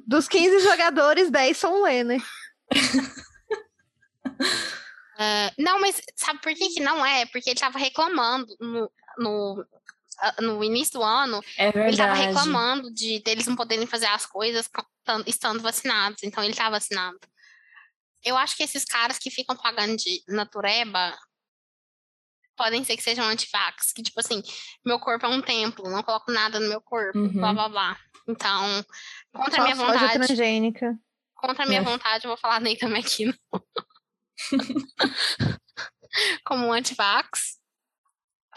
[SPEAKER 5] Dos 15 jogadores, 10 são Lenner.
[SPEAKER 4] Ah, não, mas sabe por que, que não é? Porque ele tava reclamando no, no, ah, no início do ano
[SPEAKER 3] É
[SPEAKER 4] Ele tava
[SPEAKER 3] verdade.
[SPEAKER 4] reclamando de deles não poderem fazer as coisas com- tan- estando vacinados, então ele tá vacinado. Eu acho que esses caras que ficam pagando de natureba podem ser que sejam antivax, que tipo assim, meu corpo é um templo, não coloco nada no meu corpo,
[SPEAKER 3] Uhum.
[SPEAKER 4] blá blá blá. Então, contra
[SPEAKER 5] Só
[SPEAKER 4] a minha
[SPEAKER 5] soja
[SPEAKER 4] vontade,
[SPEAKER 5] transgênica.
[SPEAKER 4] contra a minha
[SPEAKER 3] É.
[SPEAKER 4] vontade, eu vou falar Nathan McKinnon. Como um antivax.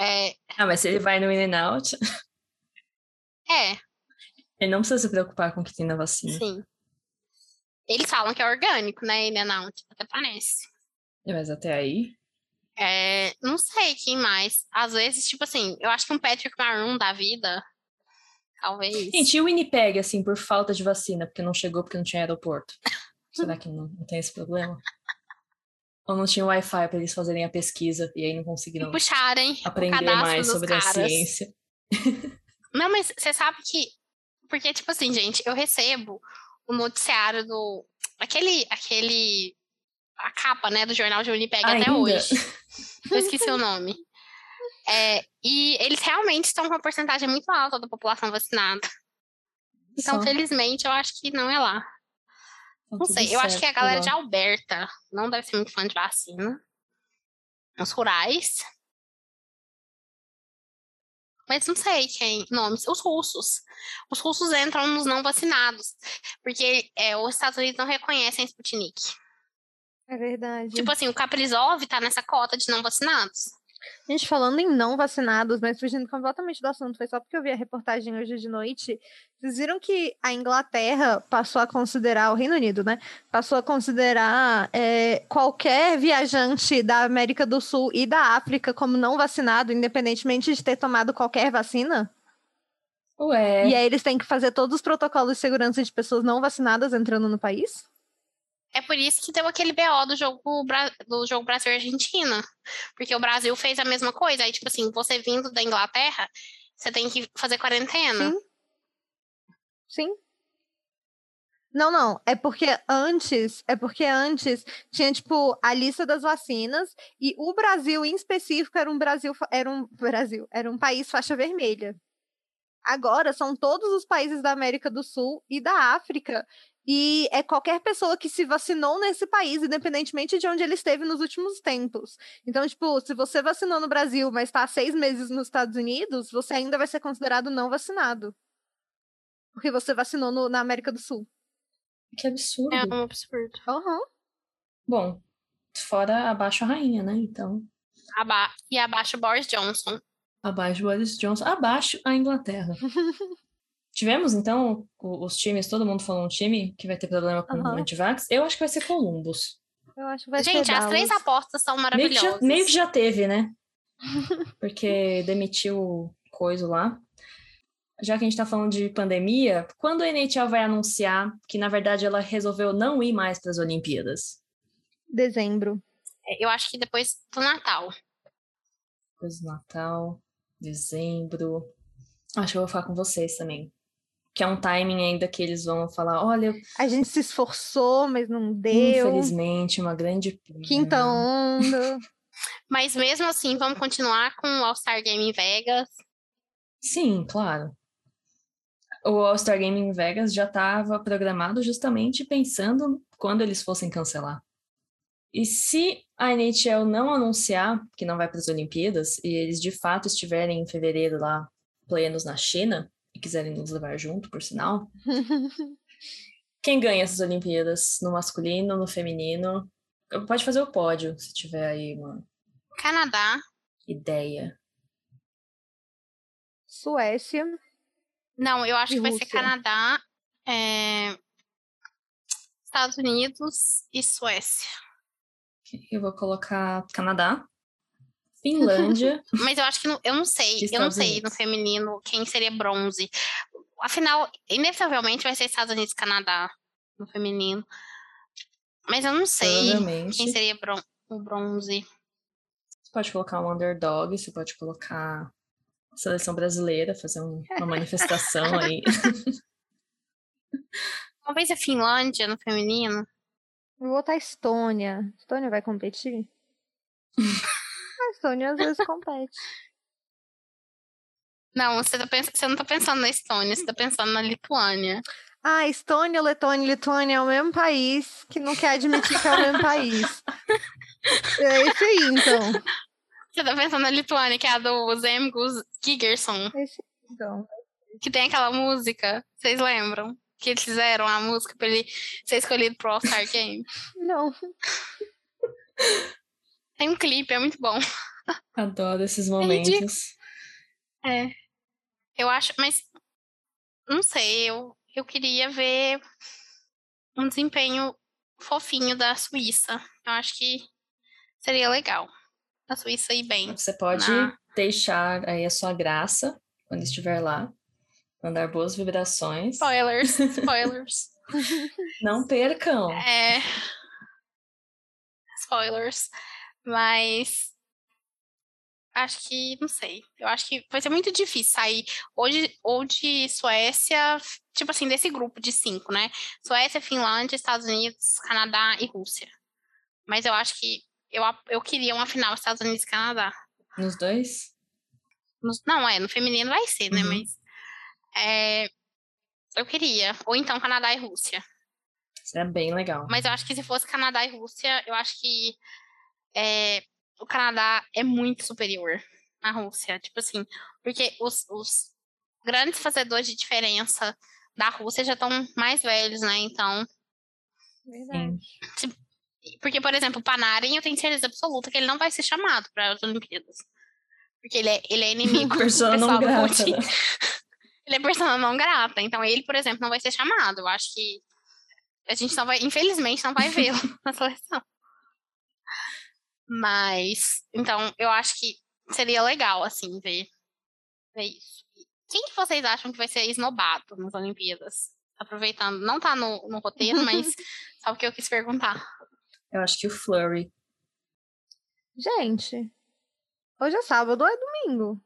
[SPEAKER 4] É,
[SPEAKER 3] Ah, mas se ele vai no In and Out,
[SPEAKER 4] é,
[SPEAKER 3] ele não precisa se preocupar com o que tem na vacina.
[SPEAKER 4] Sim. Eles falam que é orgânico, né? Ele não, até parece.
[SPEAKER 3] Mas até aí.
[SPEAKER 4] É, não sei quem mais. Às vezes, tipo assim, eu acho que um Patrick Maroon da vida. Talvez.
[SPEAKER 3] Gente, e o Winnipeg, assim, por falta de vacina, porque não chegou porque não tinha aeroporto? Será que não, não tem esse problema? Ou não tinha Wi-Fi para eles fazerem a pesquisa e aí não
[SPEAKER 4] E
[SPEAKER 3] conseguiram
[SPEAKER 4] puxarem o
[SPEAKER 3] aprender
[SPEAKER 4] cadastro
[SPEAKER 3] mais
[SPEAKER 4] dos
[SPEAKER 3] sobre
[SPEAKER 4] caras.
[SPEAKER 3] a ciência?
[SPEAKER 4] Não, mas você sabe que. Porque, tipo assim, gente, eu recebo o noticiário do. Aquele. aquele a capa, né, do jornal de Winnipeg até
[SPEAKER 3] Ah, Ainda?
[SPEAKER 4] hoje. Eu esqueci o nome. É, e eles realmente estão com uma porcentagem muito alta da população vacinada. Então,
[SPEAKER 3] Só.
[SPEAKER 4] felizmente, eu acho que não é lá.
[SPEAKER 3] Tá
[SPEAKER 4] Não
[SPEAKER 3] tudo
[SPEAKER 4] sei, eu acho
[SPEAKER 3] certo
[SPEAKER 4] que a galera de
[SPEAKER 3] agora.
[SPEAKER 4] Alberta não deve ser muito fã de vacina. Os rurais. Mas não sei quem. Nomes. Os russos. Os russos entram nos não vacinados. Porque é, os Estados Unidos não reconhecem Sputnik.
[SPEAKER 5] É verdade.
[SPEAKER 4] Tipo assim, o Caprizov tá nessa cota de não vacinados.
[SPEAKER 5] Gente, falando em não vacinados, mas fugindo completamente do assunto, foi só porque eu vi a reportagem hoje de noite. Vocês viram que a Inglaterra passou a considerar, o Reino Unido, né? Passou a considerar eh, qualquer viajante da América do Sul e da África como não vacinado, independentemente de ter tomado qualquer vacina.
[SPEAKER 3] Ué,
[SPEAKER 5] E aí eles têm que fazer todos os protocolos de segurança de pessoas não vacinadas entrando no país?
[SPEAKER 4] É por isso que deu aquele BO do jogo, Bra- do jogo Brasil e Argentina. Porque o Brasil fez a mesma coisa. Aí, tipo assim, você vindo da Inglaterra, você tem que fazer quarentena.
[SPEAKER 5] Sim. Sim. Não, não. É porque antes, é porque antes tinha tipo a lista das vacinas e o Brasil em específico era um Brasil fa- era um Brasil era um país faixa vermelha. Agora são todos os países da América do Sul e da África e é qualquer pessoa que se vacinou nesse país, independentemente de onde ele esteve nos últimos tempos. Então, tipo, se você vacinou no Brasil, mas está seis meses nos Estados Unidos, você ainda vai ser considerado não vacinado. Porque você vacinou no- na América do Sul.
[SPEAKER 3] que absurdo.
[SPEAKER 4] É um absurdo.
[SPEAKER 5] Aham.
[SPEAKER 3] Bom, fora abaixo a rainha, né? Então,
[SPEAKER 4] Aba e abaixo o Boris Johnson.
[SPEAKER 3] abaixo o Boris Johnson, abaixo a Inglaterra. Tivemos, então, o- os times, todo mundo falou um time que vai ter problema com
[SPEAKER 5] Aham.
[SPEAKER 3] o antivax. Eu acho que vai ser Columbus.
[SPEAKER 5] Eu acho que vai
[SPEAKER 4] Gente,
[SPEAKER 5] ser
[SPEAKER 4] as três
[SPEAKER 5] Dallas.
[SPEAKER 4] apostas são
[SPEAKER 3] Meio que, já,
[SPEAKER 4] maravilhosas.
[SPEAKER 3] meio que já teve, né? Porque demitiu o coisa lá. Já que a gente tá falando de pandemia, quando a NHL vai anunciar que, na verdade, ela resolveu não ir mais para as Olimpíadas?
[SPEAKER 5] Dezembro.
[SPEAKER 4] É, Eu acho que depois do Natal.
[SPEAKER 3] Depois do Natal, dezembro. Acho que eu vou falar com vocês também. Que é um timing ainda que eles vão falar: olha,
[SPEAKER 5] A gente se esforçou, mas não deu.
[SPEAKER 3] infelizmente, uma grande. pena.
[SPEAKER 5] Quinta onda.
[SPEAKER 4] Mas mesmo assim, vamos continuar com o All-Star Game em Vegas.
[SPEAKER 3] Sim, claro. O All-Star Game em Vegas já estava programado justamente pensando quando eles fossem cancelar. E se a NHL não anunciar que não vai para as Olimpíadas e eles de fato estiverem em fevereiro lá, plenos na China, e quiserem nos levar junto, por sinal, quem ganha essas Olimpíadas? No masculino, no feminino? Pode fazer o pódio, se tiver aí uma
[SPEAKER 4] Canadá.
[SPEAKER 3] ideia.
[SPEAKER 5] Suécia.
[SPEAKER 4] Não, eu acho
[SPEAKER 5] E
[SPEAKER 4] que vai ser
[SPEAKER 5] Rússia?
[SPEAKER 4] Canadá, é, Estados Unidos e Suécia.
[SPEAKER 3] Eu vou colocar Canadá, Finlândia.
[SPEAKER 4] Mas eu acho que não, eu não sei,
[SPEAKER 3] E
[SPEAKER 4] eu não
[SPEAKER 3] Estados
[SPEAKER 4] sei no
[SPEAKER 3] Unidos.
[SPEAKER 4] feminino quem seria bronze. Afinal, inevitavelmente vai ser Estados Unidos e Canadá no feminino. Mas eu não sei
[SPEAKER 3] Provavelmente.
[SPEAKER 4] quem seria bron- o bronze.
[SPEAKER 3] Você pode colocar um underdog, você pode colocar a seleção brasileira, fazer um- uma manifestação aí.
[SPEAKER 4] Talvez a Finlândia no feminino.
[SPEAKER 5] Vou botar Estônia. Estônia vai competir? a Estônia às vezes compete.
[SPEAKER 4] Não, você, tá pens- você não tá pensando na Estônia, você tá pensando na Lituânia.
[SPEAKER 5] Ah, Estônia, Letônia e Lituânia é o mesmo país que não quer admitir que é o mesmo país. É isso aí, então.
[SPEAKER 4] Você tá pensando na Lituânia, que é a do Zem Gus- Gigerson,
[SPEAKER 5] É isso aí, então.
[SPEAKER 4] que tem aquela música, vocês lembram? Que eles fizeram a música pra ele ser escolhido pro All-Star Game.
[SPEAKER 5] Não.
[SPEAKER 4] Tem um clipe, é muito bom.
[SPEAKER 3] Adoro esses
[SPEAKER 4] ridículo.
[SPEAKER 3] momentos.
[SPEAKER 4] É. Eu acho, mas não sei, eu, eu queria ver um desempenho fofinho da Suíça. Eu acho que seria legal. A Suíça ir bem.
[SPEAKER 3] Você pode
[SPEAKER 4] Na-
[SPEAKER 3] deixar aí a sua graça quando estiver lá. Mandar boas vibrações.
[SPEAKER 4] Spoilers, spoilers.
[SPEAKER 3] Não percam.
[SPEAKER 4] É. Spoilers. Mas. Acho que, não sei. Eu acho que vai ser muito difícil sair hoje ou de Suécia, tipo assim, desse grupo de cinco, né? Suécia, Finlândia, Estados Unidos, Canadá e Rússia. Mas eu acho que eu, a- eu queria uma final Estados Unidos e Canadá.
[SPEAKER 3] Nos dois?
[SPEAKER 4] Nos- Não, é, no feminino vai ser, né?
[SPEAKER 3] Uhum.
[SPEAKER 4] Mas. é, eu queria. Ou então Canadá e Rússia.
[SPEAKER 3] Será é bem legal.
[SPEAKER 4] Mas eu acho que se fosse Canadá e Rússia, eu acho que é, o Canadá é muito superior à Rússia. Tipo assim, porque os, os grandes fazedores de diferença da Rússia já estão mais velhos, né? Então.
[SPEAKER 5] Verdade.
[SPEAKER 4] Porque, por exemplo, o Panarin, eu tenho certeza absoluta que ele não vai ser chamado para as Olimpíadas. Porque ele é, ele é inimigo. do
[SPEAKER 3] Persona não
[SPEAKER 4] pessoal
[SPEAKER 3] grata,
[SPEAKER 4] do Putin.
[SPEAKER 3] né?
[SPEAKER 4] Ele é persona não grata. Então, ele, por exemplo, não vai ser chamado. Eu acho que a gente não vai, infelizmente, não vai vê-lo na seleção. Mas, então, eu acho que seria legal, assim, ver, ver isso. Quem que vocês acham que vai ser esnobado nas Olimpíadas? Aproveitando, não tá no, no roteiro, mas só porque eu quis perguntar.
[SPEAKER 3] Eu acho que o Flurry.
[SPEAKER 5] Gente, hoje é sábado ou é domingo?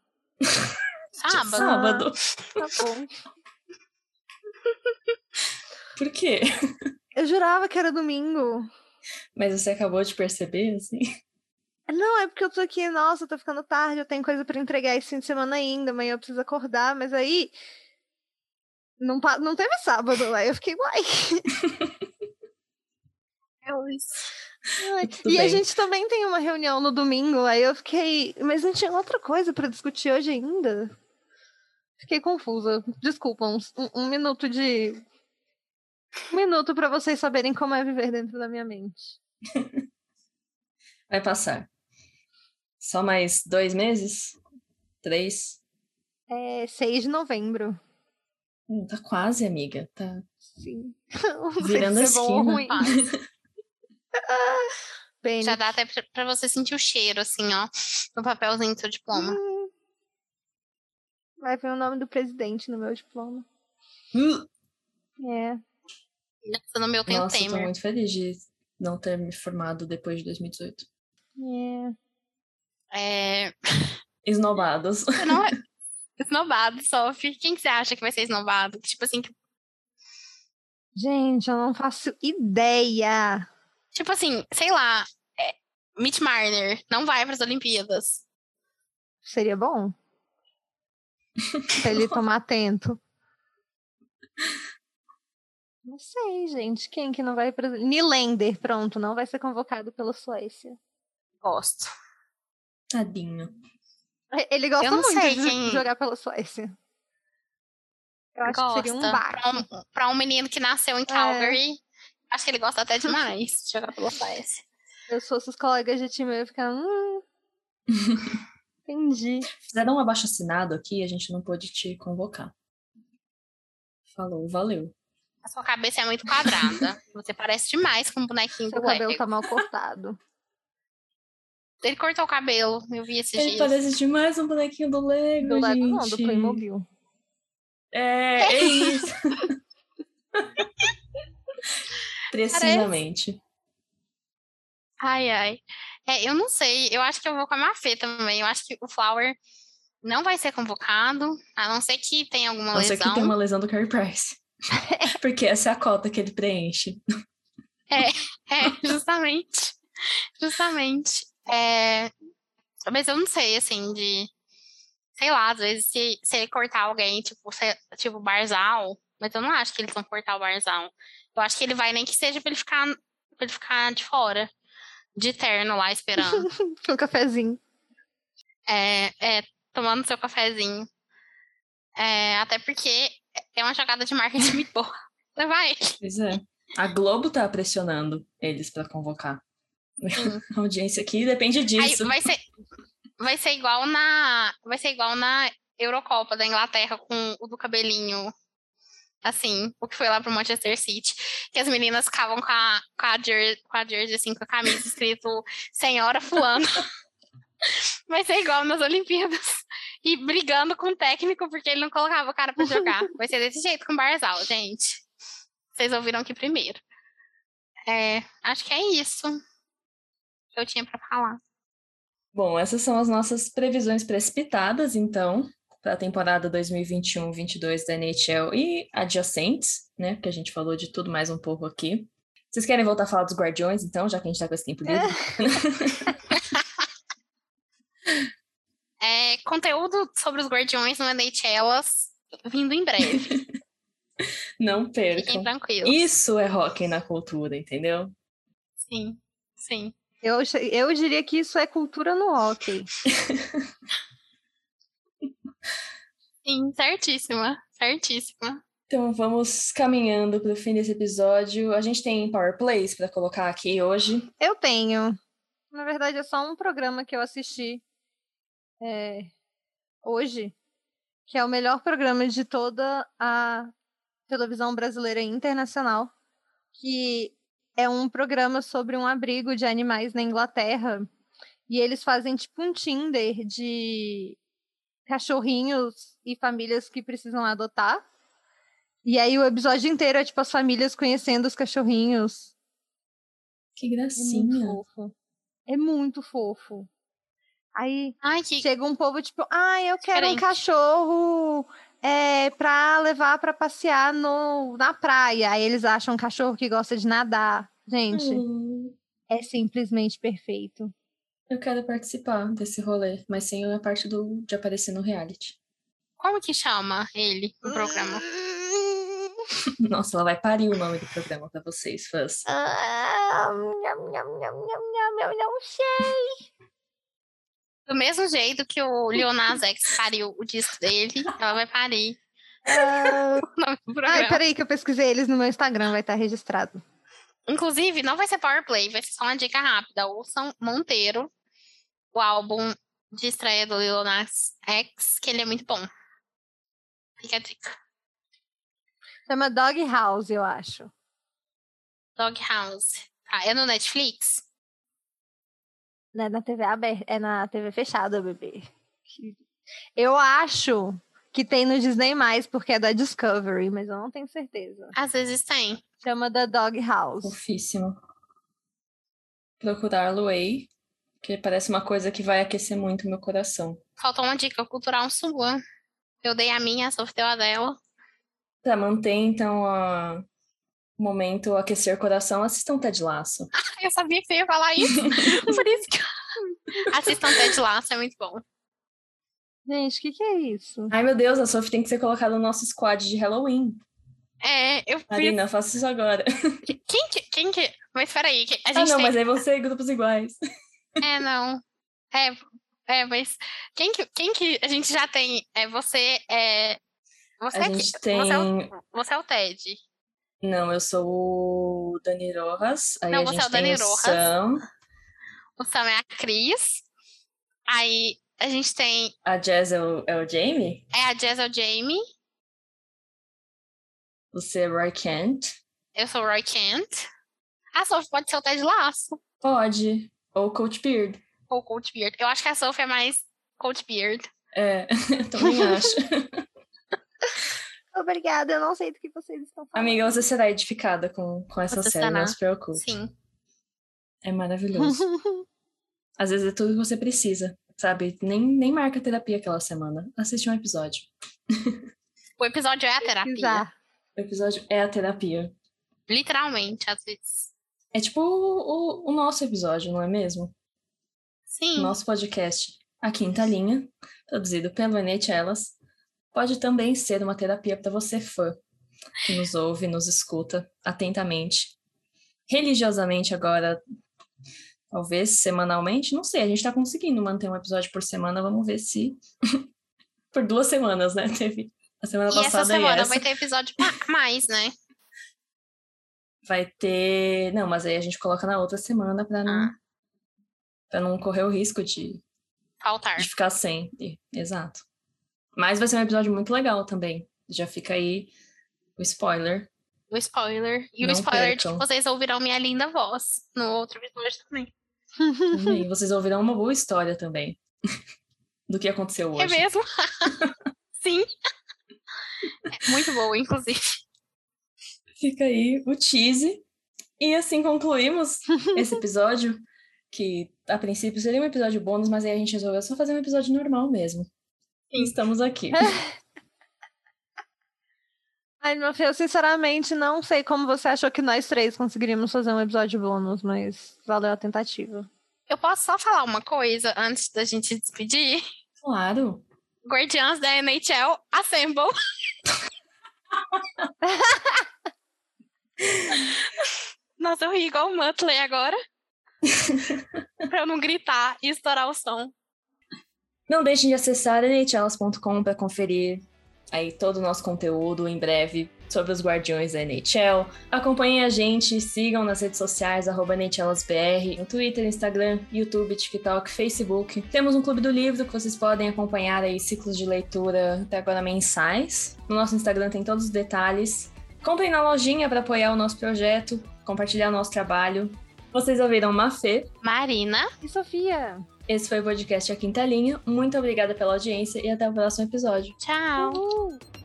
[SPEAKER 4] Sábado?
[SPEAKER 3] Sábado.
[SPEAKER 5] Ah, Tá bom.
[SPEAKER 3] Por quê?
[SPEAKER 5] Eu jurava que era domingo.
[SPEAKER 3] Mas você acabou de perceber, assim?
[SPEAKER 5] Não, é porque eu tô aqui, nossa, tá ficando tarde, eu tenho coisa pra entregar esse fim de semana ainda, amanhã eu preciso acordar, mas aí. Não, pa- não teve sábado, aí eu fiquei, uai. É Ai,
[SPEAKER 3] Tudo
[SPEAKER 5] E a
[SPEAKER 3] bem.
[SPEAKER 5] gente também tem uma reunião no domingo, aí eu fiquei. Mas não tinha outra coisa pra discutir hoje ainda? Fiquei confusa. Desculpa, um, um minuto de. Um minuto pra vocês saberem como é viver dentro da minha mente.
[SPEAKER 3] Vai passar. Só mais dois meses? Três?
[SPEAKER 5] É 6 de novembro.
[SPEAKER 3] Hum, tá quase, amiga. Tá.
[SPEAKER 5] Sim. Não sei
[SPEAKER 3] Virando
[SPEAKER 5] se
[SPEAKER 3] a
[SPEAKER 5] é bom ou
[SPEAKER 3] esquina.
[SPEAKER 5] ruim.
[SPEAKER 4] Quase.
[SPEAKER 5] Bem, né?
[SPEAKER 4] Já dá até pra, pra você sentir o cheiro, assim, ó, no papelzinho do seu diploma.
[SPEAKER 5] Hum. Vai ver o nome do presidente no meu diploma.
[SPEAKER 4] Hum.
[SPEAKER 3] Uh,
[SPEAKER 5] É.
[SPEAKER 4] Nossa, No meu tem o
[SPEAKER 3] Nossa, eu tô
[SPEAKER 4] Temer.
[SPEAKER 3] muito feliz de não ter me formado depois de 2018.
[SPEAKER 5] é.
[SPEAKER 4] É,
[SPEAKER 3] Esnobados.
[SPEAKER 4] Você não é esnobado, Sophie. Quem que você acha que vai ser esnobado? Tipo assim, que-
[SPEAKER 5] Gente, eu não faço ideia.
[SPEAKER 4] tipo assim, sei lá, é, Mitch Marner não vai para as Olimpíadas.
[SPEAKER 5] Seria bom? Se ele tomar atento. Não sei, gente. Quem que não vai para Nilender, pronto, não vai ser convocado pela Suécia.
[SPEAKER 4] Gosto.
[SPEAKER 3] Tadinho.
[SPEAKER 5] E- Ele gosta
[SPEAKER 4] Eu não
[SPEAKER 5] muito
[SPEAKER 4] sei
[SPEAKER 5] de
[SPEAKER 4] quem-
[SPEAKER 5] jogar pela Suécia. Eu acho que seria um É.
[SPEAKER 4] Gosta.
[SPEAKER 5] bar.
[SPEAKER 4] Pra um, pra um menino que nasceu em Calgary, acho que ele gosta até demais de jogar pelo Suécia.
[SPEAKER 5] Eu se fosse os colegas de time, eu ia ficar. Hum, entendi.
[SPEAKER 3] Fizeram um abaixo assinado aqui e a gente não pôde te convocar. Falou, valeu.
[SPEAKER 4] A sua cabeça é muito quadrada. Você parece demais com um bonequinho
[SPEAKER 5] Seu
[SPEAKER 4] do
[SPEAKER 5] cabelo
[SPEAKER 4] Lego.
[SPEAKER 5] tá mal cortado.
[SPEAKER 4] Ele cortou o cabelo, eu vi esses
[SPEAKER 3] Ele
[SPEAKER 4] dias.
[SPEAKER 3] parece demais um bonequinho do Lego,
[SPEAKER 5] Do lado não, do
[SPEAKER 3] gente.
[SPEAKER 5] Playmobil.
[SPEAKER 3] É, é isso. Precisamente.
[SPEAKER 4] Ai, ai. É, eu não sei, eu acho que eu vou com a Mafê também. Eu acho que o Flower não vai ser convocado, a não ser que tenha alguma
[SPEAKER 3] A não ser que
[SPEAKER 4] lesão.
[SPEAKER 3] tem uma lesão do Carrie Price. Porque essa é a cota que ele preenche.
[SPEAKER 4] É, justamente. Justamente. É, mas eu não sei, assim, de. Sei lá, às vezes se, se ele cortar alguém, tipo, se, tipo Barzal, mas eu não acho que eles vão cortar o Barzal. Eu acho que ele vai nem que seja pra ele ficar, pra ele ficar de fora, de terno lá esperando.
[SPEAKER 5] Um cafezinho.
[SPEAKER 4] É, é, tomando seu cafezinho. É, até porque é uma jogada de marketing muito boa. Levar ele.
[SPEAKER 3] Pois é. A Globo tá pressionando eles pra convocar. A audiência aqui depende
[SPEAKER 4] Aí
[SPEAKER 3] disso.
[SPEAKER 4] vai ser, vai ser igual na. Vai ser igual na Eurocopa da Inglaterra com o do cabelinho. Assim, o que foi lá pro Manchester City. Que as meninas ficavam com a, com a, jer- com a jersey, assim, com a camisa escrito Senhora Fulano. Vai ser igual nas Olimpíadas. E brigando com o técnico porque ele não colocava o cara pra jogar. Vai ser desse jeito com o Barzal, gente. Vocês ouviram aqui primeiro. É, acho que é isso que eu tinha pra falar.
[SPEAKER 3] Bom, essas são as nossas previsões precipitadas, então, para a temporada 2021-22 da NHL e adjacentes, né? Porque a gente falou de tudo mais um pouco aqui. Vocês querem voltar a falar dos Guardiões, então, já que a gente tá com esse tempo livre?
[SPEAKER 4] É, conteúdo sobre os guardiões no Elas vindo em breve.
[SPEAKER 3] Não
[SPEAKER 4] Fiquem
[SPEAKER 3] percam.
[SPEAKER 4] tranquilos.
[SPEAKER 3] Isso é hockey na cultura, entendeu?
[SPEAKER 4] Sim, sim.
[SPEAKER 5] Eu, che- eu diria que isso é cultura no hockey.
[SPEAKER 4] Sim, certíssima. Certíssima.
[SPEAKER 3] Então vamos caminhando para o fim desse episódio. A gente tem Power Plays para colocar aqui hoje.
[SPEAKER 5] Eu tenho. Na verdade, é só um programa que eu assisti é, hoje, que é o melhor programa de toda a televisão brasileira e internacional, que é um programa sobre um abrigo de animais na Inglaterra. E eles fazem tipo um Tinder de cachorrinhos e famílias que precisam adotar. E aí o episódio inteiro é tipo as famílias conhecendo os cachorrinhos.
[SPEAKER 3] Que
[SPEAKER 5] É muito
[SPEAKER 3] gracinha.
[SPEAKER 5] fofo. É muito fofo. Aí
[SPEAKER 4] Ai, que.
[SPEAKER 5] chega um povo tipo, ah, eu quero um
[SPEAKER 4] Diferente.
[SPEAKER 5] cachorro é, pra levar pra passear no, na praia. Aí eles acham um cachorro que gosta de nadar. Gente,
[SPEAKER 3] Hum,
[SPEAKER 5] é simplesmente perfeito.
[SPEAKER 3] Eu quero participar desse rolê, mas sem a parte do, de aparecer no reality.
[SPEAKER 4] Como que chama ele no programa?
[SPEAKER 3] Nossa, ela vai parir o nome do programa pra vocês, fãs.
[SPEAKER 5] Ah, nham, nham, nham, nham, nham, eu não sei.
[SPEAKER 4] Do mesmo jeito que o Leonardo X pariu o disco dele, ela vai parir
[SPEAKER 5] Ah,
[SPEAKER 4] o nome do programa.
[SPEAKER 5] Ai, peraí que eu pesquisei eles no meu Instagram, vai estar registrado.
[SPEAKER 4] Inclusive, não vai ser Power Play, vai ser só uma dica rápida. Ouçam Monteiro, o álbum de estreia do Lil Nas X, que ele é muito bom. Fica a dica.
[SPEAKER 5] Chama Dog House, eu acho.
[SPEAKER 4] Doghouse. Ah, é no Netflix?
[SPEAKER 5] Não é na TV aberta, é na TV fechada, bebê. Que- Eu acho que tem no Disney mais porque é da Discovery, mas eu não tenho certeza.
[SPEAKER 4] Às vezes tem.
[SPEAKER 5] Chama da Dog House.
[SPEAKER 3] Fofíssimo. Procurar Luei, que parece uma coisa que vai aquecer muito meu coração.
[SPEAKER 4] Faltou uma dica cultural sua. Eu dei a minha, a Sophie deu a dela.
[SPEAKER 3] Pra manter, então, a- o momento aquecer coração, assistam Ted Laço.
[SPEAKER 4] Ah, Eu sabia que você ia falar isso. Por isso que eu... Assistam Ted Lasso, é muito bom.
[SPEAKER 5] Gente, o que, que é isso?
[SPEAKER 3] Ai, meu Deus, a Sophie tem que ser colocada no nosso squad de Halloween.
[SPEAKER 4] É, eu fiz...
[SPEAKER 3] Marina, faça isso agora.
[SPEAKER 4] Quem que... Quem que... Mas peraí, que a
[SPEAKER 3] Ah,
[SPEAKER 4] gente
[SPEAKER 3] não,
[SPEAKER 4] tem...
[SPEAKER 3] mas aí você e grupos iguais.
[SPEAKER 4] É, não. É, é mas quem que, quem que a gente já tem? É você, é... Você,
[SPEAKER 3] A
[SPEAKER 4] é que-
[SPEAKER 3] gente tem.
[SPEAKER 4] você, é o, você é o Ted.
[SPEAKER 3] Não, eu sou o Dani Rojas. Aí
[SPEAKER 4] Não,
[SPEAKER 3] a
[SPEAKER 4] você
[SPEAKER 3] gente
[SPEAKER 4] é o Dani
[SPEAKER 3] tem
[SPEAKER 4] Rojas.
[SPEAKER 3] Sam,
[SPEAKER 4] O Sam é a Cris. Aí a gente tem...
[SPEAKER 3] a Jazz é o, é o Jamie.
[SPEAKER 4] É a Jazz é o Jamie.
[SPEAKER 3] Você é Roy Kent.
[SPEAKER 4] Eu sou Roy Kent. A Sophie pode ser o Ted Laço.
[SPEAKER 3] Pode. Ou Coach Beard.
[SPEAKER 4] Ou Coach Beard. Eu acho que a Sophie é mais Coach Beard.
[SPEAKER 3] É, também acho.
[SPEAKER 5] Obrigada, eu não sei do que vocês estão falando.
[SPEAKER 3] Amiga, você será edificada com, com essa
[SPEAKER 4] Você
[SPEAKER 3] série,
[SPEAKER 4] será.
[SPEAKER 3] não se preocupe.
[SPEAKER 4] Sim.
[SPEAKER 3] É maravilhoso. Às vezes é tudo que você precisa, sabe? Nem, nem marca terapia aquela semana. Assiste um episódio.
[SPEAKER 4] O episódio é a terapia.
[SPEAKER 5] Pesquisar.
[SPEAKER 3] O episódio é a terapia.
[SPEAKER 4] Literalmente, às vezes.
[SPEAKER 3] É tipo o, o- o nosso episódio, não é mesmo? O
[SPEAKER 4] Sim.
[SPEAKER 3] nosso podcast, A Quinta Linha, produzido pelo Enete Elas, pode também ser uma terapia para você fã, que nos ouve, nos escuta atentamente. Religiosamente agora, talvez semanalmente, não sei, a gente tá conseguindo manter um episódio por semana, vamos ver se... por duas semanas, né? Teve a semana
[SPEAKER 4] E
[SPEAKER 3] tá passada
[SPEAKER 4] essa semana
[SPEAKER 3] e essa.
[SPEAKER 4] vai ter episódio a mais, né?
[SPEAKER 3] Vai ter. Não, mas aí a gente coloca na outra semana pra não,
[SPEAKER 4] Ah.
[SPEAKER 3] pra não correr o risco de,
[SPEAKER 4] Faltar.
[SPEAKER 3] de ficar sem. E- Exato. Mas vai ser um episódio muito legal também. Já fica aí o spoiler.
[SPEAKER 4] O spoiler. E
[SPEAKER 3] Não
[SPEAKER 4] o spoiler
[SPEAKER 3] percam.
[SPEAKER 4] de que vocês ouvirão minha linda voz no outro episódio também.
[SPEAKER 3] E vocês ouvirão uma boa história também do que aconteceu hoje.
[SPEAKER 4] É mesmo? Sim. É muito boa, inclusive.
[SPEAKER 3] Fica aí o tease. E assim concluímos esse episódio, que a princípio seria um episódio bônus, mas aí a gente resolveu só fazer um episódio normal mesmo. E estamos aqui.
[SPEAKER 5] Ai, meu filho, eu sinceramente não sei como você achou que nós três conseguiríamos fazer um episódio bônus, mas valeu a tentativa.
[SPEAKER 4] Eu posso só falar uma coisa antes da gente despedir?
[SPEAKER 3] Claro.
[SPEAKER 4] Guardiãs da NHL, assemble. Nossa, eu ri igual o Muttley agora. pra eu não gritar e estourar o som.
[SPEAKER 3] Não deixem de acessar nhtelas.com para conferir aí todo o nosso conteúdo em breve sobre os Guardiões da NHL. Acompanhem a gente, sigam nas redes sociais, arroba NHLasBR, no Twitter, Instagram, YouTube, TikTok, Facebook. Temos um clube do livro que vocês podem acompanhar aí, ciclos de leitura, até agora mensais. No nosso Instagram tem todos os detalhes. Comprem na lojinha para apoiar o nosso projeto, compartilhar o nosso trabalho. Vocês ouviram Mafê,
[SPEAKER 4] Marina,
[SPEAKER 5] E Sofia?
[SPEAKER 3] esse foi o podcast A Quinta Linha. Muito obrigada pela audiência e até o próximo episódio.
[SPEAKER 4] tchau.
[SPEAKER 5] Uhul.